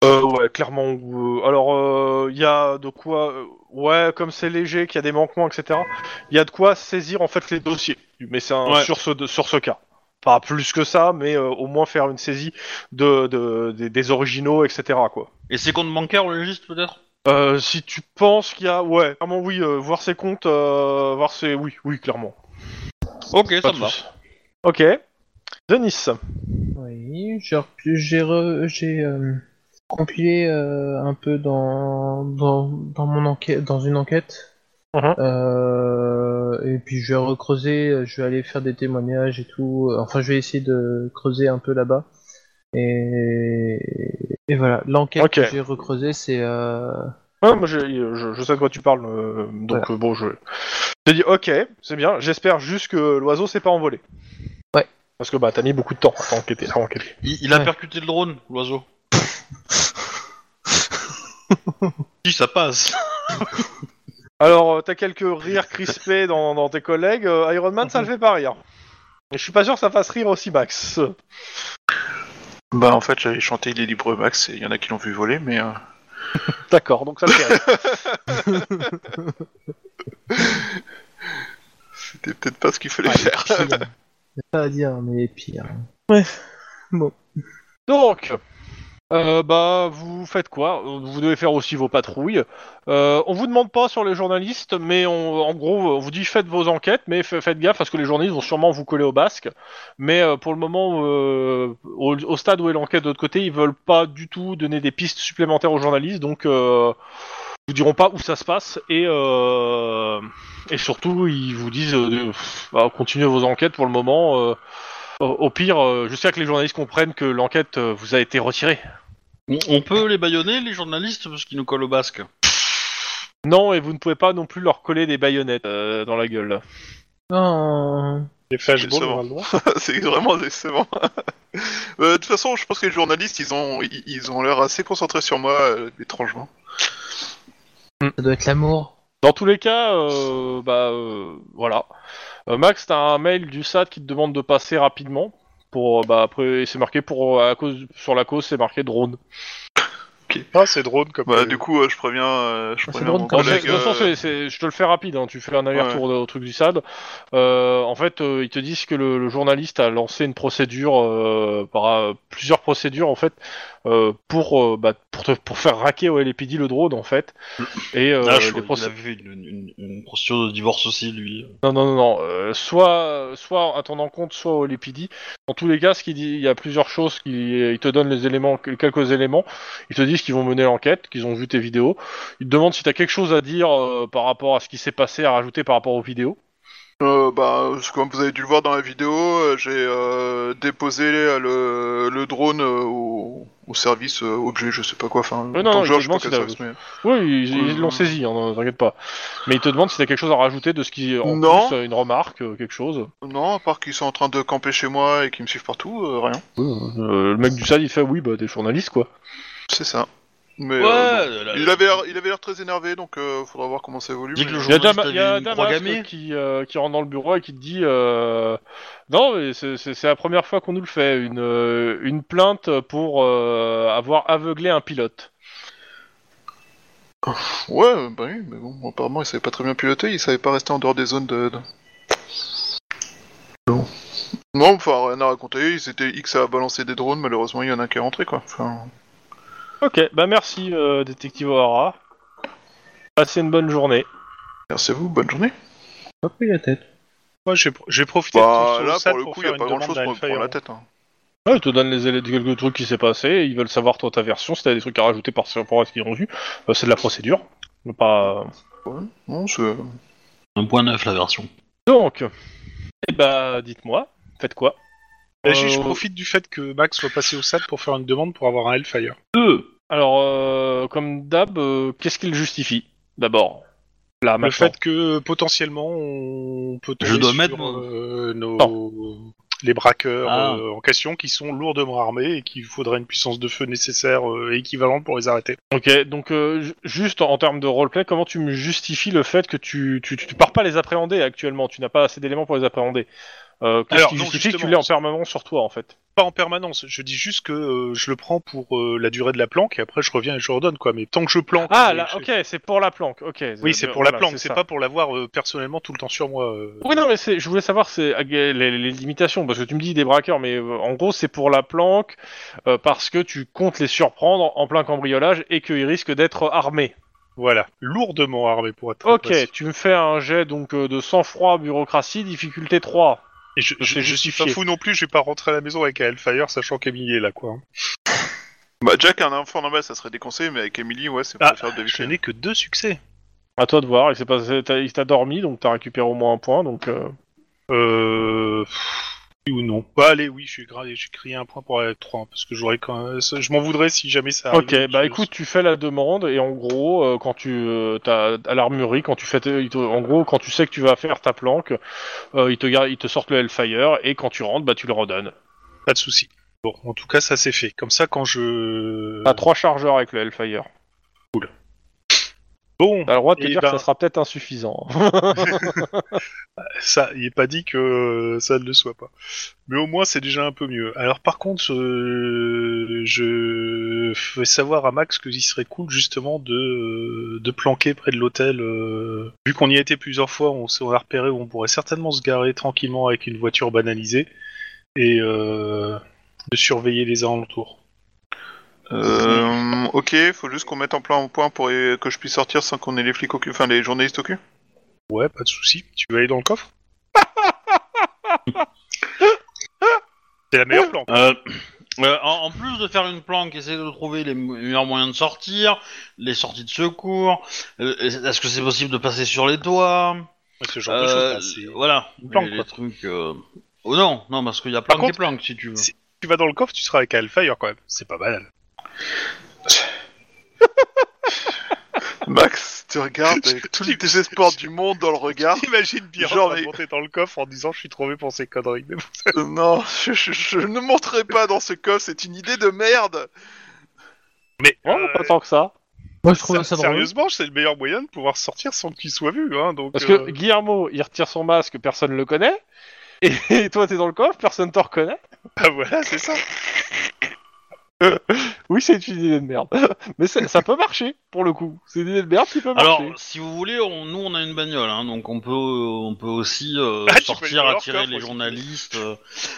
B: Euh, ouais, clairement. euh, alors, il y a de quoi. euh, ouais, comme c'est léger, qu'il y a des manquements, etc. Il y a de quoi saisir en fait les dossiers. Mais c'est un-
A: Ouais.
B: sur ce de- sur ce cas. Pas plus que ça, mais euh, au moins faire une saisie de, de- des, des originaux, etc. Quoi.
A: Et ses comptes bancaires, le légiste peut-être
B: Euh, si tu penses qu'il y a, ouais, clairement oui, euh, voir ses comptes, euh, voir ses, oui, oui, clairement.
A: Ok,
B: Pas
A: ça me
B: de
A: va.
B: souci. Ok. Denis.
D: Oui, j'ai rep- j'ai re- j'ai, euh, compilé euh, un peu dans, dans dans mon enquête dans une enquête
B: Mhm.
D: euh, euh, et puis je vais recreuser, euh, je vais aller faire des témoignages et tout. euh, Enfin, je vais essayer de creuser un peu là-bas. Et, et voilà, l'enquête
B: Ok.
D: que j'ai recreusée, c'est euh,
B: Ouais, moi, j'ai- je, je sais de quoi tu parles, euh, donc euh, bon, je. J'ai dit, ok, c'est bien, j'espère juste que l'oiseau s'est pas envolé.
D: Ouais.
B: Parce que bah, t'as mis beaucoup de temps à enquêter. à enquêter.
A: Il, il a
D: Ouais.
A: percuté le drone, l'oiseau. si, ça passe.
B: Alors, euh, t'as quelques rires crispés dans, dans tes collègues, euh, Iron Man, ça le fait pas rire. Et je suis pas sûr que ça fasse rire aussi Max.
C: Bah en fait j'avais chanté Il est libre Max et il y en a qui l'ont vu voler mais... euh,
B: D'accord, donc ça le fait rire.
C: C'était peut-être pas ce qu'il fallait faire.
D: pire. C'est pas à dire, mais pire.
B: Donc, euh, bah, vous faites quoi Vous devez faire aussi vos patrouilles. Euh, on vous demande pas sur les journalistes, mais on- en gros, on vous dit faites vos enquêtes, mais fa- faites gaffe parce que les journalistes vont sûrement vous coller au basque. Mais euh, pour le moment, euh, au, au stade où est l'enquête de l'autre côté, ils veulent pas du tout donner des pistes supplémentaires aux journalistes, donc euh, ils vous diront pas où ça se passe et euh, et surtout ils vous disent euh, de- pff, bah, continuez vos enquêtes pour le moment. euh, au- au pire, euh, jusqu'à que les journalistes comprennent que l'enquête euh, vous a été retirée.
A: On, on peut les baïonner, les journalistes, parce qu'ils nous collent au basque.
B: Non, et vous ne pouvez pas non plus leur coller des baïonnettes euh, dans la gueule.
D: Non.
F: Les flashballs,
C: Décevant.
F: on a le droit.
C: c'est vraiment décevant. Euh, de toute façon, je pense que les journalistes, ils ont, ils, ils ont l'air assez concentrés sur moi, euh, étrangement.
D: Ça doit être l'amour.
B: Dans tous les cas, euh, bah euh, voilà. Euh, Max, t'as un mail du SAT qui te demande de passer rapidement. Pour, euh, bah, après, c'est marqué pour, euh, à cause, sur la cause, c'est marqué drone.
F: Ah, c'est drôle comme.
C: Bah,
F: euh,
C: du coup, euh, je préviens, euh,
D: Ah,
C: je
D: c'est
C: préviens
D: drôle
C: mon
D: quand
B: Alors, Bah, c'est-
D: même.
C: collègue.
B: de toute façon, c'est-
C: euh,
B: c'est- je te le fais rapide, hein, tu fais un aller-retour au truc du SAD. Euh, en fait, euh, ils te disent que le, le journaliste a lancé une procédure, euh, par, euh, plusieurs procédures en fait, euh, pour, euh, bah, pour, te- pour faire raquer au LAPD le drone en fait. Et euh,
A: Ah, je
B: les
A: crois
B: procé-
A: qu'il avait fait une, une, une procédure de divorce aussi, lui.
B: non, non, non, non. euh, soit, soit à ton encontre, soit au Lépidi. Dans tous les cas, ce qu'il dit, il y a plusieurs choses. Qui, ils te donnent les éléments, quelques éléments. Ils te disent qu'ils vont mener l'enquête, qu'ils ont vu tes vidéos. Ils te demandent si t'as quelque chose à dire euh, par rapport à ce qui s'est passé, à rajouter par rapport aux vidéos.
C: euh, bah, comme vous avez dû le voir dans la vidéo, euh, j'ai euh, déposé euh, le, le drone euh, au, au service euh, objet, je sais pas quoi. Enfin,
B: Ouais,
C: en
B: Euh, non,
C: tant
B: non,
C: que joueur, je sais
B: effectivement,
C: pas
B: c'est
C: quel
B: la-
C: service, mais-
B: Oui, ils
C: Cool.
B: ils l'ont saisi, hein, ne t'inquiète pas. Mais ils te demandent si t'as quelque chose à rajouter de ce qui, en
C: Non.
B: plus, euh, une remarque, euh, quelque chose.
C: Non, à part qu'ils sont en train de camper chez moi et qu'ils me suivent partout, euh, rien.
B: Euh, le mec du SAD, il fait oui, bah, des journalistes, quoi.
C: C'est ça. Mais
A: Ouais,
C: euh, bon.
A: la-
C: il avait l'air- il avait l'air très énervé, donc euh, faudra voir comment ça évolue.
A: Dis que le
C: mais-
B: Il y a,
A: journaliste
B: Dama- il y a
A: avait une croix
B: Damasque
A: gammée.
B: qui, euh, qui rentre dans le bureau et qui te dit euh, Non, mais c'est c'est- c'est la première fois qu'on nous le fait, une, euh, une plainte pour euh, avoir aveuglé un pilote.
C: Ouais, bah oui, mais bon, apparemment il savait pas très bien piloter, il savait pas rester en dehors des zones de. de- Bon. Non, enfin rien à raconter, ils étaient X à balancer des drones, malheureusement il y en a un qui est rentré quoi. Enfin,
B: Ok, bah merci, euh, détective O'Hara. Passez une bonne journée.
C: merci à vous, bonne journée.
D: Pas pris la tête.
F: Moi, j'ai pro- j'ai profité
C: Bah
F: de ton
C: là
F: salle
C: pour le coup il
F: faire
C: y a pas
F: une
C: grand
F: demande
C: chose
F: à
C: pour me prendre la
F: Hellfire.
C: tête. Hein.
B: Ouais, ils Ah, te donnent les élèves de quelques trucs qui s'est passé, ils veulent savoir toi ta version, si t'as des trucs à rajouter par rapport à ce qu'ils ont vu. Euh, c'est de la procédure. mais Pas... euh,
C: Ouais, non, c'est-
A: Un point neuf, la version.
B: Donc, eh bah dites-moi, faites quoi
F: Là, je- je
B: Euh,
F: profite du fait que Max soit passé au SAD pour faire une demande pour avoir un Hellfire.
B: Deux. Alors, euh, comme d'hab, euh, qu'est-ce qu'il justifie d'abord Là,
F: Le
B: maintenant.
F: fait que potentiellement on peut tomber
A: Je dois
F: sur
A: mettre, moi.
F: euh, nos les braqueurs
A: Ah.
F: euh, en question qui sont lourdement armés et qu'il faudrait une puissance de feu nécessaire euh, et équivalente pour les arrêter.
B: Ok, donc euh, ju- juste en en termes de roleplay, comment tu me justifies le fait que tu tu, tu, tu pars pas les appréhender actuellement Tu n'as pas assez d'éléments pour les appréhender. Euh, qu'est-ce
F: Alors,
B: qui
F: non,
B: justifie que tu
F: justement.
B: l'aies en permanence sur toi en fait
F: Pas en permanence, je dis juste que euh, je le prends pour euh, la durée de la planque et après je reviens et je redonne quoi. Mais tant que je planque.
B: Ah
F: et
B: là,
F: je-
B: ok, c'est pour la planque. Ok. Euh,
F: Oui, c'est pour la
B: Voilà,
F: planque, c'est
B: ça.
F: pas pour l'avoir euh, personnellement tout le temps sur moi. euh.
B: Oui, non, mais c'est, je voulais savoir c'est euh, les, les limitations, parce que tu me dis des braqueurs, mais euh, en gros, c'est pour la planque, euh, parce que tu comptes les surprendre en plein cambriolage et qu'ils risquent d'être armés.
F: Voilà, lourdement armé pour être.
B: Ok,
F: précis.
B: tu me fais un jet donc euh, de sang-froid, bureaucratie, difficulté 3.
F: Et je,
B: C'est
F: je, je suis pas
B: justifié.
F: fou non plus, je vais pas rentrer à la maison avec un Hellfire sachant qu'Emily est là quoi.
C: Bah Jack un enfant normal ça serait déconseillé, mais avec Emily ouais c'est
F: Ah,
C: préférable
F: Je
C: d'éviter.
F: n'ai que deux succès.
B: À toi de voir, il s'est passé, t'as- il t'a dormi, donc t'as récupéré au moins un point, donc... euh,
F: Euh... pff, Oui ou non Bah allez, oui, j'ai gra- j'ai crié un point pour aller à 3, parce que j'aurais quand même... ça- Je m'en voudrais si jamais ça arrive.
B: Ok, bah écoute, tu fais la demande et en gros, euh, quand tu euh, t'as à l'armurerie, quand tu fais, tes- ils te- en gros, quand tu sais que tu vas faire ta planque, euh, ils te gar- ils te sortent le Hellfire et quand tu rentres, bah tu le redonnes.
F: Pas de souci. Bon, en tout cas, ça c'est fait. Comme ça, quand je...
B: T'as trois chargeurs avec le Hellfire.
F: Bon,
B: T'as le droit de te
F: Et
B: dire
F: ben-
B: que ça sera peut-être insuffisant. hein.
F: ça, il est pas dit que euh, ça ne le soit pas. Mais au moins, c'est déjà un peu mieux. Alors par contre, euh, je fais savoir à Max que il serait cool justement de, de planquer près de l'hôtel. euh, Vu qu'on y a été plusieurs fois, on s'est repéré où on pourrait certainement se garer tranquillement avec une voiture banalisée et euh, de surveiller les alentours.
E: Euh,
C: Ok, faut juste qu'on mette en plan au point pour euh, que je puisse sortir sans qu'on ait les flics au cul, enfin les journalistes au cul.
F: Ouais, pas de souci. Tu veux aller dans le coffre C'est la meilleure planque.
A: Euh, euh, en, en plus de faire une planque, essayer de trouver les mo- meilleurs moyens de sortir, les sorties de secours, euh, est-ce que c'est possible de passer sur les toits
F: Ce genre de
A: Euh,
F: choses. là, c'est-
A: Voilà,
F: une planque,
A: les- les
F: quoi.
A: trucs... euh, Oh non, non, parce qu'il y a planque
F: Par
A: et planque, si tu veux.
F: si- tu vas dans le coffre, tu seras avec Hellfire quand même. C'est pas banal.
C: Max, tu regardes avec tout le désespoir du monde dans le regard.
F: Imagine bien
C: Genre,
F: genre
C: mais-
F: monter dans le coffre en disant je suis trouvé pour ces conneries. Mais bon.
C: Euh, non, je, je- je ne monterai pas dans ce coffre, c'est une idée de merde.
F: Mais
B: Non,
F: euh,
B: pas tant que ça.
D: Moi, je trouve
F: ser-
D: ça drôle.
F: sérieusement, c'est le meilleur moyen de pouvoir sortir sans qu'il soit vu. Hein, donc,
B: Parce
F: euh,
B: que Guillermo, il retire son masque, personne le connaît. Et, et toi, t'es dans le coffre, personne te reconnaît.
F: bah voilà, c'est ça.
B: Oui, c'est une idée de merde. Mais c'est- ça peut marcher, pour le coup. C'est une idée de merde qui peut
A: Alors,
B: marcher.
A: si vous voulez, on- nous on a une bagnole, hein, donc on peut, on peut aussi euh,
F: Ah, tu peux aller
A: sortir,
F: dans leur
A: attirer
F: coffre
A: les
F: aussi.
A: journalistes. euh.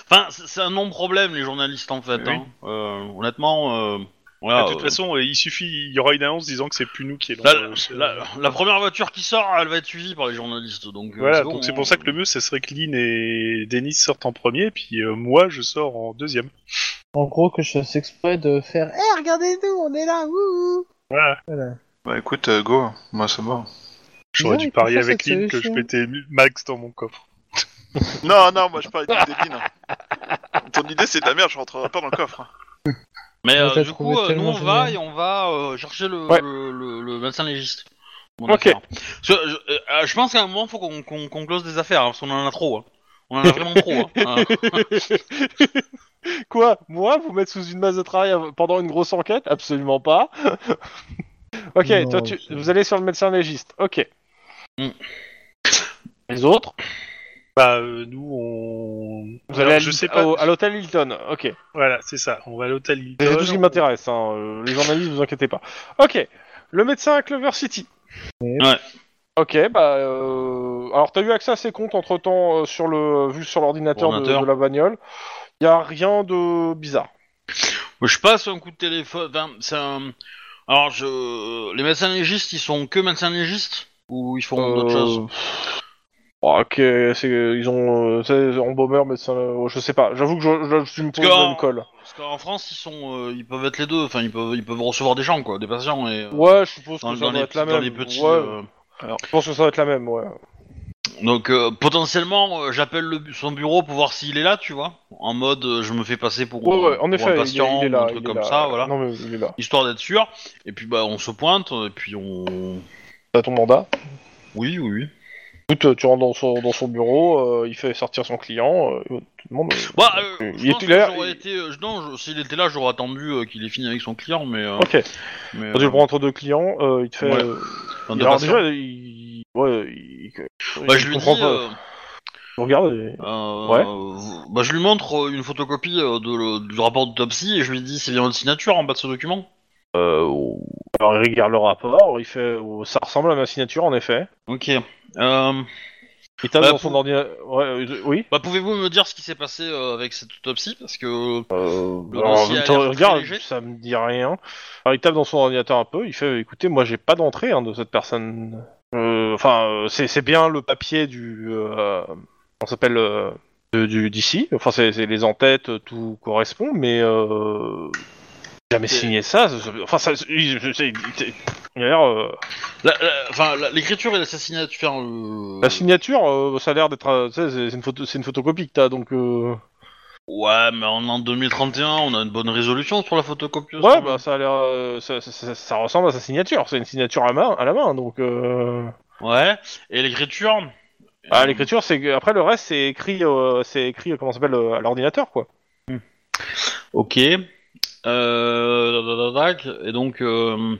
A: Enfin, c'est c'est un non-problème les journalistes en fait.
D: Eh
F: Oui.
A: hein. Euh, honnêtement, euh,
F: Mais
A: voilà,
F: de toute
A: euh,
F: façon, euh, il suffit, il y aura une annonce disant que c'est plus nous qui est dans
A: la,
F: le- c'est-
A: la- la première voiture qui sort, elle va être suivie par les journalistes, donc. euh,
F: Voilà,
A: bon,
F: donc c'est
A: hein.
F: pour ça que le mieux, ce serait que Lynn et Denis sortent en premier, puis euh, moi, je sors en deuxième.
D: En gros, que je fasse exprès de faire Eh, regardez-nous, on est là, wouhou
F: Voilà.
C: Bah écoute, euh, go, moi ça va.
F: J'aurais
D: Ouais,
F: dû
D: il faut
F: parier
D: faire
F: avec
D: cette
F: Lynn que je
D: solution.
F: mettais Max dans mon coffre.
C: Non, non, moi je parle d'une idée de Ton idée c'est de la merde, je rentrerai pas dans le coffre.
A: Mais
D: On
A: euh,
D: t'a
A: du
D: trouvé
A: coup, euh, nous
D: tellement
A: on va
D: génial.
A: et on va euh, chercher le,
B: Ouais.
A: le, le- le médecin légiste. Mon
B: Ok.
A: affaire. Parce que, euh, je, euh, je pense qu'à un moment faut qu'on qu'on- qu'on close des affaires hein, parce qu'on en a trop. hein. On en a vraiment trop. hein. Euh,
B: Quoi Moi Vous mettre sous une masse de travail av- pendant une grosse enquête Absolument pas. ok,
D: Non,
B: toi, tu-
D: c'est-
B: vous allez sur le médecin légiste. Ok.
A: Mm.
B: Les autres
F: Bah, euh, nous, on.
B: Vous
F: Alors,
B: allez à,
F: je
B: l'Hil-
F: sais
D: Ah
F: pas.
B: au- à l'hôtel Hilton. Ok.
F: Voilà, c'est ça. On va à l'hôtel Hilton.
B: C'est tout ce qui
F: on-
B: m'intéresse. hein, euh, Les journalistes, vous inquiétez pas. Ok. Le médecin à Clover City.
D: Ouais.
A: Ouais.
B: Ok, bah. euh, Alors, t'as eu accès à ses comptes entre temps sur le vu sur l'ordinateur de,
A: Ordinateur.
B: de la bagnole. Y a rien de bizarre.
A: Je passe un coup de téléphone. enfin, c'est un- Alors, je... les médecins légistes, ils sont que médecins légistes Ou ils font d'autres
B: Euh,
A: choses
B: Oh, ok, c'est, ils ont, euh, c'est embaumeur, mais ça, euh, je sais pas. J'avoue que je, je, tu me poses
A: que-
B: la même colle.
A: Parce qu'en France, ils sont, euh, ils peuvent être les deux. Enfin, ils peuvent, ils peuvent recevoir des gens, quoi, des patients. Et, euh,
B: Ouais, je suppose
A: dans,
B: que ça
A: dans
B: doit
A: les,
B: être la
A: dans
B: même.
A: les petits.
B: Ouais,
A: euh,
B: Je pense que ça doit être la même, ouais.
A: Donc, euh, potentiellement, euh, j'appelle le bu- son bureau pour voir s'il est là, tu vois. En mode, euh, je me fais passer pour,
B: Ouais,
A: euh,
B: ouais, en
A: pour
B: effet,
A: un
B: il-
A: patient,
B: il est
A: ou
B: là.
A: un truc
B: il est
A: comme
B: là.
A: ça, voilà.
B: Non, mais il est là.
A: Histoire d'être sûr. Et puis, bah, on se pointe, et puis on.
B: T'as ton mandat.
A: Oui, oui, oui.
B: Écoute, euh, tu rentres dans son, dans son bureau, euh, il fait sortir son client, euh, tout le monde. euh,
A: Bah, euh,
B: Il
A: je pense
B: était
A: que
B: là,
A: j'aurais
B: il-
A: été. euh, je- non, je- s'il était là, j'aurais attendu euh, qu'il ait fini avec son client, mais. euh,
B: Ok,
A: mais,
B: quand
A: euh,
B: tu le prends entre deux clients, euh, il te fait.
A: Ouais.
B: euh,
A: enfin, de
B: alors
A: patient.
B: déjà, il. Ouais, il.
A: Bah,
B: il
A: je lui
B: comprend
A: dis,
B: pas.
A: euh,
B: Il regarde et-
A: euh,
B: Ouais.
A: vous- bah, je lui montre euh, une photocopie euh, de le- du rapport d'autopsie et je lui dis c'est bien votre signature en bas de ce document.
B: euh, alors, il regarde le rapport, il fait. oh, ça ressemble à ma signature, en effet.
A: Ok. Euh,
B: Il tape
A: Bah,
B: dans son
A: pour-
B: ordinateur. Ouais, euh, oui.
A: bah, pouvez-vous me dire ce qui s'est passé euh, avec cette autopsie parce que euh, le
B: Alors,
A: dossier a
B: attends,
A: l'air très
B: regarde,
A: léger.
B: ça me dit rien. Alors, il tape dans son ordinateur un peu. Il fait, écoutez, moi, j'ai pas d'entrée hein, de cette personne. Euh, Enfin, euh, c'est c'est bien le papier du. euh, on s'appelle. euh, de- du d'ici. Enfin, c'est c'est les entêtes, euh, tout correspond, mais. Euh, j'ai jamais
A: C'est-
B: signé ça. c'est- Enfin, ça, c'est- c'est- c'est- Il a l'air, euh,
A: La- la- Enfin, la- l'écriture et la sa signature. enfin, euh,
B: La signature, euh, ça a l'air d'être. euh, tu sais, c'est c'est une, photo, c'est une photocopie que t'as donc. euh,
A: Ouais, mais en l'an 2031, on a une bonne résolution sur la photocopieuse.
B: Ouais,
A: quand
B: bah
A: même.
B: ça a l'air. euh, ça, ça- ça- ça ressemble à sa signature. C'est une signature à, main, à la main donc. euh,
A: Ouais. Et l'écriture. Euh,
B: Ah, l'écriture, c'est. que- Après le reste, c'est écrit. euh, c'est écrit, euh, comment ça s'appelle, euh, à l'ordinateur quoi.
A: Ok. Euh... tac, tac, tac. Et donc. euh,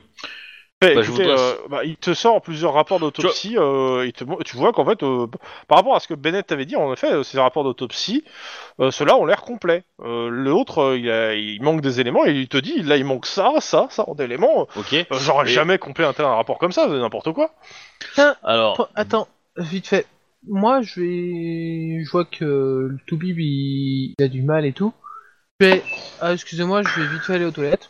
B: Ouais,
A: Bah, je
B: écoutez,
A: voudrais-
B: euh, bah, il te sort plusieurs rapports d'autopsie. euh, il te mo- tu vois qu'en fait, euh, par rapport à ce que Bennett t'avait dit, en effet, euh, ces rapports d'autopsie, euh, ceux-là ont l'air complets. Euh, L'autre, euh, il, a- il manque des éléments et il te dit, là, il manque ça, ça, ça en éléments.
A: Ok.
B: Euh, J'aurais
A: Et-
B: jamais complet un tel rapport comme ça, c'est n'importe quoi.
A: Alors.
D: Attends, Attends, vite fait. Moi, je vais. Je vois que le Toubib, il... il a du mal et tout. Je vais. Ah, excusez-moi, je vais vite fait aller aux toilettes.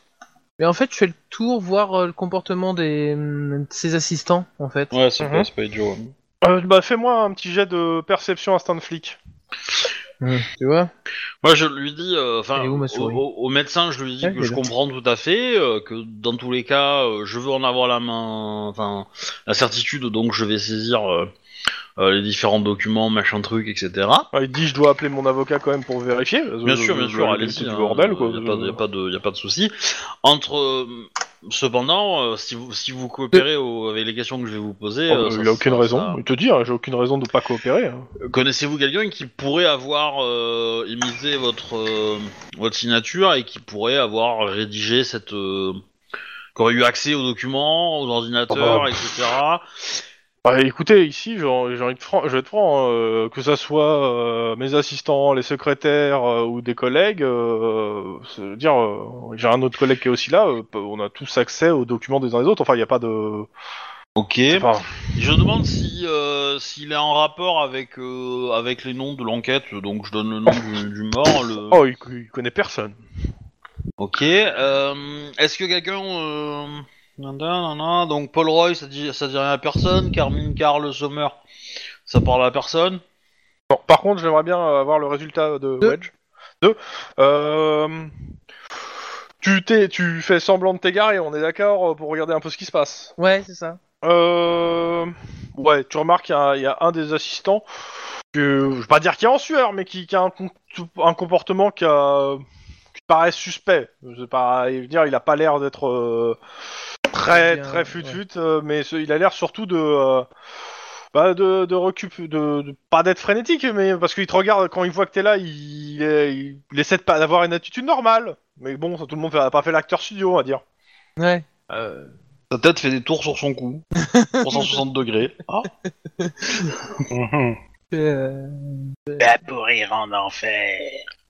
D: Mais en fait, je fais le tour, voir euh, le comportement des... hum, de ses assistants, en fait.
A: Ouais, c'est
B: Mhm.
A: pas, c'est pas idiot. hein.
B: Euh, bah, fais-moi un petit jet de perception instinct de flic.
D: Tu vois
A: Moi, je lui dis, euh, enfin,
D: Elle est où, ma
A: au,
D: souris
A: au- au médecin, je lui dis
D: Elle
A: que
D: est
A: je
D: là.
A: comprends tout à fait, euh, que dans tous les cas, euh, je veux en avoir la main, enfin, la certitude, donc je vais saisir euh, euh, les différents documents, machin truc, etc.
B: Ouais, Ah, il dit, je dois appeler mon avocat quand même pour vérifier. Euh,
A: Bien sûr, bien sûr, allez-y.
B: C'est du
A: hein,
B: bordel quoi.
A: y a pas de- y a pas de, y a pas de souci. Entre, euh, cependant, euh, si vous, si vous
D: Euh,
A: coopérez au- avec les questions que je vais vous poser,
B: Oh,
A: euh,
B: bah,
A: ça-
B: il a aucune
A: ça-
B: raison.
A: ça-
B: Il te dit, hein, j'ai aucune raison de pas coopérer. hein.
A: Connaissez-vous quelqu'un qui pourrait avoir euh, imité votre, euh, votre signature et qui pourrait avoir rédigé cette. euh, qui aurait eu accès aux documents, aux ordinateurs,
B: Ah bah,
A: etc.
B: Bah, écoutez, ici, j'ai j'ai envie de fran- je vais être franc, euh, que ça soit euh, mes assistants, les secrétaires euh, ou des collègues, euh, je veux dire, euh, j'ai un autre collègue qui est aussi là, euh, on a tous accès aux documents des uns des autres, enfin, il n'y a pas de...
A: Ok.
B: c'est pas-
A: Je demande si euh, s'il est en rapport avec euh, avec les noms de l'enquête, donc je donne le nom du, du mort. Le...
B: Oh, il, il connaît personne.
A: Ok. euh, Est-ce que quelqu'un. euh, nan, nan, nan, donc Paul Roy, ça dit, ça dit rien à personne. Carmine Carl Sommer, ça parle à personne.
B: Bon, par contre, j'aimerais bien euh, avoir le résultat de
D: Deux.
B: Wedge. Deux. Euh, Tu, t'es- tu fais semblant de t'égarer, on est d'accord, euh, pour regarder un peu ce qui se passe.
D: Ouais, c'est ça.
B: Euh... Ouais, tu remarques qu'il y, a un- il y a un des assistants, que, je vais pas dire qu'il est en sueur, mais qui, qui a un, com- un comportement qui, a, qui paraît suspect. Je sais pas, je veux dire, il a pas l'air d'être euh, très
D: Bien,
B: très fut-fut, euh, mais ce- il a l'air surtout de... euh, bah, de, de, recup- de, de- pas d'être frénétique, mais parce qu'il te regarde quand il voit que t'es là, il, est- il, essaie de pas- d'avoir une attitude normale. Mais bon, ça, tout le monde n'a pas fait l'acteur studio, on va dire.
D: Ouais.
A: Sa tête fait des tours sur son cou. 360 degrés. Ah.
F: Mhm.
D: Euh,
B: Ouais,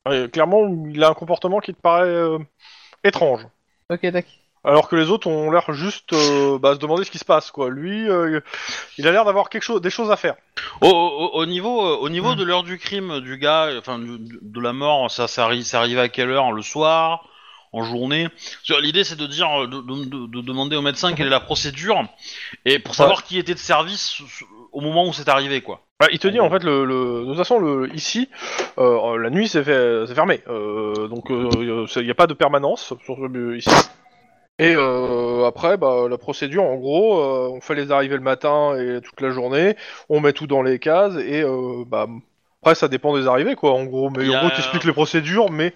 B: Euh, clairement, il a un comportement qui te paraît euh, étrange.
D: Ok, tac.
B: Alors que les autres ont l'air juste euh, bah, se demander ce qui se passe, quoi. Lui, euh, il a l'air d'avoir quelque chose, des choses à faire.
A: Au, au- au niveau, euh, au niveau de l'heure du crime euh, du gars, euh, enfin du- de, de la mort, ça, ça arrive, ça arrive à quelle heure Le soir En journée Parce que L'idée c'est de dire, euh, de, de- de- de demander au médecin quelle est la procédure et pour savoir qui était de service s- s- au moment où c'est arrivé, quoi.
B: Ouais, Bah, il te
A: Ah,
B: dit en fait, le, le- de toute façon, le, ici, euh, la nuit c'est fait- c'est fermé, Euh, donc euh, il n'y a pas de permanence sur ce lieu ici. Et euh, après, bah, la procédure, en gros, euh, on fait les arrivées le matin et toute la journée, on met tout dans les cases et euh, bah, après ça dépend des arrivées, quoi. En gros, mais
A: Il y
B: en gros,
A: a-
B: t'expliques les procédures, mais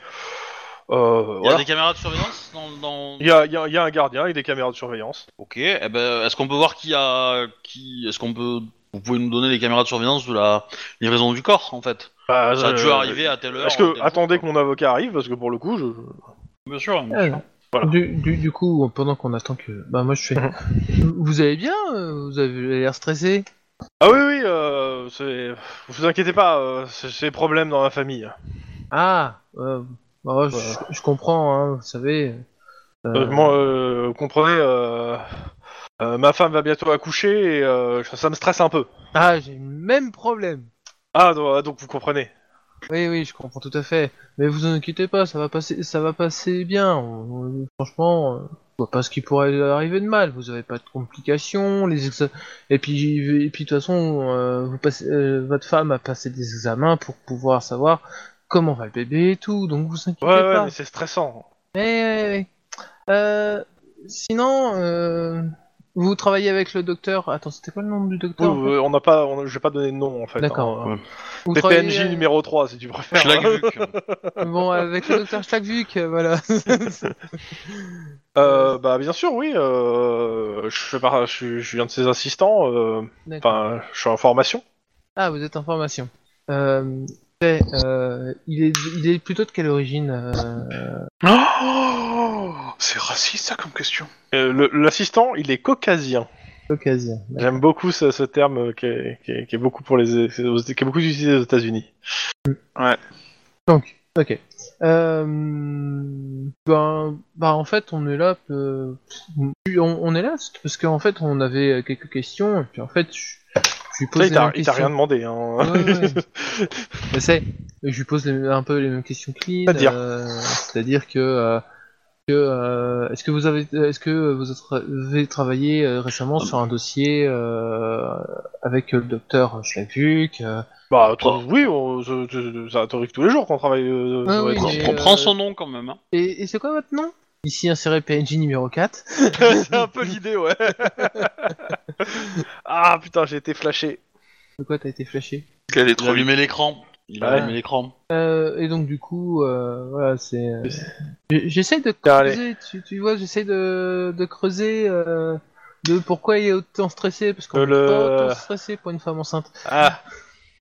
B: euh,
A: Il y a
B: voilà.
A: des caméras de surveillance dans. dans-
B: Il y a, il y a- il y a un gardien et des caméras de surveillance.
A: Ok. eh ben, est-ce qu'on peut voir qui a, qui, est-ce qu'on peut, vous pouvez nous donner les caméras de surveillance de la livraison du corps, en fait.
B: Bah,
A: Ça a
B: euh,
A: dû arriver à telle heure.
B: Est-ce
A: à
B: que
A: tel
B: attendez
A: jour,
B: que mon avocat arrive parce que pour le coup, je...
A: quoi. Bien sûr. bien sûr.
D: Euh, Du, du, du coup, pendant qu'on attend que. Bah, moi, je fais. vous allez bien euh, Vous avez l'air stressé
B: ah oui oui, euh, c'est- vous inquiétez pas, euh, c'est c'est problème dans la famille.
D: Ah euh, bah, je, je comprends, hein, vous savez. euh,
B: Euh, moi, euh, vous comprenez, euh, euh, ma femme va bientôt accoucher et euh, ça, ça me stresse un peu.
D: Ah, j'ai le même problème.
B: Ah do- ah, donc vous comprenez.
D: Oui, oui, je comprends tout à fait. Mais vous inquiétez pas, ça va passer, ça va passer bien. On- on- franchement, euh, je vois pas ce qui pourrait arriver de mal. Vous avez pas de complications. Les exa- et puis, et puis de toute façon, euh, vous passez, euh, votre femme a passé des examens pour pouvoir savoir comment va le bébé et tout. Donc vous inquiétez
B: Ouais ouais,
D: pas.
B: mais c'est stressant.
D: Mais euh, euh, sinon, euh, Vous travaillez avec le docteur. Attends, c'était quoi le nom du
B: Oui,
D: docteur en fait
B: euh, on n'a pas, on- je vais pas donner de nom en fait.
D: D'accord.
B: hein.
A: ouais.
D: Vous euh,
B: C'est
D: travaillez
B: PNJ
D: avec-
B: numéro 3 si tu préfères.
A: Schlagvuc.
D: Bon, avec le docteur Schlagvuk, euh, voilà.
B: Euh, bah bien sûr, oui. euh, je fais par- je, suis- je suis un de ses assistants. euh,
D: D'accord.
B: Enfin, je suis en formation.
D: Ah, vous êtes en formation. Euh, c'est, euh, il, est, il est plutôt de quelle origine euh,
E: Oh C'est raciste ça comme question.
B: Euh, le- L'assistant, il est caucasien.
D: Caucasien.
B: J'aime beaucoup ce, ce terme euh, qui est, qui est- qui est beaucoup pour les, qui est beaucoup utilisé aux États-Unis.
D: Ok. Euh, ben, bah en fait, on est là. euh, on, on est là c'est parce qu'en fait, on avait euh, quelques questions et puis en fait, je, je lui
B: Ça,
D: pose
B: il
D: les
B: t'a
D: mêmes
B: il t'a
D: questions.
B: rien demandé. Hein.
D: Ouais, ouais. Je sais. Je lui pose les- un peu les mêmes questions que Lynn.
B: C'est-à-dire
D: euh, C'est-à-dire que, euh, que, euh, est-ce que vous avez, est-ce que vous avez travaillé euh, récemment sur un dossier euh, avec le docteur Schlavuc euh,
B: Bah, toi, oui, on- je- je- ça t'arrive tous les jours qu'on travaille. euh,
D: Ah
B: sur les
D: oui,
B: trucs.
D: mais-
A: Prends- Prends son nom quand même. Hein.
D: Et, et c'est quoi votre nom Ici inséré PNJ numéro 4.
B: C'est un peu l'idée, ouais. ah putain, j'ai été flashé.
D: De quoi t'as été flashé
E: Quelle est
A: Il a allumé l'écran. Il a
B: Ouais.
A: allumé l'écran.
D: Euh, Et donc du coup, euh, voilà, c'est. euh, j'- j'essaie de
B: Tiens, allez.
D: creuser. Tu, tu vois, j'essaie de, de creuser. euh, De pourquoi il est autant stressé Parce qu'on
B: Euh,
D: est
B: le-
D: pas autant stressé pour une femme enceinte.
B: Ah.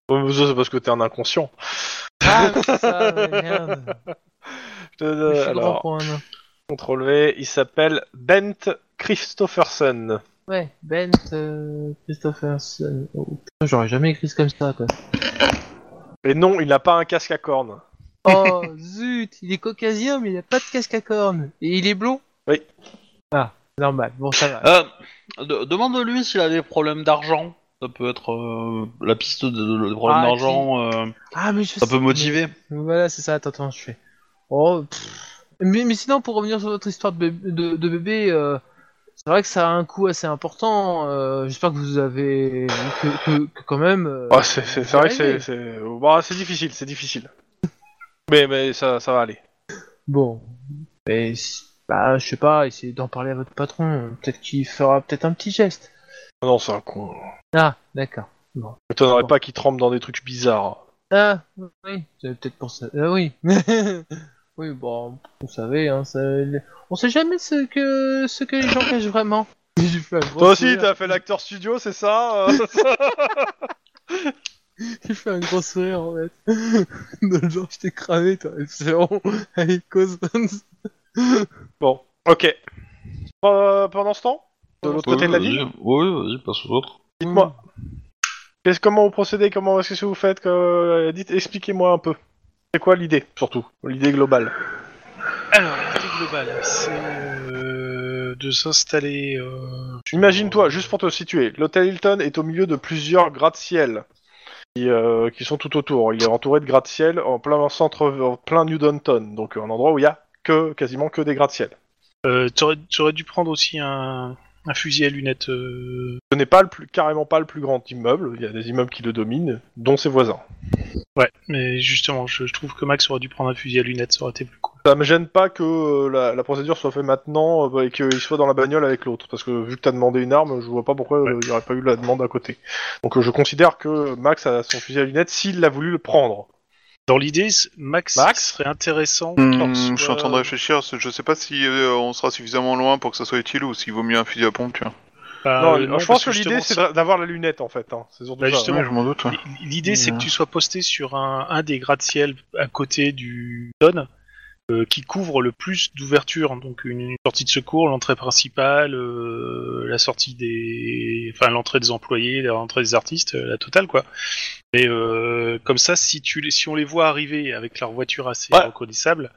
B: Ouais, ça, c'est parce que t'es un inconscient.
D: Ah, mais c'est ça, mais merde.
B: Je te donne-
D: Je suis
B: Euh,
D: grand
B: alors,
D: pour un nain.
B: contrôle V, il s'appelle Bent Christofferson.
D: Ouais, Bent euh, Christopherson. Oh, putain, J'aurais jamais écrit ce comme ça, quoi.
B: Et non, il n'a pas un casque à cornes.
D: Oh, zut, il est caucasien, mais il a pas de casque à cornes. Et il est blond
B: Oui. Ah.
D: Ah, normal, bon, ça va.
A: Euh, de- Demande-lui s'il a des problèmes d'argent. Ça peut être euh, la piste de- de- des problèmes
D: Ah,
A: d'argent. euh,
D: Ah, mais je
A: ça
D: sais-
A: peut motiver.
D: mais- Voilà, c'est ça, attends, attends, je fais. Oh, pff. mais, mais sinon, pour revenir sur votre histoire de bébé, de, de bébé euh, c'est vrai que ça a un coût assez important. euh, J'espère que vous avez. que, que- que quand même. euh,
B: Ah, c'est c'est- c'est vrai que c'est
D: arrivé.
B: c'est- bah, c'est difficile, c'est difficile. Mais, mais ça, ça va aller.
D: Bon, mais c- bah, je sais pas, essayez d'en parler à votre patron. Peut-être qu'il fera peut-être un petit geste.
B: Non, c'est un con.
D: Ah, d'accord.
B: Je t'en pas qu'il trempe dans des trucs bizarres.
D: Ah, oui, j'avais peut-être pensé. Ah oui. oui, bon, vous savez, hein, ça... on sait jamais ce que ce que les gens cachent vraiment. J'ai fait un gros
B: Toi aussi,
D: sourire.
B: t'as fait l'acteur studio, c'est ça euh
D: J'ai fait un gros sourire en fait. Dans le genre, je t'ai cramé, toi. C'est bon, allez, cause.
B: Bon, ok. Euh, pendant ce temps, de l'autre
A: Oui,
B: côté de la
A: vas-y.
B: ville,
A: Oui, vas-y, passe aux autres.
B: dites-moi. qu'est-ce- comment vous procédez Comment est-ce que vous faites que- Dites, expliquez-moi un peu. C'est quoi l'idée, surtout L'idée globale.
F: Alors, l'idée globale, c'est euh, de s'installer. euh, sur-
B: Imagine-toi, juste pour te situer, l'hôtel Hilton est au milieu de plusieurs gratte-ciel qui, euh, qui sont tout autour. Il est entouré de gratte-ciel en plein centre, en plein New Downton, donc un endroit où il y a que quasiment que des gratte-ciel.
F: Euh, T'aurais t'aurais dû prendre aussi un, un fusil à lunettes. euh,
B: Ce n'est pas le plus, carrément pas le plus grand immeuble. Il y a des immeubles qui le dominent, dont ses voisins.
F: Ouais, mais justement, je, je trouve que Max aurait dû prendre un fusil à lunettes, ça aurait été plus cool.
B: Ça me gêne pas que euh, la, la procédure soit faite maintenant euh, et qu'il soit dans la bagnole avec l'autre, parce que vu que t'as demandé une arme, je vois pas pourquoi euh, il y aurait pas eu la demande à côté. Donc euh, je considère que Max a son fusil à lunettes s'il a voulu le prendre.
F: Dans l'idée, c- Max,
B: Max
F: serait intéressant.
E: Hmm,
F: Soit-
E: je suis en train de réfléchir, je sais pas si euh, on sera suffisamment loin pour que ça soit utile ou s'il vaut mieux un fusil à pompe, tu vois.
F: Bah,
B: non,
F: euh,
B: je pense
F: parce
B: que l'idée
F: justement,
B: c'est d'a- d'avoir la lunette en fait. Hein. C'est surtout
F: Bah,
B: ça.
F: justement, Ouais,
E: je m'en doute.
F: L'idée, c'est que tu sois posté sur un, un des gratte-ciel à côté du Don, euh, qui couvre le plus d'ouvertures. Donc une, une sortie de secours, l'entrée principale, euh, la sortie des, enfin l'entrée des employés, l'entrée des artistes, euh, la totale quoi. Et euh, comme ça, si tu les, si on les voit arriver avec leur voiture assez
B: Ouais.
F: reconnaissable.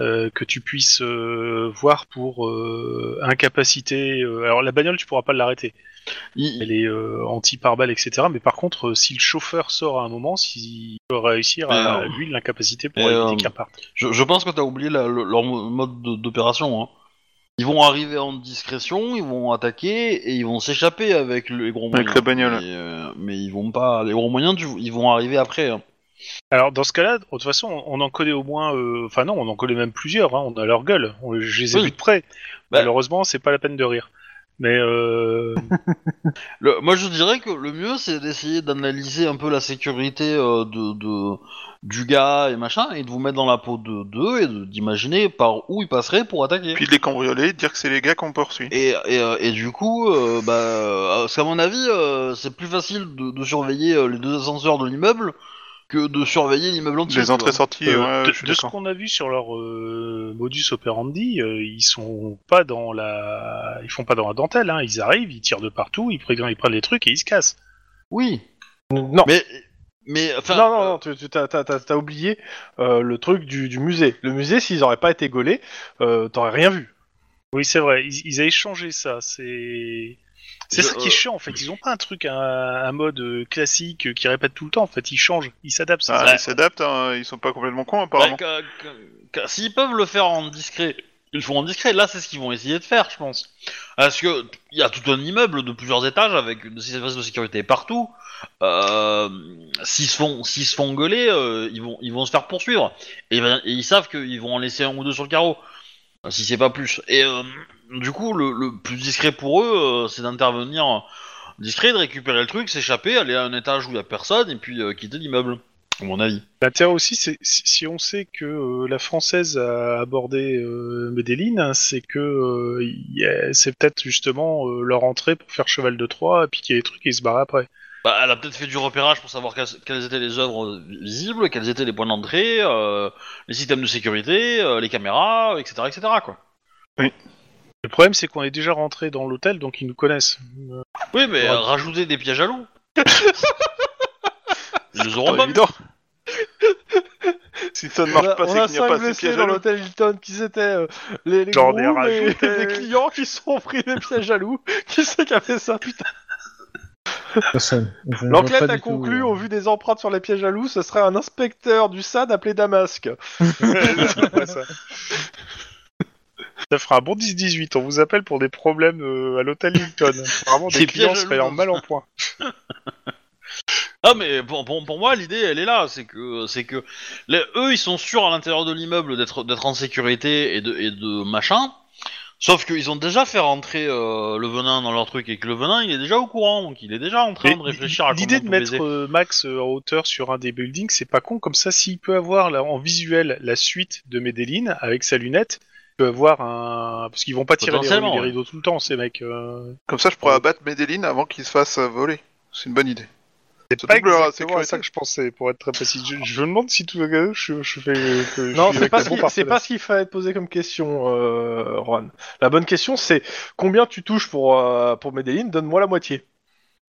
F: euh, que tu puisses euh, voir pour euh, incapacité. euh, alors la bagnole, tu pourras pas l'arrêter
A: Il-
F: elle est euh, anti-pare-balles, etc. Mais par contre, euh, si le chauffeur sort à un moment, s'il peut réussir à,
A: Euh,
F: lui l'incapacité pour
A: et,
F: éviter
A: euh,
F: qu'il reparte.
A: Je, je pense que t'as oublié la- le- leur mo- mode de- d'opération. hein. Ils vont arriver en discrétion, ils vont attaquer et ils vont s'échapper avec le- les gros moyens.
E: Avec la bagnole.
A: Mais, euh, mais ils vont pas. Les gros moyens, tu- ils vont arriver après. hein.
F: Alors dans ce cas-là, de toute façon, on on en connaît au moins, euh, enfin non, on en connaît même plusieurs. hein, on a leur gueule, on, je les ai
A: Oui.
F: vus de près.
A: Bah.
F: Malheureusement, c'est pas la peine de rire. Mais euh,
A: Le- moi, je dirais que le mieux, c'est d'essayer d'analyser un peu la sécurité euh, de, de- du gars et machin, et de vous mettre dans la peau de d'eux et de- d'imaginer par où ils passeraient pour attaquer.
C: Puis de les cambrioler, de dire que c'est les gars qu'on poursuit.
A: Et, et, euh, et du coup, euh, bah, euh, parce qu'à mon avis, euh, c'est plus facile de, de surveiller euh, les deux ascenseurs de l'immeuble que de surveiller l'immeuble entier.
C: Les entrées-sorties,
F: euh,
C: ouais, je
F: de,
C: suis
F: de ce
C: d'accord.
F: qu'on a vu sur leur euh, modus operandi, euh, ils sont pas dans la, ils font pas dans la dentelle. Hein. Ils arrivent, ils tirent de partout, ils, prennent- ils prennent les trucs et ils se cassent.
A: Oui,
B: Non.
A: mais mais enfin,
B: non, non, non, tu tu- t'as t'as- t'as- t'as oublié euh, le truc du, du musée. Le musée, s'ils n'auraient pas été gaulés, euh, t'aurais rien vu.
F: Oui, c'est vrai. Ils, ils avaient changé ça. C'est c'est
A: Je-
F: ça qui est
A: euh,
F: chiant en fait. Ils ont pas un truc, un, un mode euh, classique euh, qui répète tout le temps. En fait, ils changent, ils s'adaptent. c'est
C: Ah,
F: ça.
C: Ils s'adaptent, hein, ils sont pas complètement cons
A: bah,
C: apparemment.
A: que- que- que- s'ils peuvent le faire en discret, ils le font en discret. Là, c'est ce qu'ils vont essayer de faire, je pense. Parce que t- il y a tout un immeuble de plusieurs étages avec une service de sécurité partout. Euh, s'ils se font s'ils se font gueuler, euh, ils vont ils vont se faire poursuivre. Et, ben, et ils savent qu'ils vont en laisser un ou deux sur le carreau, euh, si c'est pas plus. Et euh, du coup, le, le plus discret pour eux, euh, c'est d'intervenir discret, de récupérer le truc, s'échapper, aller à un étage où il y a personne et puis euh, quitter l'immeuble. À mon avis.
F: L'intérêt aussi, c'est si si on sait que euh, la française a abordé euh, Medellin, hein, c'est que euh, il y a- c'est peut-être justement euh, leur entrée pour faire cheval de Troie, piquer les trucs et se barrer après.
A: Bah, elle a peut-être fait du repérage pour savoir quelles, quelles étaient les œuvres visibles, quels étaient les points d'entrée, euh, les systèmes de sécurité, euh, les caméras, etc., etc. Quoi.
F: Le problème, c'est qu'on est déjà rentré dans l'hôtel, donc ils nous connaissent.
A: Oui, mais
F: Ouais.
A: euh, rajouter des pièges à loup. Ils nous
F: Ah,
A: auront
C: Pas
F: bah,
A: pas.
C: évident. si ça ne
B: On
C: marche
B: a,
C: pas,
B: on
C: c'est
B: a
C: qu'il n'y a
B: cinq
C: pas assez de
B: blessés
C: pièges
B: dans
C: à l'eau.
B: l'hôtel Hilton qui étaient euh, les, les,
F: J'en ai
B: grooms et-
F: rajouté.
B: et des clients qui se sont pris des pièges à loups. Qui c'est qui a fait ça, putain
D: Personne. Je ne vois
B: L'enquête
D: pas
B: a
D: du tout,
B: conclu,
D: euh,
B: au vu des empreintes sur les pièges à loups, ce serait un inspecteur du SAD appelé Damasque.
F: Ouais, ça. Ça fera un bon 10-18, on vous appelle pour des problèmes euh, à l'hôtel Hilton. Vraiment,
A: Des
F: des clients
A: pièges à
F: seraient en
A: loup.
F: mal en point.
A: Ah, mais pour, pour, pour moi, l'idée, elle est là. C'est que, c'est que les- eux, ils sont sûrs à l'intérieur de l'immeuble d'être, d'être en sécurité et de, et de machin. Sauf qu'ils ont déjà fait rentrer euh, le venin dans leur truc et que le venin, il est déjà au courant. Donc, il est déjà en train
F: Mais
A: de réfléchir à
F: L'idée de
A: comment
F: mettre
A: baiser.
F: euh, Max euh, en hauteur sur un des buildings, c'est pas con. Comme ça, s'il peut avoir là, en visuel la suite de Medellin avec sa lunette, il peut avoir un. Parce qu'ils vont pas tirer les,
A: Potentiellement,
F: les
A: ouais.
F: rideaux tout le temps, ces mecs. euh.
C: Comme ça, je pourrais abattre Medellin avant qu'il se fasse euh, voler. C'est une bonne idée.
F: C'est
C: Ça
F: pas
C: double la
F: exactement à ça que je pensais, pour être très précis. Je, je me demande si tout je, je fais. que je
B: Non,
F: suis
B: c'est pas,
F: avec
B: ce
F: le
B: qui-
F: bon
B: c'est pas ce qu'il fallait te poser comme question, euh, Juan. La bonne question, c'est combien tu touches pour, euh, pour Medellin Donne-moi la moitié.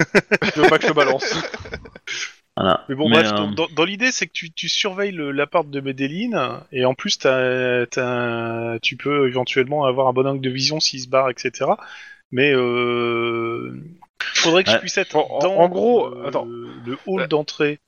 B: je veux pas que je te balance.
A: Voilà.
F: Mais bon,
A: Mais,
F: bref,
A: euh,
F: dans, dans- dans l'idée, c'est que tu, tu surveilles le- l'appart de Medellin, et en plus, t'as- t'as- tu peux éventuellement avoir un bon angle de vision s'il se barre, etc. Mais euh, faudrait que je
A: Ouais.
F: puisse être
B: En- en-
F: dans
B: en gros,
F: le,
B: attends.
F: le hall d'entrée.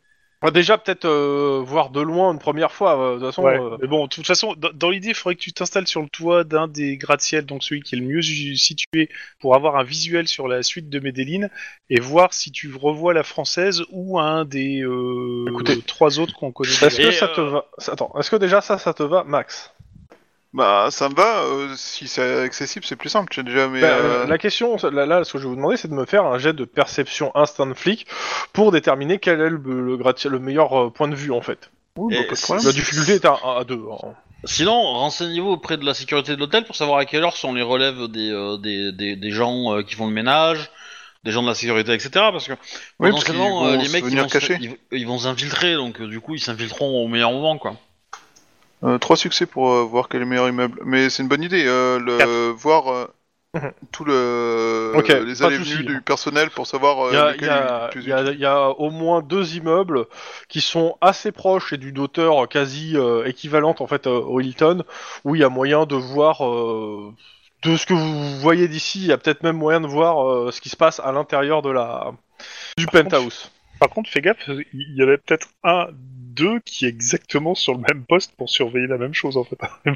B: Bah, déjà, peut-être euh, voir de loin une première fois. euh, De toute façon,
F: Ouais.
B: euh,
F: Mais bon, de toute façon, dans, dans l'idée, il faudrait que tu t'installes sur le toit d'un des gratte-ciel, donc celui qui est le mieux ju- situé, pour avoir un visuel sur la suite de Medellin et voir si tu revois la française ou un des euh,
B: Écoutez.
F: trois autres qu'on connaît.
B: est-ce que
A: Et,
B: ça te
A: euh,
B: va Attends, est-ce que déjà ça, ça te va, Max
C: Bah, ça me va. euh, si c'est accessible, c'est plus simple. J'ai déjà mes.
B: Bah,
C: euh,
B: euh, La question, là, là, ce que je vais vous demander, c'est de me faire un jet de perception instinct de flic pour déterminer quel est le, le, gratte- le meilleur euh, point de vue, en fait.
A: Et
B: La difficulté est à, à deux. hein.
A: Sinon, renseignez-vous auprès de la sécurité de l'hôtel pour savoir à quelle heure sont les relèves des, euh, des, des, des gens euh, qui font le ménage, des gens de la sécurité, etc. Parce que
C: Oui, parce qu'ils
B: euh,
A: potentiellement, euh,
C: vont
A: les
C: se
A: mecs ils
C: venir
A: vont, se-
C: cacher.
A: ils- ils vont s'infiltrer, donc euh, du coup ils s'infiltreront au meilleur moment, quoi.
C: Euh, trois succès pour euh, voir quel est le meilleur immeuble. Mais c'est une bonne idée, euh, le, voir euh,
B: Mhm.
C: tout le euh,
B: Ok,
C: les
B: pas de
C: allées venues
B: souci.
C: du personnel pour savoir euh,
B: Il y, a,
C: lequel
B: il y a-
C: est le plus
B: il y a- il y a au moins deux immeubles qui sont assez proches et d'une hauteur quasi euh, équivalente en fait euh, au Hilton, où il y a moyen de voir euh, de ce que vous voyez d'ici, il y a peut-être même moyen de voir euh, ce qui se passe à l'intérieur de la du
F: Par
B: penthouse.
F: Par contre, fais gaffe, il y en avait peut-être un, deux qui est exactement sur le même poste pour surveiller la même chose en fait.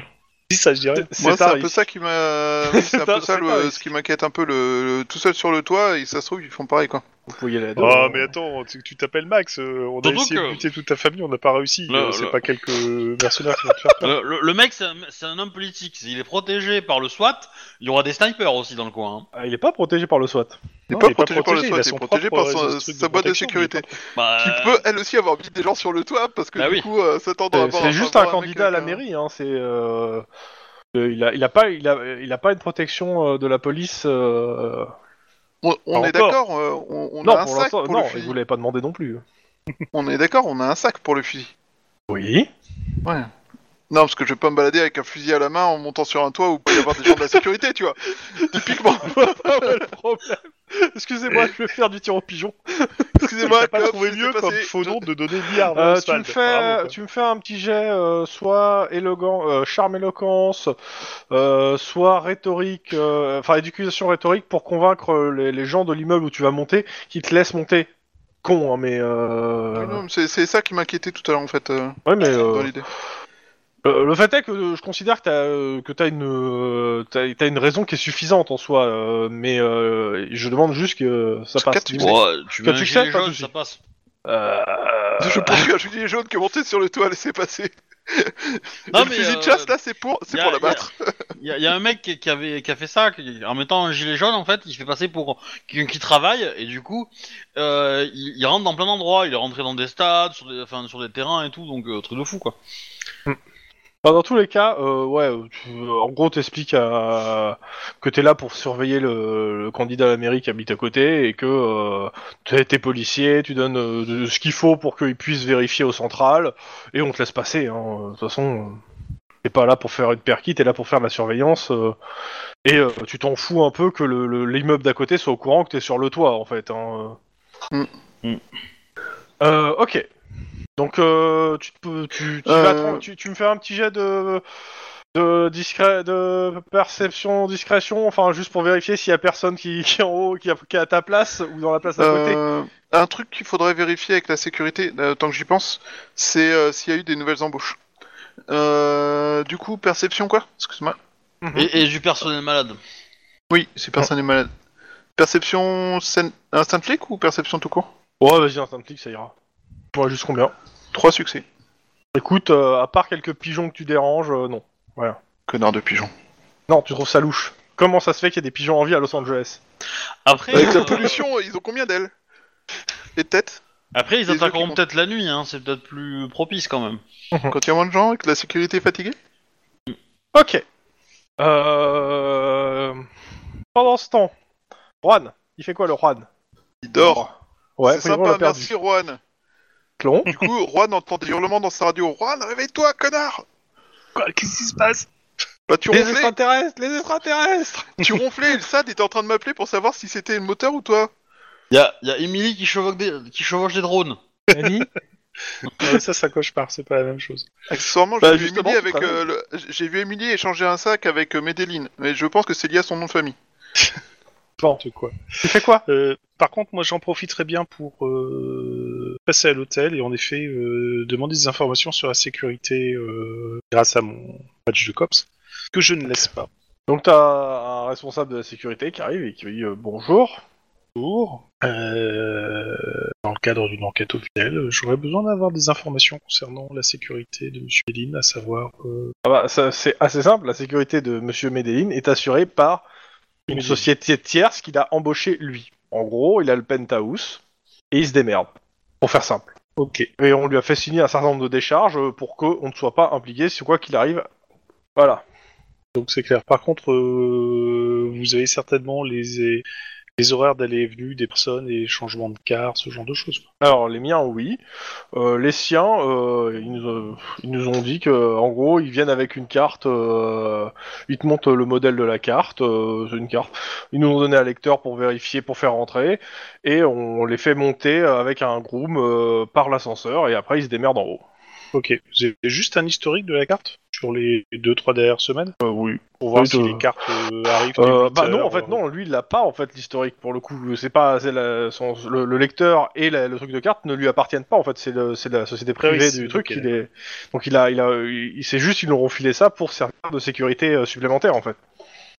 F: si ça, je dirais.
C: Moi, c'est
B: à
C: un
B: risque.
C: peu ça qui m'a. oui, c'est un
B: C'est un-
C: peu ça
B: c'est
C: le-
B: un risque.
C: ce qui m'inquiète un peu. Le, le- tout seul sur le toit, et ça se trouve, ils font pareil quoi.
B: Vous pouvez y aller à deux.
F: Ah,
B: hein.
F: mais attends, tu tu t'appelles Max, euh, on a
A: Surtout
F: essayé de
A: que-
F: buter toute ta famille, on n'a pas réussi.
A: Le-
F: euh, C'est
A: le-
F: pas quelques mercenaires qui vont te faire peur.
A: Le, le- le mec, c'est un, c'est un homme politique. S'il est protégé par le SWAT, il y aura des snipers aussi dans le coin. hein.
B: Ah, il est pas protégé par le SWAT.
C: Il
F: Non,
C: est pas
F: il est pas
C: protégé par le
F: protégé,
C: SWAT,
F: il a
C: il
F: son
C: est protégé par
F: propre,
C: son-
F: euh, truc de
C: sa boîte de
F: protection, mais il est
C: sécurité.
A: Bah,
C: Qui peut elle aussi avoir mis des gens sur le toit parce que
A: Bah
C: du
A: oui.
C: coup euh, s'attendre à
B: C'est
C: avoir
B: c'est juste
C: avoir
B: un
C: mec
B: candidat à la
C: avec un-
B: mairie. Hein. C'est euh, euh, il a il a pas il a il a pas une protection euh, de la police. euh,
C: On, on
B: Pas
C: est
B: encore.
C: d'accord, euh, on, on
B: non,
C: a un
B: pour
C: sac
B: l'instant,
C: pour
B: non,
C: le
B: il
C: fusil.
B: vous l'avait pas demandé non plus.
C: On est d'accord, on a un sac pour le fusil.
B: Oui.
C: Ouais. Non, parce que je vais pas me balader avec un fusil à la main en montant sur un toit où il peut y avoir des gens de la sécurité, tu vois. Typiquement.
B: Ah, Excusez-moi, je vais faire du tir au pigeon.
C: Excusez-moi,
F: T'as pas
C: Cops,
F: trouvé
C: c'est
F: mieux
C: passé.
F: comme faux nom de donner milliard
B: Euh, tu me fais tu me fais un petit jet euh, soit élégant euh, charme éloquence euh, soit rhétorique euh, enfin éducation rhétorique pour convaincre euh, les, les gens de l'immeuble où tu vas monter qui te laissent monter. Con hein, mais euh...
C: Oui, non, mais C'est c'est ça qui m'inquiétait tout à l'heure en fait, euh,
B: ouais mais euh,
C: dans l'idée.
B: Euh, le fait est que euh, je considère que t'as euh, que t'as une euh, t'as t'as une raison qui est suffisante en soi, euh, mais euh, je demande juste que euh, ça passe.
C: Quatre succès.
B: Dis-moi.
A: Ouais, tu mets
B: Quatre
A: un
B: succès,
A: gilet
B: pas de
A: jaune,
B: souci.
A: ça passe.
B: Euh,
C: Je poursuis un gilet jaune qui est monté sur le toit, laissez passer.
A: Non,
C: Et le
A: mais,
C: fusil
A: euh,
C: de chasse là, c'est pour, c'est
A: y a-
C: pour
A: y a-
C: l'abattre.
A: Il y, a- y a un mec qui, qui avait, qui a fait ça, qui- en mettant un gilet jaune, en fait, il se fait passer pour quelqu'un qui travaille, et du coup, euh, il, il rentre dans plein d'endroits, il est rentré dans des stades, sur des, enfin, sur des terrains et tout, donc euh, truc de fou, quoi.
B: enfin, dans tous les cas, euh, ouais, euh, tu- en gros t'expliques à... que t'es là pour surveiller le, le candidat à la mairie qui habite à côté et que euh, t'es t'es policier, tu donnes euh, de- ce qu'il faut pour qu'il puisse vérifier au central et on te laisse passer. hein. Euh, De toute façon, euh, t'es pas là pour faire une perquis, t'es là pour faire de la surveillance. euh, Et euh, tu t'en fous un peu que le- le- l'immeuble d'à côté soit au courant que t'es sur le toit, en fait. hein, euh.
A: Mm.
B: Euh, ok. Donc, euh, tu, te peux- tu, tu,
C: Euh.
B: vas tran- tu- tu me fais un petit jet de, de, discret, de perception, discrétion, enfin, juste pour vérifier s'il y a personne qui, qui est en haut, qui, a- qui est à ta place ou dans la place d'à côté.
C: Euh, un truc qu'il faudrait vérifier avec la sécurité, euh, tant que j'y pense, c'est euh, s'il y a eu des nouvelles embauches. Euh, du coup, perception quoi Excuse-moi.
A: Et, et du personnel malade.
C: Oui, si personne n'est malade. Perception scène- instinct flic ou perception tout court
B: Ouais, vas-y, instant clic, ça ira. Ouais, juste combien
C: Trois succès.
B: Écoute, euh, à part quelques pigeons que tu déranges, euh, non.
C: Connard de pigeon.
B: Non, tu trouves ça louche. Comment ça se fait qu'il y a des pigeons en vie à Los Angeles
A: Après,
C: Avec la
A: euh,
C: pollution, ils ont combien d'ailes Et de têtes
A: après, ils
C: les autres, ils
A: attaqueront
C: vont-
A: peut-être la nuit, hein, c'est peut-être plus propice quand même.
C: Quand il y a moins de gens et que la sécurité est fatiguée
B: Ok. Euh... Pendant ce temps, Juan, il fait quoi le Juan
C: Il dort.
B: Ouais,
C: c'est
B: Frérot
C: sympa,
B: l'a perdu.
C: merci Juan.
B: Clon.
C: Du coup, Juan entend des hurlements dans sa radio. Juan, réveille-toi, connard
F: Qu'est-ce qui se passe
C: Bah, tu
B: Les
C: ronflais,
B: extraterrestres, les extraterrestres
C: tu ronflais, et le SAD était en train de m'appeler pour savoir si c'était le moteur ou toi.
A: Y a, y a Emily qui chevauche des, qui chevauche des drones.
B: Annie
F: Ça, ça coche par, c'est pas la même chose.
C: Accessoirement,
B: Bah,
C: j'ai vu
B: justement,
C: Emily
B: c'est
C: avec
B: pas
C: euh, le- j'ai vu Emily échanger un sac avec euh, Medellin, mais je pense que c'est lié à son nom de famille.
F: N'importe quoi.
B: Tu fais quoi
F: Euh, par contre, moi, j'en profiterai bien pour euh, passer à l'hôtel et en effet euh, demander des informations sur la sécurité euh, grâce à mon badge de cops que je ne laisse pas.
B: Donc t'as un responsable de la sécurité qui arrive et qui dit euh, bonjour.
F: Pour, euh, dans le cadre d'une enquête officielle, euh, j'aurais besoin d'avoir des informations concernant la sécurité de M. Lynn, à savoir euh,
B: Ah bah, ça, c'est assez simple, la sécurité de Monsieur Medellin est assurée par une
F: Medellin.
B: société tierce qu'il a embauchée lui. En gros, il a le penthouse et il se démerde, pour faire simple.
F: Ok.
B: Et on lui a fait signer un certain nombre de décharges euh, pour qu'on ne soit pas impliqué sur quoi qu'il arrive. Voilà.
F: Donc c'est clair. Par contre, euh, vous avez certainement les, les horaires d'aller et venue des personnes et changements de car, ce genre de choses. quoi.
B: Alors les miens, oui. Euh, les siens, euh, ils, nous, euh, ils nous ont dit que, en gros, ils viennent avec une carte. euh, ils te montrent le modèle de la carte, euh, c'est une carte. Ils nous ont donné un lecteur pour vérifier, pour faire rentrer, et on les fait monter avec un groom euh, par l'ascenseur, et après ils se démerdent en haut.
F: Ok. Vous avez juste un historique de la carte sur les deux trois dernières semaines
B: Euh, oui.
F: pour voir
B: Oui,
F: si
B: de-
F: les cartes euh, arrivent.
B: Euh,
F: dès
B: bah
F: huit
B: non,
F: heures,
B: en fait,
F: euh,
B: non, lui, il l'a pas, en fait, l'historique, pour le coup. C'est pas, c'est la- son- le, le lecteur et la- le truc de carte ne lui appartiennent pas, en fait, c'est le- c'est la société privée
F: Ah oui,
B: du
F: c'est-
B: truc.
F: ok,
B: il est,
F: Ah.
B: donc il a, il a, il, c'est juste, ils leur ont filé ça pour servir de sécurité euh, supplémentaire, en fait.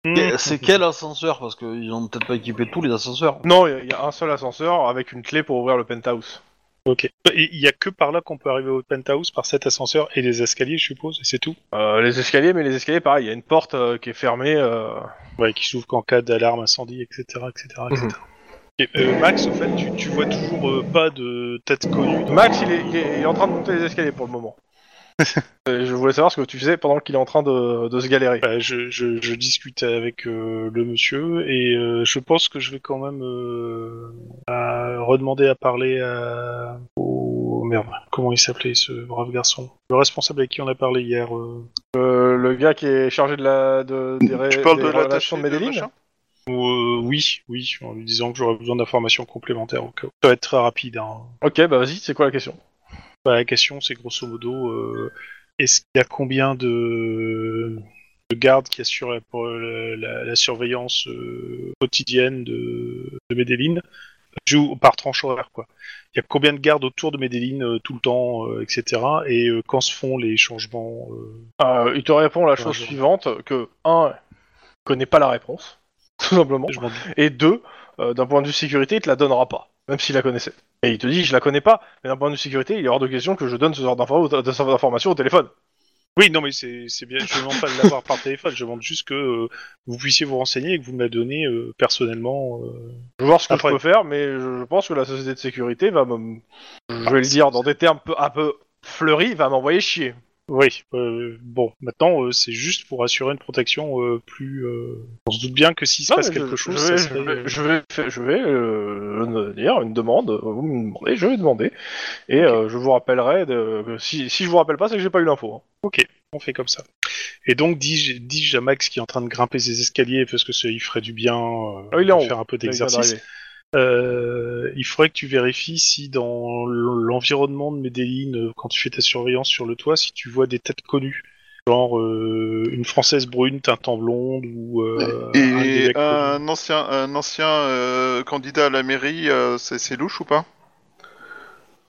A: Et C'est quel ascenseur Parce qu'ils n'ont peut-être pas équipé tous les ascenseurs.
B: Non, il y a- il y, a un seul ascenseur avec une clé pour ouvrir le penthouse.
F: Ok. Et Il y a que par là qu'on peut arriver au penthouse, par cet ascenseur et les escaliers, je suppose, et c'est tout.
B: Euh, les escaliers, mais les escaliers, pareil, il y a une porte euh, qui est fermée. euh,
F: Ouais, qui s'ouvre qu'en cas d'alarme, incendie, etc. etc., etc. Et, euh, Max, au fait, tu, tu vois toujours euh, pas de tête connue. dans-
B: Max, il est, il est- il est en train de monter les escaliers pour le moment. Et je voulais savoir ce que tu faisais pendant qu'il est en train de, de se galérer.
F: Bah, je, je- je discute avec euh, le monsieur et euh, je pense que je vais quand même euh, à- redemander à parler à... au merde. Comment il s'appelait ce brave garçon Le responsable avec qui on a parlé hier. euh,
B: Euh, le gars qui est chargé de la de, des, ré-
C: Tu parles
B: des
C: de l'attaché
B: relations de
C: de
B: Medellin
C: machin
F: ou, euh, oui, oui, en lui disant que j'aurais besoin d'informations complémentaires au cas où. Ça va être très rapide. hein.
B: Ok, bah vas-y, c'est quoi la question
F: Bah, la question, c'est grosso modo, euh, est-ce qu'il y a combien de, de gardes qui assurent la, pour la- la- la surveillance euh, quotidienne de, de Medellin Jou- par tranche horaire, quoi. Il y a combien de gardes autour de Medellin euh, tout le temps, euh, etc. Et euh, quand se font les changements euh,
B: Euh, Il te répond la chose
F: Bonjour.
B: suivante que un, il connaît pas la réponse, tout simplement.
F: je m'en doute.
B: Et deux, euh, d'un point de vue sécurité, il te la donnera pas, même s'il la connaissait. Et il te dit, je la connais pas, mais d'un point de vue sécurité, il est hors de question que je donne ce genre d'info- de- ce genre d'informations au téléphone.
F: Oui, non, mais c'est c'est bien. Je ne demande pas de l'avoir par téléphone. Je demande juste que euh, vous puissiez vous renseigner et que vous me la donnez euh, personnellement. euh,
B: Je vais voir ce que
F: Après-
B: je peux faire, mais je, je pense que la société de sécurité va me... Je vais le dire dans des termes peu- un peu fleuris, va m'envoyer chier.
F: Oui, euh, bon, maintenant euh, c'est juste pour assurer une protection euh, plus. euh, On se doute bien que s'il se
B: Non,
F: passe
B: mais je-
F: quelque chose,
B: je vais,
F: ça
B: je
F: serait-
B: vais- je vais, faire- je vais, euh, ne- dire une demande, euh, vous me demandez, je vais demander, et euh, je vous rappellerai, de, que si, si je vous rappelle pas, c'est que j'ai pas eu l'info. hein.
F: on fait comme ça. Et donc dis-je dis-je à Max qui est en train de grimper ses escaliers parce que ça, il ferait du bien euh,
B: Ah, il est en
F: de
B: haut,
F: faire un peu
B: il vient
F: d'exercice.
B: d'arriver.
F: Euh, il faudrait que tu vérifies si dans l- l'environnement de Medellin, euh, quand tu fais ta surveillance sur le toit, si tu vois des têtes connues, genre euh, une française brune, teintant blonde ou euh, un
C: Et
F: évêque connu.
C: un ancien, un ancien euh, candidat à la mairie, euh, c'est c'est louche ou pas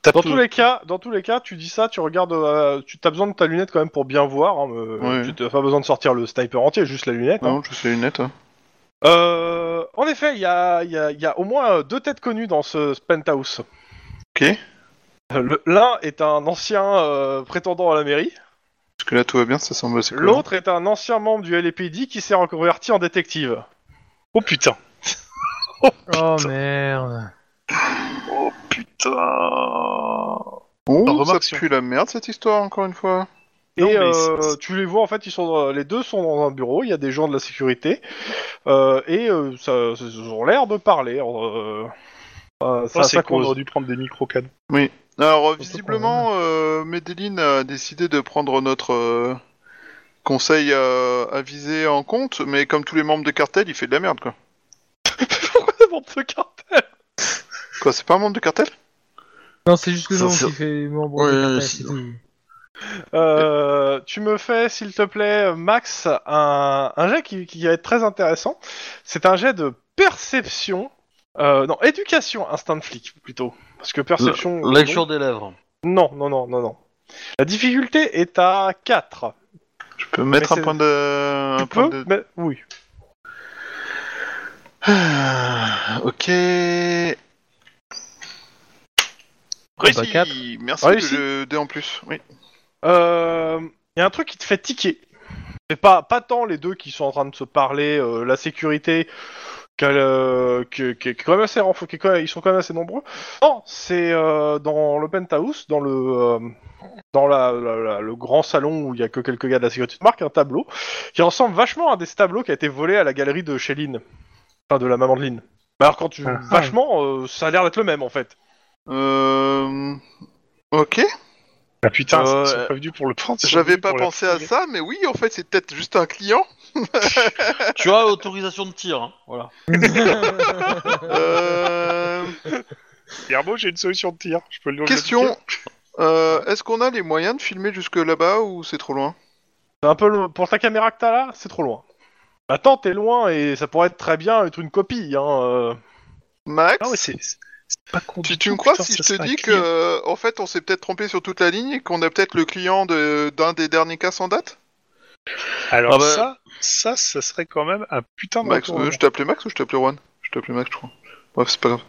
F: Ça
B: Dans
F: peut-
B: tous les cas, dans tous les cas, tu dis ça, tu regardes, euh, tu as besoin de ta lunette quand même pour bien voir. Hein, mais,
C: Ouais.
B: Tu n'as pas besoin de sortir le sniper entier, juste la lunette. hein.
C: Non, je suis lunette.
B: Euh, en effet, il y a, il y a- il y a au moins euh, deux têtes connues dans ce penthouse.
C: Ok.
B: Euh, le- L'un est un ancien euh, prétendant à la mairie,
C: Parce que là, tout va bien, ça semble assez cool.
B: l'autre est un ancien membre du LAPD qui s'est reconverti en détective.
F: Oh putain
D: Oh merde.
C: Oh,
F: Alors, remarque, si
C: ça
F: on-
C: pue la merde cette histoire, encore une fois.
F: Non,
B: Et
F: mais
B: euh,
F: c'est-
B: tu les vois, en fait, ils sont dans- les deux sont dans un bureau, il y a des gens de la sécurité, euh, et euh, ça, ça- ils ont l'air de parler. euh, euh, ça,
F: Ça, Oh, c'est
B: ça
F: qu'on
B: cause.
F: aurait dû prendre des micro-cannes.
C: Alors, visiblement, euh, Medellin a décidé de prendre notre euh, conseil euh, avisé en compte, mais comme tous les membres de cartel, il fait de la merde, quoi. Quoi, c'est pas un membre de cartel
D: Non, c'est juste le
A: Ça,
D: nom
A: c'est-
D: qui fait membre.
A: Ouais,
D: de
A: ouais,
D: la
A: c'est-
D: capacité.
B: Euh, tu me fais, s'il te plaît, Max, un, un jet qui, qui va être très intéressant. C'est un jet de perception. Euh, non, éducation, instinct de flic, plutôt. Parce que perception.
C: Mm,
B: non.
A: Lecture des lèvres.
B: Non, non, non, non, non. La difficulté est à 4.
C: Je peux
B: Mais
C: mettre un
B: c'est-
C: point de...
B: Tu
C: un point
B: peux
C: de...
B: mais- Oui.
C: ok... Réussi
D: bah, quatre.
C: Merci
B: Réussi.
C: que je dé en plus. Oui.
B: Euh, Il y a un truc qui te fait tiquer. C'est pas, pas tant les deux qui sont en train de se parler, euh, la sécurité, qu'elle, euh, que- que- qui est quand même assez renfo- qui est quand même- ils sont quand même assez nombreux. Non, c'est euh, dans le penthouse, dans le euh, dans la, la- la- le grand salon où il y a que quelques gars de la sécurité. Tu marques un tableau qui ressemble vachement à un des tableaux qui a été volé à la galerie de chez Lynn, enfin de la maman de Lynn. Bah alors quand tu
F: Ah.
B: vachement, euh, ça a l'air d'être le même en fait.
C: Euh... Ok.
F: Ah putain,
B: Euh,
F: ils sont pas venus pour le prendre. ils sont
C: J'avais
F: venus
C: pas
F: pour la
C: pensé à
F: fouiller.
C: ça, mais oui, en fait, c'est peut-être juste un client.
A: tu as autorisation de tir, hein, voilà.
C: Euh...
F: Guillermo, j'ai une solution de tir. Je peux le
C: Question euh, Est-ce qu'on a les moyens de filmer jusque là-bas ou c'est trop loin
B: C'est un peu lo- pour ta caméra que t'as là, c'est trop loin. Attends, t'es loin et ça pourrait être très bien être une copie. Hein, euh.
C: Max
F: Ah ouais, c'est c'est- c'est pas con.
C: Si
F: du
C: tu
F: tout,
C: me crois,
F: putain,
C: si
F: ça
C: je te
F: serait un
C: dis que
F: client.
C: euh, en fait on s'est peut-être trompé sur toute la ligne et qu'on a peut-être le client de- d'un des derniers cas sans date
F: Alors
A: Ah bah-
F: ça, ça, ça serait quand même un putain de
C: Max,
F: retournement.
C: euh, je t'appelais Max ou je t'appelais Juan Je t'appelais Max, je crois. Bref, c'est pas grave.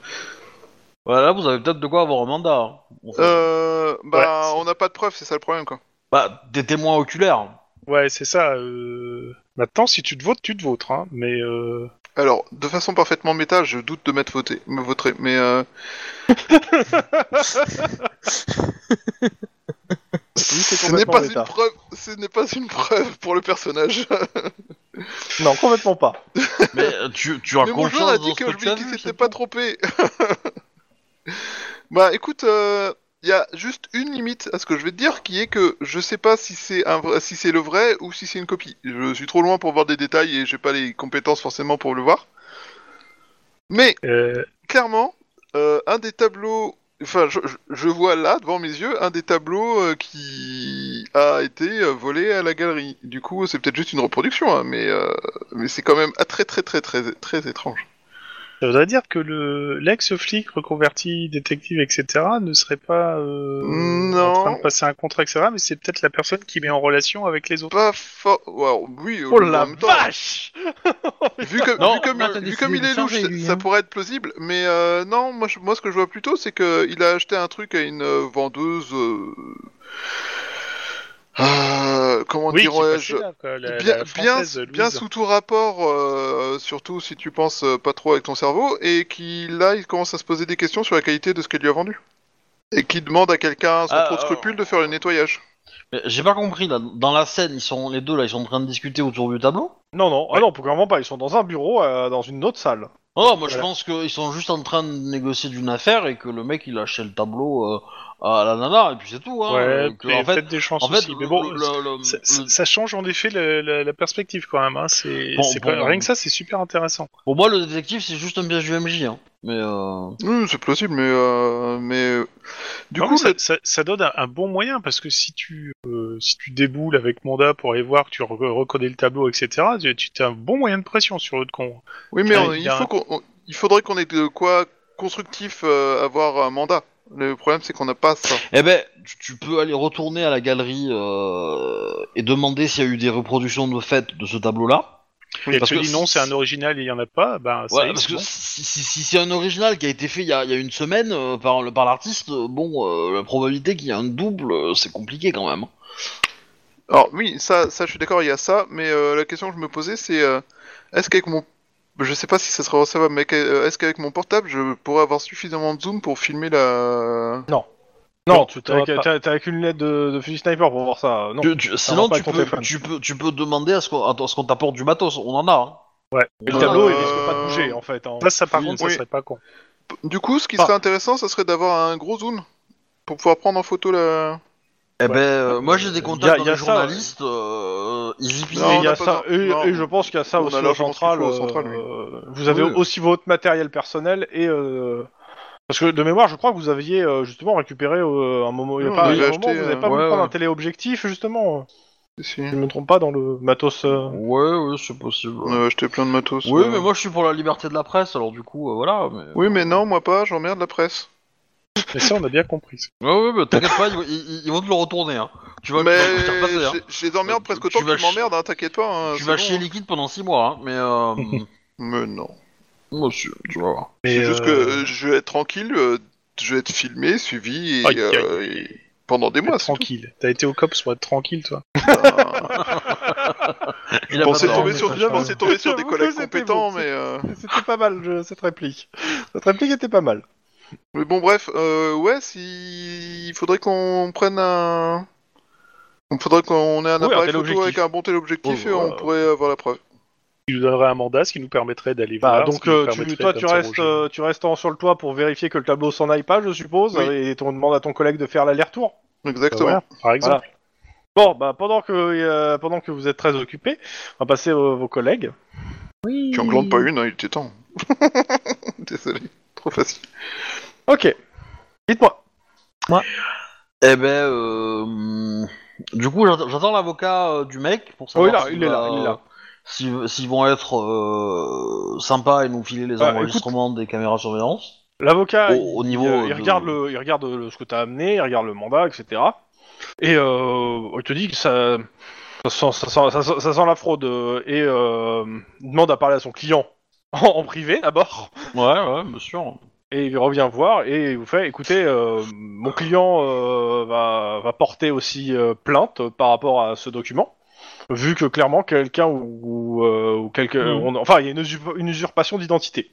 A: Voilà, vous avez peut-être de quoi avoir un mandat. hein. Enfin,
C: Euh, bah,
F: Ouais,
C: on n'a pas de preuves, c'est ça le problème, quoi.
A: Bah, des témoins oculaires.
F: Ouais, c'est ça. euh, Maintenant, si tu te votes, tu te votes, hein. Mais euh,
C: Alors, de façon parfaitement méta, je doute de m'être voté, me voter, mais euh,
B: c'est
C: ce n'est
B: complètement hein.
C: pas
B: méta.
C: une preuve, ce n'est pas une preuve pour le personnage.
B: Non, complètement pas.
A: Mais euh, tu, tu as
C: Mais mon joueur
A: confiance
C: a
A: dans
C: dit
A: ce que,
C: que
A: tu as
C: je
A: vu,
C: s'était
A: c'est
C: pas
A: tout.
C: trompé. bah écoute, il y a juste une limite à ce que je vais te dire, qui est que je sais pas si c'est un vrai, si c'est le vrai ou si c'est une copie. Je suis trop loin pour voir des détails et j'ai pas les compétences forcément pour le voir. Mais
F: euh,
C: clairement, euh, un des tableaux, enfin je, je- je vois là devant mes yeux un des tableaux euh, qui a été euh, volé à la galerie. Du coup, c'est peut-être juste une reproduction, hein, mais euh, mais c'est quand même ah, très très très très très étrange.
F: ça voudrait dire que le l'ex-flic reconverti détective, etc., ne serait pas euh,
C: Non.
F: en train de passer un contrat, etc. Mais c'est peut-être la personne qui met en relation avec les autres.
C: pas fort. oui, euh,
B: Oh
C: mais en
B: la
C: même temps, euh,
B: vache
C: vu, que-
A: Non,
C: vu comme,
D: bah, t'as
C: vu
D: décidé
C: comme
D: de
C: il est louche,
D: changer,
C: ça-
D: lui,
C: ça
D: hein.
C: pourrait être plausible. Mais euh, non, moi, je- moi, ce que je vois plutôt, c'est que il a acheté un truc à une euh, vendeuse. euh, euh, comment
F: Oui, qui
C: dirais-je
F: passait là, quoi,
C: bien,
F: la- la
C: bien,
F: Française, Louise.
C: bien sous tout rapport, euh, surtout si tu penses euh, pas trop avec ton cerveau, et qui là, il commence à se poser des questions sur la qualité de ce qu'elle lui a vendu. Et qui demande à quelqu'un sans
A: Ah,
C: trop
A: alors-
C: de scrupules de faire le nettoyage.
A: Mais J'ai pas compris, là. Dans la scène, ils sont, les deux, là, ils sont en train de discuter autour du tableau.
B: Non, non, ah non, pour vraiment pas. Ils sont dans un bureau, euh, dans une autre salle.
A: Oh, moi je
F: Voilà.
A: pense qu'ils sont juste en train de négocier d'une affaire et que le mec il a acheté le tableau euh, à la nana et puis c'est tout. Hein,
F: Ouais,
A: Et que,
F: mais
A: en fait,
F: peut-être des chances
A: en fait,
F: aussi. Mais bon,
A: le- le- le-
F: ça,
A: le-
F: ça change en effet le- la, la perspective quand même. Hein. C'est,
A: Bon,
F: c'est quand
A: bon,
F: même- rien
A: bon.
F: que ça, c'est super intéressant.
A: pour moi, le détective c'est juste un piège du MJ. Hein. Mais euh,
C: Oui, c'est plausible, mais euh, mais euh, du
F: Non,
C: coup,
F: mais ça,
C: le-
F: ça- ça donne un, un bon moyen parce que si tu euh, si tu déboules avec mandat pour aller voir que tu re- reconnais le tableau, etc. Tu, tu as un bon moyen de pression sur l'autre con.
C: Oui, mais
F: Ouais,
C: on-
F: il
C: il,
F: y a
C: faut
F: un-
C: qu'on- on- il faudrait qu'on ait de quoi constructif euh, avoir un mandat. Le problème, c'est qu'on n'a pas ça.
A: Eh ben, tu, tu peux aller retourner à la galerie euh, et demander s'il y a eu des reproductions de fait de ce tableau-là.
F: Et
A: parce
F: tu
A: que
F: dis non, c'est un original, et il y en a pas. Ben, ça
A: Ouais,
F: y est,
A: parce
F: c'est
A: que
F: bon.
A: si, si- si c'est un original qui a été fait il y a, il y a une semaine euh, par le- par l'artiste, euh, bon, euh, la probabilité qu'il y ait un double, euh, c'est compliqué quand même.
C: Alors oui, ça, ça, je suis d'accord, il y a ça, mais euh, la question que je me posais, c'est euh, est-ce qu'avec mon, je sais pas si ça serait recevable, mais que- euh, est-ce qu'avec mon portable, je pourrais avoir suffisamment de zoom pour filmer la.
B: Non,
F: Non,
B: tu
F: t'auras
B: t'as
F: pas-
B: t'as- t'as qu'une lettre de, de fusil sniper pour voir ça. Non.
A: Tu- tu- sinon, tu
B: pas avec ton
A: peux,
B: téléphone.
A: tu, peux, tu peux demander à ce qu'on à ce qu'on t'apporte du matos, on en a. hein.
B: Et le tableau, il
C: Euh,
B: risque pas de bouger en fait. hein.
F: Ça, ça, par
A: Oui,
F: contre,
C: oui.
F: ça serait pas con.
C: Du coup, ce qui
B: Ah.
C: serait intéressant, ça serait d'avoir un gros zoom pour pouvoir prendre en photo la.
A: Eh ben, euh, moi j'ai
B: Euh,
A: des
B: y a-
A: contacts dans
B: y a
A: les
B: ça,
A: journalistes, euh, ils y
B: et,
C: Non,
A: pisaient.
B: il y
C: on
B: a
C: a pas
B: ça,
C: de-
B: et-
C: non.
B: et je pense qu'il y a ça
C: On
B: aussi
C: a
B: au
C: largement ce qu'il
B: central.
C: faut au
B: euh,
C: central, oui.
B: euh, vous avez
A: Oui.
B: aussi votre matériel personnel et. euh, parce que de mémoire, je crois que vous aviez euh, justement récupéré euh, un moment. Il y a
C: Oui,
B: pas,
C: on
B: il y a
C: avait
B: un moment,
C: acheté,
B: vous n'avez
C: euh,
B: pas voulu
A: ouais,
B: prendre
A: ouais.
B: un téléobjectif justement.
C: Si.
B: Je ne me trompe pas dans le matos. euh,
A: Ouais, ouais, c'est possible.
C: On avait acheté plein de matos.
A: oui,
C: euh.
A: mais moi je suis pour la liberté de la presse, alors du coup, euh, voilà. Mais...
C: Oui, mais non, moi pas, j'emmerde la presse.
F: Mais ça, on a bien compris.
A: Ouais, ouais, mais t'inquiète pas, ils, vont- ils- ils vont te le retourner. Hein. Tu vas,
C: mais
A: tu vas te faire passer, hein.
C: je- je les emmerde
A: Euh,
C: presque
A: tu
C: autant
A: vas
C: que tu
A: ch-
C: m'emmerdes, hein, t'inquiète pas. hein,
A: Tu
C: c'est
A: vas
C: bon,
A: chier
C: hein.
A: liquide pendant 6 mois, hein, mais euh,
C: Mais non.
A: moi aussi, tu vas voir.
F: Mais,
C: C'est juste que
F: euh,
C: euh, je vais être tranquille, euh, je vais être filmé, suivi et,
F: Aïe, aïe.
C: euh, et- pendant des mois. c'est
F: tranquille. T'as été au COPS, soit tranquille, toi.
C: tout. hein. Enfin,
A: Il
C: Je
A: a pas
C: pensais
A: tort,
C: tomber
A: mais
C: sur,
A: ça,
C: je
A: je-
C: pensais tomber sur des
B: J'avoue
C: collègues
B: que c'était
C: compétents,
B: bon,
C: mais. euh,
B: C'était pas mal je- cette réplique. Cette réplique était pas mal.
C: Mais bon, bref, euh, ouais, si. Il faudrait qu'on prenne un. Il faudrait qu'on ait un
B: Oui, un
C: appareil photo
B: téléobjectif.
C: avec un bon téléobjectif
A: Oh,
C: et on
A: voilà.
C: pourrait avoir la preuve.
F: Il nous donnerait un mandat, ce qui nous permettrait d'aller
B: Bah,
F: voir. ce
B: donc
F: qui nous
B: euh, tu,
F: permettrait
B: toi tu restes,
F: d'interroger.
B: euh, tu restes en- sur le toit pour vérifier que le tableau s'en aille pas, je suppose,
C: Oui.
B: et on demande à ton collègue de faire l'aller-retour.
F: Bah,
C: Exactement.
F: voilà, par exemple.
B: Bon, bah pendant que euh, pendant que vous êtes très occupés, on va passer euh, vos collègues.
D: Oui.
C: Tu en glandes pas une, hein, il était temps. Désolé, trop facile.
B: Ok. Dites-moi.
A: Eh ben, euh, du coup, j'att- j'attends l'avocat euh, du mec pour
B: Oh, il est là,
A: savoir s'il
B: il est là,
A: va-
B: il est là.
A: s'il- S'ils vont être euh, sympas et nous filer les
B: Ah,
A: enregistrements des caméras de surveillance.
B: L'avocat,
A: Au-
B: il,
A: au niveau,
B: euh, il,
A: euh, de-
B: regarde le, il regarde le- ce que t'as amené, il regarde le mandat, etc. Et euh, il te dit que ça, Ça sent, ça sent- ça sent- ça sent la fraude euh, et euh, demande à parler à son client en, en privé d'abord.
A: Ouais, ouais, bien sûr.
B: Et il revient voir et il vous fait écoutez, euh, mon client euh, va, va porter aussi euh, plainte par rapport à ce document. Vu que clairement quelqu'un ou, ou, euh, ou quelqu'un,
A: Hmm.
D: Mm.
B: on- enfin il y a une, usurp- une usurpation d'identité.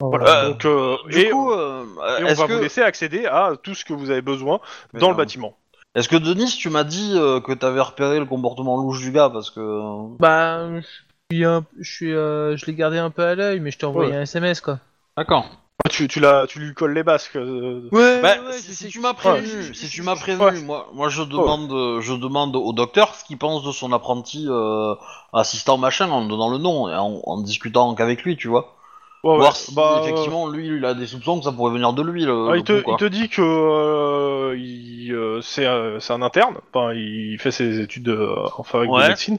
B: Voilà.
D: Oh,
A: Euh,
B: Donc, euh,
A: Du
B: et,
A: coup, euh,
B: et on
A: est-ce
B: va vous
A: que...
B: laisser accéder à tout ce que vous avez besoin
A: Mais
B: dans
A: non.
B: le bâtiment.
A: est-ce que Denis, tu m'as dit euh, que t'avais repéré le comportement louche du gars parce que. euh,
D: Bah, je suis un- je suis, euh, je l'ai gardé un peu à l'œil, mais je t'ai envoyé
B: Ouais.
D: un SMS quoi.
A: D'accord.
B: Tu, tu, l'as- tu lui colles les basques. euh,
D: Ouais,
A: Bah, si, si tu m'as prévenu,
D: Ouais.
A: si tu m'as prévenu, moi, moi je demande, euh, je demande au docteur ce qu'il pense de son apprenti euh, assistant machin en donnant le nom et en, en discutant qu'avec lui, tu vois.
B: ouais, ouais.
A: Voir si
B: Bah, euh,
A: effectivement lui, il a des soupçons que ça pourrait venir de lui. Le,
B: Ah,
A: le
B: il, te,
A: coup, quoi.
B: il te dit que euh, il, euh, c'est euh, c'est un interne, enfin, il fait ses études euh, en fabrique
A: Ouais.
B: de médecine,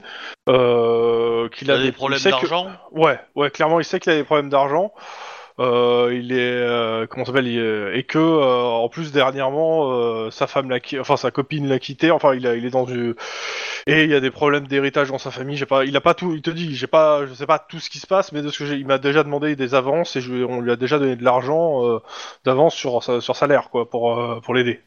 B: euh, qu'il
A: Il
B: a,
A: a des problèmes
B: il sait que-
A: d'argent.
B: Ouais, ouais, clairement, il sait qu'il a des problèmes d'argent. Euh, il est euh, comment ça s'appelle il est- et que euh, en plus dernièrement euh, sa femme l'a qui- enfin sa copine l'a quitté enfin il, a- il est dans du et il y a des problèmes d'héritage dans sa famille j'ai pas il a pas tout il te dit j'ai pas je sais pas tout ce qui se passe mais de ce que j'ai il m'a déjà demandé des avances et je, on lui a déjà donné de l'argent euh, d'avance sur sa- sur salaire quoi pour euh, pour l'aider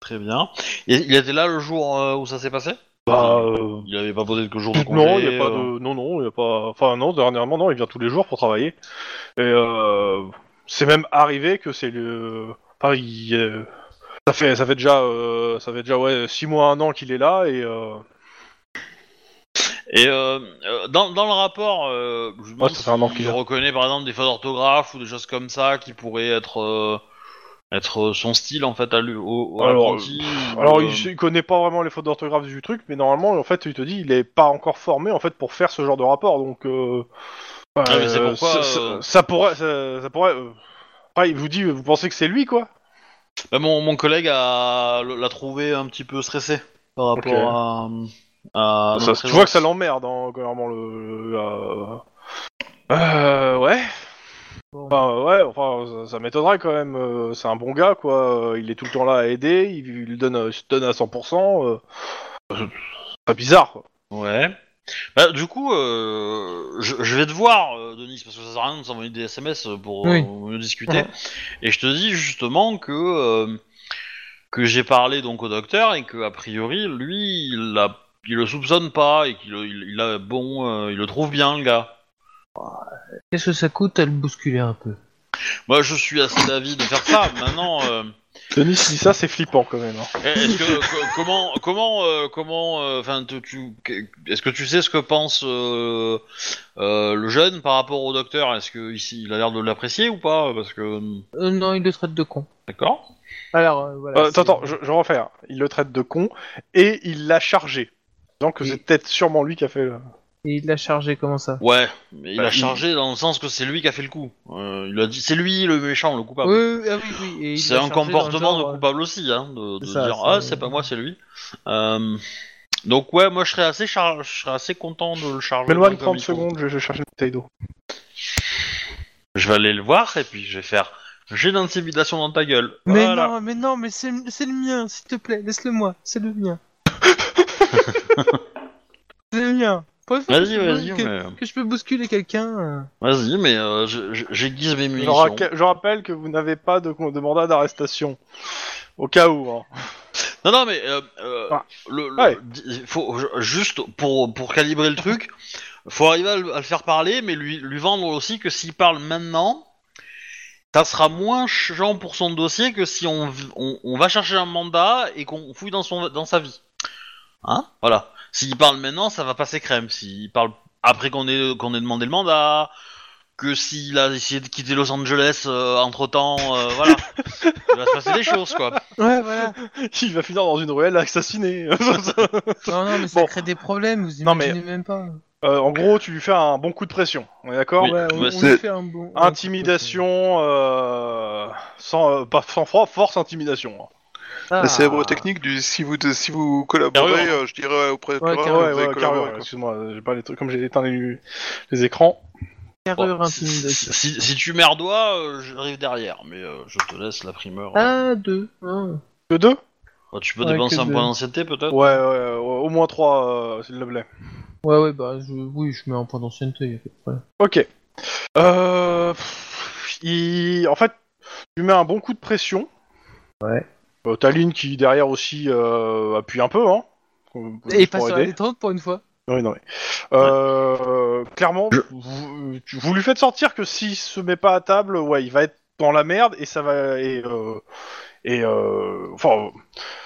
A: Très bien. Et il était là le jour euh, où ça s'est passé
B: bah euh,
A: Il avait pas posé de jour de congé.
B: non, il y a pas
A: euh,
B: de non non, il y a pas enfin non, dernièrement non, il vient tous les jours pour travailler. Et euh, c'est même arrivé que c'est le enfin, il, euh, ça fait ça fait déjà euh, ça fait déjà ouais 6 mois un an qu'il est là et euh,
A: Et euh, euh, dans, dans le rapport, euh, je me
B: Ouais,
A: demande
B: ça fait un hein. an
A: s'il
B: qu'il est.
A: reconnaît par exemple des fautes d'orthographe ou des choses comme ça qui pourraient être euh, être euh, son style en fait à lui, au, au
B: Alors,
A: apprenti, ou,
B: alors
A: euh,
B: il, il connaît pas vraiment les fautes d'orthographe du truc, mais normalement en fait, il te dit il est pas encore formé en fait pour faire ce genre de rapport donc euh,
A: Ah, mais c'est pourquoi,
B: ça, ça-
A: euh,
B: ça pourrait ça, ça pourrait euh, ouais, il vous dit vous pensez que c'est lui quoi
A: bah, mon, mon collègue a l'a trouvé un petit peu stressé par rapport
B: Ok.
A: à. à
B: Ça-
A: notre
B: tu vois que ça
A: présence.
B: l'emmerde, hein, clairement, le... le- euh, euh, ouais.
D: Bon.
B: Enfin, ouais, enfin, ça, ça m'étonnerait quand même. euh, C'est un bon gars, quoi. euh, Il est tout le temps là à aider, il, il donne, euh, il se donne à 100%. euh, C'est pas bizarre, quoi.
A: Ouais. Bah, du coup, euh, je, je vais te voir, euh, Denis, parce que ça sert à rien de s'envoyer des SMS pour euh,
D: Oui.
A: mieux discuter. Et je te dis justement que euh, que j'ai parlé donc au docteur et que a priori, lui, il, a, il le soupçonne pas et qu'il il, il a bon, euh, il le trouve bien, le gars.
D: Qu'est-ce que ça coûte à le bousculer un peu
A: Moi, je suis assez d'avis de faire ça. Maintenant, euh,
B: Denis dit ça, c'est flippant quand même. hein.
A: Eh, est-ce que co- comment comment euh, comment enfin tu que- est-ce que tu sais ce que pense euh, euh, le jeune par rapport au docteur Est-ce que ici il a l'air de l'apprécier ou pas Parce que
D: Euh, Non, il le traite de con.
A: d'accord.
D: Alors euh, voilà.
B: Euh,
D: c'est-
B: attends, attends, je, je refais. hein. Il le traite de con et il l'a chargé. Donc
D: Oui.
B: c'est peut-être sûrement lui qui a fait. le-
D: Et il l'a chargé comment ça
A: Ouais, mais il
B: Bah,
A: a
B: il-
A: chargé dans le sens que c'est lui qui a fait le coup. Euh, il a dit c'est lui le méchant, le coupable.
D: Oui, oui, ah oui, oui. et il
A: C'est
D: l'a
A: un
D: chargé dans le
A: comportement
D: genre,
A: de coupable aussi, hein, de, de
D: C'est ça,
A: dire
D: c'est-
A: ah c'est pas moi, c'est lui. Euh, donc ouais, moi je serais assez char- je serais assez content de le charger.
B: Mets-le-moi
A: comme
B: de 30
A: il faut.
B: secondes, je, je cherche une bouteille d'eau.
A: Je vais aller le voir et puis je vais faire j'ai d'intimidation dans ta gueule.
D: Mais
A: Voilà.
D: non, mais non, mais c'est c'est le mien, s'il te plaît, laisse-le moi, c'est le mien. c'est le mien. Pas le fait que
A: Vas-y,
D: je peux
A: vas-y,
D: bousculer-
A: mais...
D: Que je peux bousculer quelqu'un. euh.
A: Vas-y, mais euh, je- je- j'aiguise mes
B: Je,
A: munitions.
B: raca- je rappelle que vous n'avez pas de, de mandat d'arrestation. Au cas où. hein.
A: Non, non, mais euh, euh,
B: Ah.
A: le, le-
B: Ouais.
A: di- faut je- juste pour pour calibrer le truc, faut arriver à le, à le faire parler, mais lui lui vendre aussi que s'il parle maintenant, ça sera moins chiant pour son dossier que si on v- on, on va chercher un mandat et qu'on fouille dans son dans sa vie. Hein Voilà. S'il parle maintenant, ça va passer crème. S'il parle après qu'on ait qu'on ait demandé le mandat. Que s'il a essayé de quitter Los Angeles entre temps, voilà, il va se passer des choses quoi.
D: Ouais, voilà.
B: Il va finir dans une ruelle assassiné.
D: Non, non, mais ça
B: Bon.
D: crée des problèmes, vous
B: Non, mais-
D: imaginez même pas.
B: Euh, en gros, tu lui fais un bon coup de pression. On est d'accord
A: Oui.
D: Ah Ouais,
A: bah,
D: on, on
A: c'est-
D: lui fait un bon.
B: Intimidation, euh, sans, euh, pas, sans froid, force intimidation. hein.
D: Ah.
E: Bah, La célèbre
D: Ouais,
E: technique du si vous, si vous collaborez,
B: Carrure.
E: euh, je dirais auprès de
D: Ouais,
E: Carrure,
D: carrure,
E: vous avez
B: carrure,
E: collaboré, quoi.
B: excuse-moi, j'ai pas les trucs comme j'ai éteint les, les écrans.
D: carrure,
A: Bon, si,
D: intimidation.
A: si- si- si tu merdois, euh, j'arrive derrière, mais euh, je te laisse la primeur.
D: Ah, deux. Ah.
B: Que deux
A: Enfin, tu peux
D: Ouais,
A: dépenser
D: que
A: un
D: de-
A: point d'ancienneté peut-être
B: Ouais, ouais, ouais, au moins 3, s'il te plaît.
D: Ouais, ouais, bah je... oui, je mets un point d'ancienneté, y'a pas de problème.
B: Ok. Euh, pff, il- En fait, tu mets un bon coup de pression.
D: Ouais.
B: Euh, T'as Lynn qui, derrière aussi, euh, appuie un peu, hein.
D: Et il
B: pour
D: passe sur la
B: aider.
D: détente pour une fois.
B: Oui, non, mais- Euh, Clairement, vous, tu- vous lui faites sentir que s'il se met pas à table, ouais, il va être dans la merde et ça va et euh, et euh, enfin euh,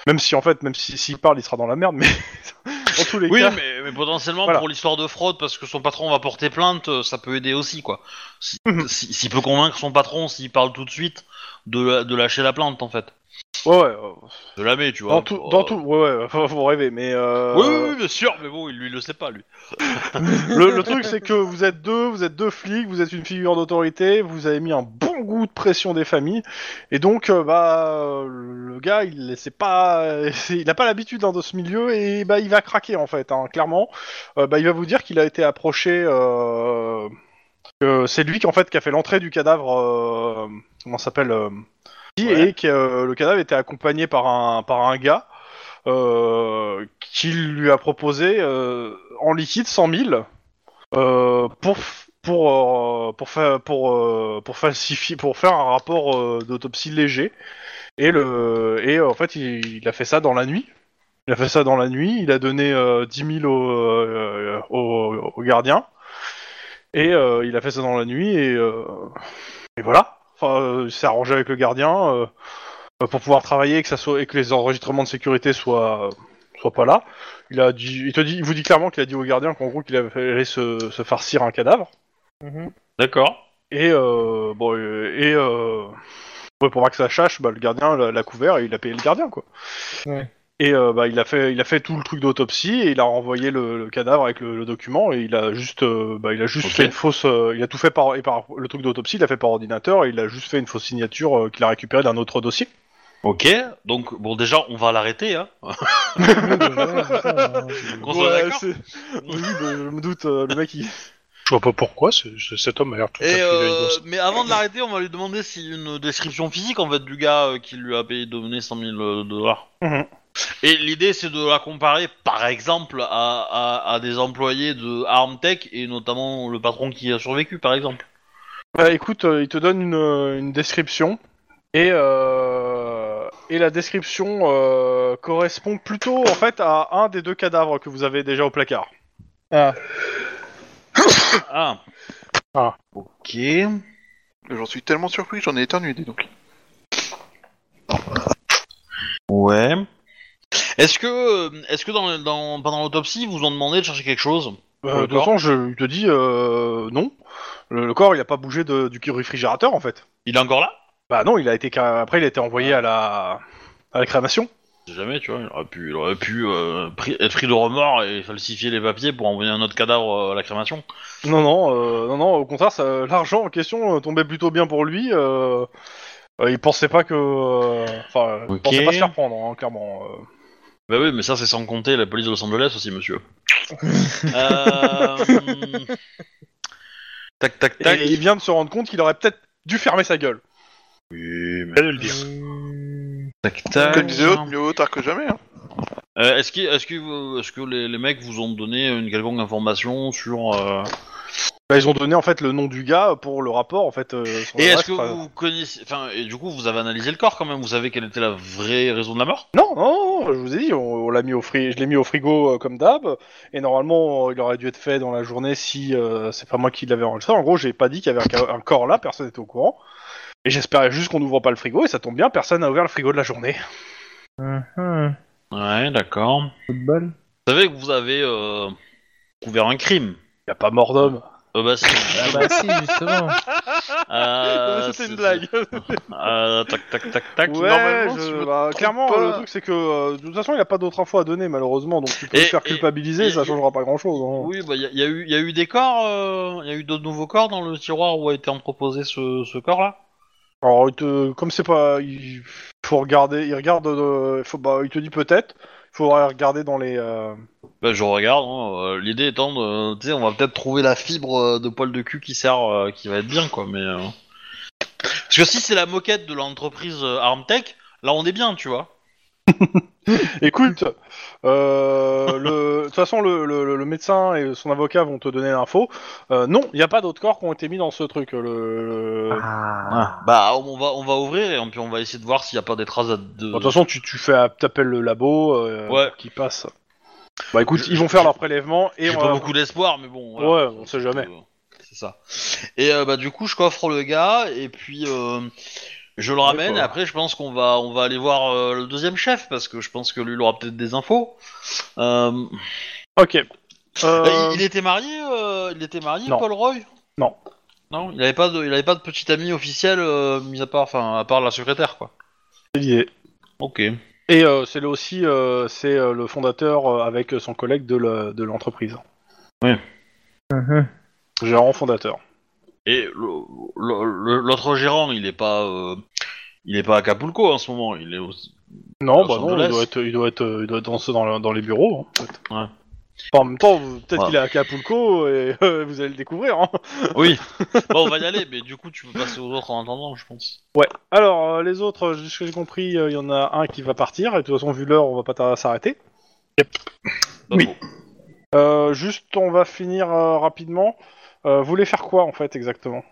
B: même si en fait même si s'il parle il sera dans la merde mais dans tous les
A: Oui,
B: cas
A: mais, mais potentiellement
B: Voilà.
A: pour l'histoire de fraude, parce que son patron va porter plainte, euh, ça peut aider aussi, quoi. Si-
B: Mhm.
A: si- S'il peut convaincre son patron, s'il parle tout de suite, de, la- de lâcher la plainte, en fait.
B: ouais, ouais, euh,
A: De la mettre, tu vois.
B: dans tout dans tout ouais ouais vous rêvez mais euh,
A: Oui, oui, oui, bien sûr, mais bon, il lui il le sait pas, lui.
B: le, le truc, c'est que vous êtes deux, vous êtes deux flics, vous êtes une figure d'autorité, vous avez mis un bon goût de pression des familles, et donc euh, bah euh, le gars, il c'est pas, c'est- il a pas l'habitude hein, de ce milieu et bah il va craquer en fait, hein, clairement. Euh, bah il va vous dire qu'il a été approché, euh, que c'est lui qui en fait qui a fait l'entrée du cadavre, euh, comment ça s'appelle, euh, et que euh, le cadavre était accompagné par un par un gars euh, qui lui a proposé euh, en liquide 100 000 euh, pour f- pour euh, pour faire pour euh, pour falsifier pour faire un rapport euh, d'autopsie léger et le et euh, en fait il, il a fait ça dans la nuit il a fait ça dans la nuit il a donné euh, 10 000 au, euh, au, au gardien et euh, il a fait ça dans la nuit et euh, et voilà enfin euh, il s'est arrangé avec le gardien euh, euh, pour pouvoir travailler et que ça soit et que les enregistrements de sécurité soient soient pas là il a dit, il te dit, il vous dit clairement qu'il a dit au gardien qu'en gros qu'il avait- allait se, se farcir un cadavre.
A: D'accord.
B: Et euh, bon, euh, et euh, ouais, pour pas que ça chasse, bah, le gardien l'a l'a couvert et il a payé le gardien quoi.
D: Ouais.
B: Et euh, bah, il a fait, il a fait tout le truc d'autopsie et il a renvoyé le, le cadavre avec le, le document et il a juste, euh, bah, il a juste
A: Ok.
B: fait une fausse, euh, il a tout fait par, et par le truc d'autopsie, il a fait par ordinateur et il a juste fait une fausse signature euh, qu'il a récupérée d'un autre dossier.
A: Ok, donc, bon, déjà, on va l'arrêter, hein.
D: Ouais, bah, voilà, c'est ça, hein.
A: Qu'on soit d'accord
B: c'est- oui, bah, je me doute, euh, le mec il.
F: Je vois pas pourquoi ce- ce- cet homme a l'air tout à
A: Et
F: fait
A: euh,
F: rigolo.
A: mais avant de l'arrêter, on va lui demander si une description physique en fait du gars euh, qui lui a payé donné 100 000 euh, dollars.
B: Mhm.
A: Et l'idée c'est de la comparer par exemple à, à, à des employés de Armtech et notamment le patron qui a survécu par exemple.
B: Bah écoute, euh, il te donne une, euh, une description et euh, et la description euh, correspond plutôt en fait à un des deux cadavres que vous avez déjà au placard.
A: Ah.
F: Ah.
A: Ok.
C: J'en suis tellement surpris, j'en ai éternué, dis donc.
A: Ouais. Est-ce que euh, est-ce que dans, dans pendant l'autopsie ils vous ont demandé de chercher quelque chose
B: Euh, de toute
A: D'accord.
B: façon, je il te dis euh, non. Le, le corps, il a pas bougé de- du réfrigérateur en fait.
A: Il est encore là
B: Bah non, il a été ca- après il a été envoyé à la à la crémation.
A: Je sais Jamais, tu vois, il aurait pu, il aurait pu euh, pri- être pris de remords et falsifier les papiers pour envoyer un autre cadavre euh, à la crémation.
B: Non non euh, non non, au contraire, ça- l'argent en question euh, tombait plutôt bien pour lui. euh, euh, il pensait pas que euh, enfin, euh, il
A: Ok.
B: pensait pas se faire prendre hein, clairement. euh.
A: Bah oui, mais ça c'est sans compter la police de Los Angeles aussi, monsieur. Euh, Tac, tac, tac.
B: Et il vient de se rendre compte qu'il aurait peut-être dû fermer sa gueule.
A: Oui, mais-
F: Bien de le dire.
D: Euh,
A: Tac,
B: Ah,
A: tac.
C: Comme disait l'autre, mieux vaut tard que jamais. Hein.
A: Euh, est-ce, que, est-ce, que, vous- est-ce que les, les mecs vous ont donné une quelconque information sur... euh,
B: Bah, ils ont donné en fait le nom du gars pour le rapport en fait. euh, sur
A: Et
B: le
A: est-ce
B: reste,
A: que
B: euh,
A: vous connaissez... Enfin, et du coup, vous avez analysé le corps quand même, vous savez quelle était la vraie raison de la mort
B: Non, non, non, je vous ai dit, on, on l'a mis au fri... je l'ai mis au frigo euh, comme d'hab, et normalement euh, il aurait dû être fait dans la journée si euh, c'est pas moi qui l'avais enregistré. En gros, j'ai pas dit qu'il y avait un, ca- un corps là, personne n'était au courant, et j'espérais juste qu'on n'ouvre pas le frigo, et ça tombe bien, personne n'a ouvert le frigo de la journée.
D: Mhm.
A: Ouais, d'accord.
D: Coup de balle.
A: Vous savez que vous avez euh, couvert un crime.
B: Y a pas mort d'homme.
A: Euh, bah, si.
D: Ah bah si, justement.
A: Euh,
B: C'était une blague.
A: Euh, tac, tac, tac, tac.
B: Ouais,
C: normalement,
B: je-
C: si je me
B: bah,
C: trompe
B: clairement,
C: pas-
B: le truc c'est que euh, de toute façon il a pas d'autre info à donner malheureusement, donc tu peux
A: Et-
B: le faire
A: et-
B: culpabiliser,
A: et-
B: ça changera pas hein. grand chose.
A: Oui, bah, il y, a- y a eu- y a eu des corps, il y a eu d'autres nouveaux corps dans le tiroir où a été proposé ce, ce corps-là
B: Alors, il te- comme c'est pas, il faut regarder, il regarde, euh, il faut, bah, il te dit peut-être, il faudra regarder dans les. euh,
A: Bah, je regarde, hein, euh, l'idée étant de. Tu sais, on va peut-être trouver la fibre euh, de poil de cul qui sert, euh, qui va être bien, quoi, mais. euh, Parce que si c'est la moquette de l'entreprise euh, Armtech, là on est bien, tu vois.
B: Écoute, euh, le- de toute façon, le, le- le médecin et son avocat vont te donner l'info. Euh, non, il n'y a pas d'autres corps qui ont été mis dans ce truc. Le, le-
A: Ah. Bah, on va, on va ouvrir et puis on va essayer de voir s'il n'y a pas des traces à- de.
B: Bon, de toute façon, tu, tu fais, t'appelles le labo euh,
A: Ouais.
B: pour qu'il passe. Bah écoute,
A: Je-
B: ils vont faire leur prélèvement et
A: J'ai
B: on
A: pas
B: va-
A: beaucoup d'espoir, mais bon. Euh,
B: Ouais, on sait jamais.
A: C'est ça. Et euh, bah du coup, je coffre le gars et puis euh, je le ramène.
B: pas.
A: Et après, je pense qu'on va, on va aller voir euh, le deuxième chef parce que je pense que lui, il aura peut-être des infos. Euh,
B: Ok.
A: euh,
B: Euh,
A: Il, il était marié, euh, il était marié,
B: Non.
A: Paul Roy.
B: Non.
A: Non, il avait pas de, il avait pas de petite amie officielle, euh, mis à part, enfin, à part la secrétaire, quoi.
B: c'est l'idée.
A: Ok.
B: Et euh, c'est le- aussi euh, c'est euh, le fondateur euh, avec son collègue de la- de l'entreprise. Gérant fondateur.
A: Et le- le- le- l'autre gérant, il est pas, euh, il est pas à Acapulco en ce moment. Il est au-
B: Non,
A: Los
B: bah non,
A: Angeles.
B: il doit être, il doit être, euh, il doit être dans, ce- dans, le- dans les bureaux. hein, en fait.
A: Ouais.
B: Enfin, en même temps, vous- peut-être
A: Ouais.
B: qu'il est à Acapulco et euh, vous allez le découvrir. hein.
A: Oui. bon, Bah, on va y aller, mais du coup, tu peux passer aux autres en attendant, je pense.
B: Alors, euh, les autres, euh, de ce que j'ai compris, euh, il y en a un qui va partir, et de toute façon, vu l'heure, on va pas tarder à s'arrêter.
A: Pas
B: Oui.
A: bon.
B: Euh, juste, on va finir euh, rapidement. Euh, vous voulez faire quoi, en fait, exactement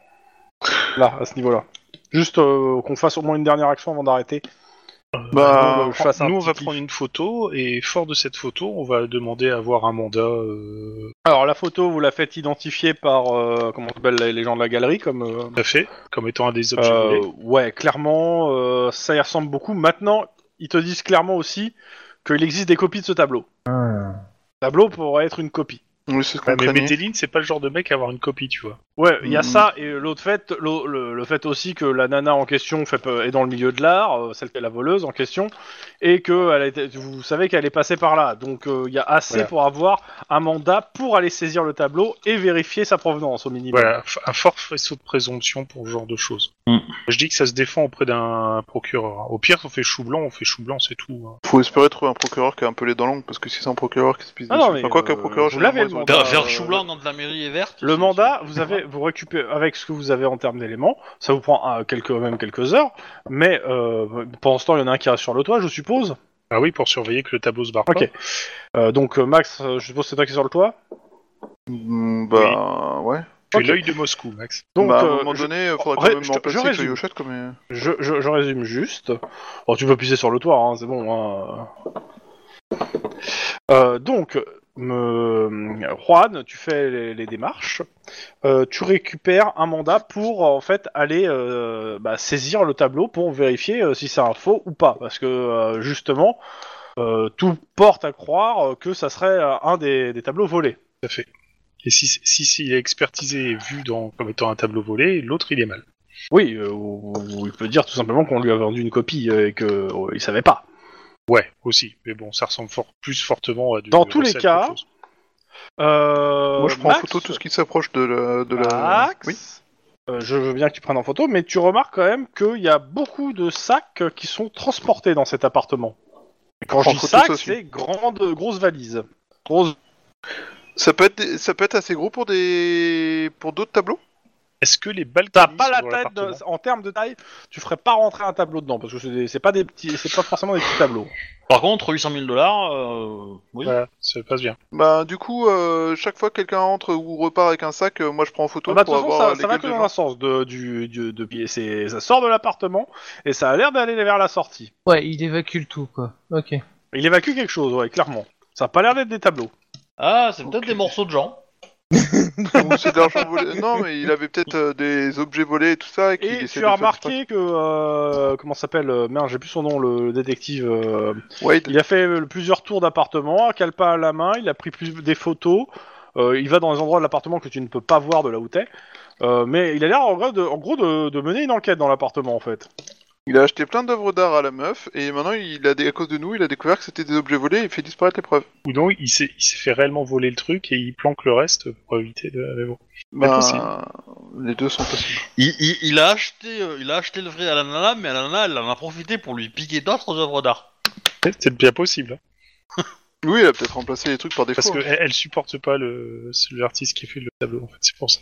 B: Là, à ce niveau-là. Juste euh, qu'on fasse au moins une dernière action avant d'arrêter.
F: Bah,
B: euh, je fasse un
F: nous, on
B: petit
F: va
B: kiff.
F: prendre une photo et fort de cette photo, on va demander à avoir un mandat. euh,
B: Alors, la photo, vous la faites identifier par, euh, comment on s'appelle, les, les gens de la galerie, comme... euh,
F: tout à fait, comme étant un des objets
B: Euh,
F: volés.
B: ouais, clairement, euh, ça y ressemble beaucoup. Maintenant, ils te disent clairement aussi qu'il existe des copies de ce tableau. Le tableau pourrait être une copie.
C: Oui, c'est ce qu'on
F: Ouais, mais
C: craignait.
F: Medellin, c'est pas le genre de mec à avoir une copie, tu vois.
B: Ouais, il y a
C: Mhm.
B: ça, et l'autre fait, l'au- le, le fait aussi que la nana en question fait, pe- est dans le milieu de l'art, euh, celle qui est la voleuse en question, et que elle a été- vous savez qu'elle est passée par là. Donc euh, il y a assez
F: Voilà.
B: pour avoir un mandat pour aller saisir le tableau et vérifier sa provenance au minimum.
F: Voilà, f- un fort faisceau de présomption pour ce genre de choses.
A: Mm.
F: Je dis que ça se défend auprès d'un procureur. hein. Au pire, on fait chou blanc, on fait chou blanc, c'est tout. hein.
C: Faut espérer trouver un procureur qui a un peu les dents longues, parce que si c'est un procureur qui se pisse
B: Ah
C: dessus-
B: non, mais,
C: Enfin, quoi qu'un
B: euh,
C: procureur,
B: vous l'avez,
C: généralement,
B: le
C: ils ont-
A: Putain,
B: mandat.
A: faire chou blanc quand la mairie est verte.
B: bah, euh, Le
A: c'est-
B: mandat,
A: c'est-
B: vous avez, vous récupérez avec ce que vous avez en termes d'éléments, ça vous prend euh, quelques, même quelques heures, mais euh, pendant ce temps, il y en a un qui reste sur le toit, je suppose.
F: Ah oui, pour surveiller que le tableau se barre
B: Ok.
F: pas.
B: Euh, donc euh, Max, euh, je suppose que c'est toi qui es sur le toit.
C: Mm, Bah, ouais.
F: Tu es
B: Ok.
F: l'œil de Moscou, Max.
B: Donc,
C: Bah, à
B: euh,
C: un moment
B: je,
C: donné,
B: Ré-
C: faudra quand même
B: je te- je
C: remplacer que
B: résume.
C: Yoshette comme. euh,
B: je, je- je résume juste. Bon, tu peux pisser sur le toit, hein, c'est bon. hein. Euh, donc, me- Juan, tu fais les, les démarches, Euh, tu récupères un mandat pour en fait aller euh, bah, saisir le tableau pour vérifier euh, si c'est un faux ou pas, parce que euh, justement, euh, tout porte à croire euh, que ça serait euh, un des, des tableaux volés.
F: Tout à fait. Et si, si, si il est expertisé et vu dans, comme étant un tableau volé, l'autre il est mal.
B: Oui, euh, ou, ou il peut dire tout simplement qu'on lui a vendu une copie euh, et qu'il il savait pas.
F: Ouais, aussi. Mais bon, ça ressemble fort, plus fortement à du.
B: Dans tous les
F: recette
B: cas,
F: qu'autre chose.
B: Euh,
C: Moi, je prends en
B: Max,
C: photo tout ce qui s'approche de la. De la...
B: Max,
C: Oui.
B: euh, je veux bien que tu prennes en photo, mais tu remarques quand même qu'il y a beaucoup de sacs euh, qui sont transportés dans cet appartement. Et quand je
C: Prends
B: dis
C: photo, ça
B: sacs,
C: aussi.
B: c'est grande, grosse valise. Grosse...
C: Ça peut, être des- ça peut être assez gros pour des pour d'autres tableaux
F: Est-ce que les balles
B: T'as pas la tête de- en termes de taille, tu ferais pas rentrer un tableau dedans parce que c'est des- c'est pas des petits, c'est pas forcément des petits tableaux.
A: Par contre, 800 000 dollars, euh, oui.
F: Voilà, ça passe bien.
C: Bah du coup, euh, chaque fois que quelqu'un entre ou repart avec un sac, euh, moi je prends en photo
B: Ah bah, de
C: pour
B: toute façon,
C: avoir
B: ça, ça
C: euh, les
B: va
C: gueules
B: que
C: des
B: dans un
C: gens.
B: sens de, du, du- de, pied. C'est- ça sort de l'appartement et ça a l'air d'aller vers la sortie.
D: Ouais, il évacue le tout, quoi. Ok.
B: Il évacue quelque chose, ouais, clairement. Ça a pas l'air d'être des tableaux.
A: Ah, c'est peut-être des morceaux de gens.
B: hein.
C: Ou c'est de l'argent volé. Non, mais il avait peut-être euh, des objets volés et tout ça. Et, qu'il
B: Et
C: essayait
B: tu as
C: de faire
B: remarqué que euh, comment ça s'appelle euh, Merde, j'ai plus son nom, le détective. euh,
C: disparaître. Wade.
B: il a fait euh, plusieurs tours d'appartement, calpa à la main, il a pris plus des photos. euh, il va dans des endroits de l'appartement que tu ne peux pas voir de là où t'es. Euh, mais il a l'air en gros, de, en gros de, de mener une enquête dans l'appartement en fait.
C: Il a acheté plein d'œuvres d'art à la meuf et maintenant il a dé- à cause de nous, il a découvert que c'était des objets volés et il fait disparaître les preuves.
F: Ou non, il s'est il s'est fait réellement voler le truc et il planque le reste pour éviter de. mais bon.
C: Ben,
F: possible.
C: les deux sont possibles.
A: Il, il, il a acheté, euh, il a acheté le vrai à la nana, mais la nana, elle en a profité pour lui piquer d'autres œuvres d'art.
F: Ouais, C'est bien possible. hein.
C: Oui, il a peut-être remplacé les trucs par des
F: parce
C: faux.
F: qu'elle elle supporte pas le c'est l'artiste qui fait le tableau, en fait. C'est pour ça.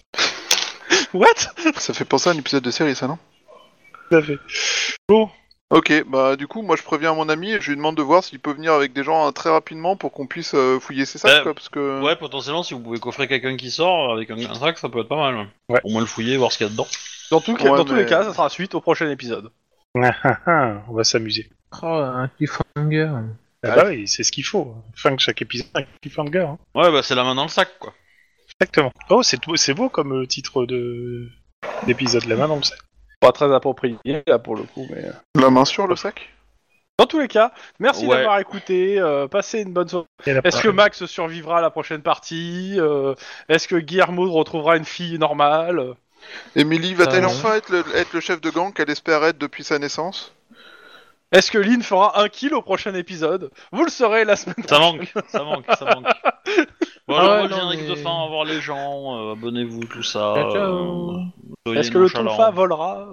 B: What
C: hein. Ça fait penser à un épisode de série, ça non
F: Tout à fait. Bon,
C: Ok, bah du coup, moi je préviens mon ami et je lui demande de voir s'il peut venir avec des gens hein, très rapidement pour qu'on puisse euh, fouiller ses sacs,
A: Euh,
C: quoi, parce que...
A: Ouais, potentiellement, si vous pouvez coffrer quelqu'un qui sort avec un, un sac, ça peut être pas mal. ouais.
F: Ouais.
A: Au moins le fouiller, voir ce qu'il y a dedans.
B: Dans, tout-
C: Ouais,
B: dans tous
C: mais-
B: les cas, ça sera suite au prochain épisode.
F: Ah, On va s'amuser.
D: Oh, un cliffhanger.
F: Ah bah oui, c'est ce qu'il faut. Fin de chaque épisode, un cliffhanger. hein.
A: Ouais, bah c'est la main dans le sac, quoi.
F: Exactement. Oh, c'est tout- c'est beau comme euh, titre de d'épisode la main dans le sac.
B: Pas très approprié là pour le coup, mais.
C: La main sur le sac
B: Dans tous les cas, merci
A: Ouais.
B: d'avoir écouté. euh, passez une bonne soirée.
F: Et la-
B: Est-ce que Max survivra à la prochaine partie Euh, Est-ce que Guillermo retrouvera une fille normale euh,
C: Émilie va-t-elle
D: Ah, ouais.
C: enfin être le, être le chef de gang qu'elle espère être depuis sa naissance
B: Est-ce que Lynn fera un kill au prochain épisode Vous le saurez la semaine
A: Ça manque, ça manque, ça manque. Bon,
D: Ah
A: alors, on
D: ouais,
A: va le
D: non,
A: générique de
D: mais-
A: fin, au revoir les gens, euh, abonnez-vous, tout ça.
D: Ciao, ciao.
A: euh, soyez
B: Est-ce que le
A: nonchalants.
B: Tonfa volera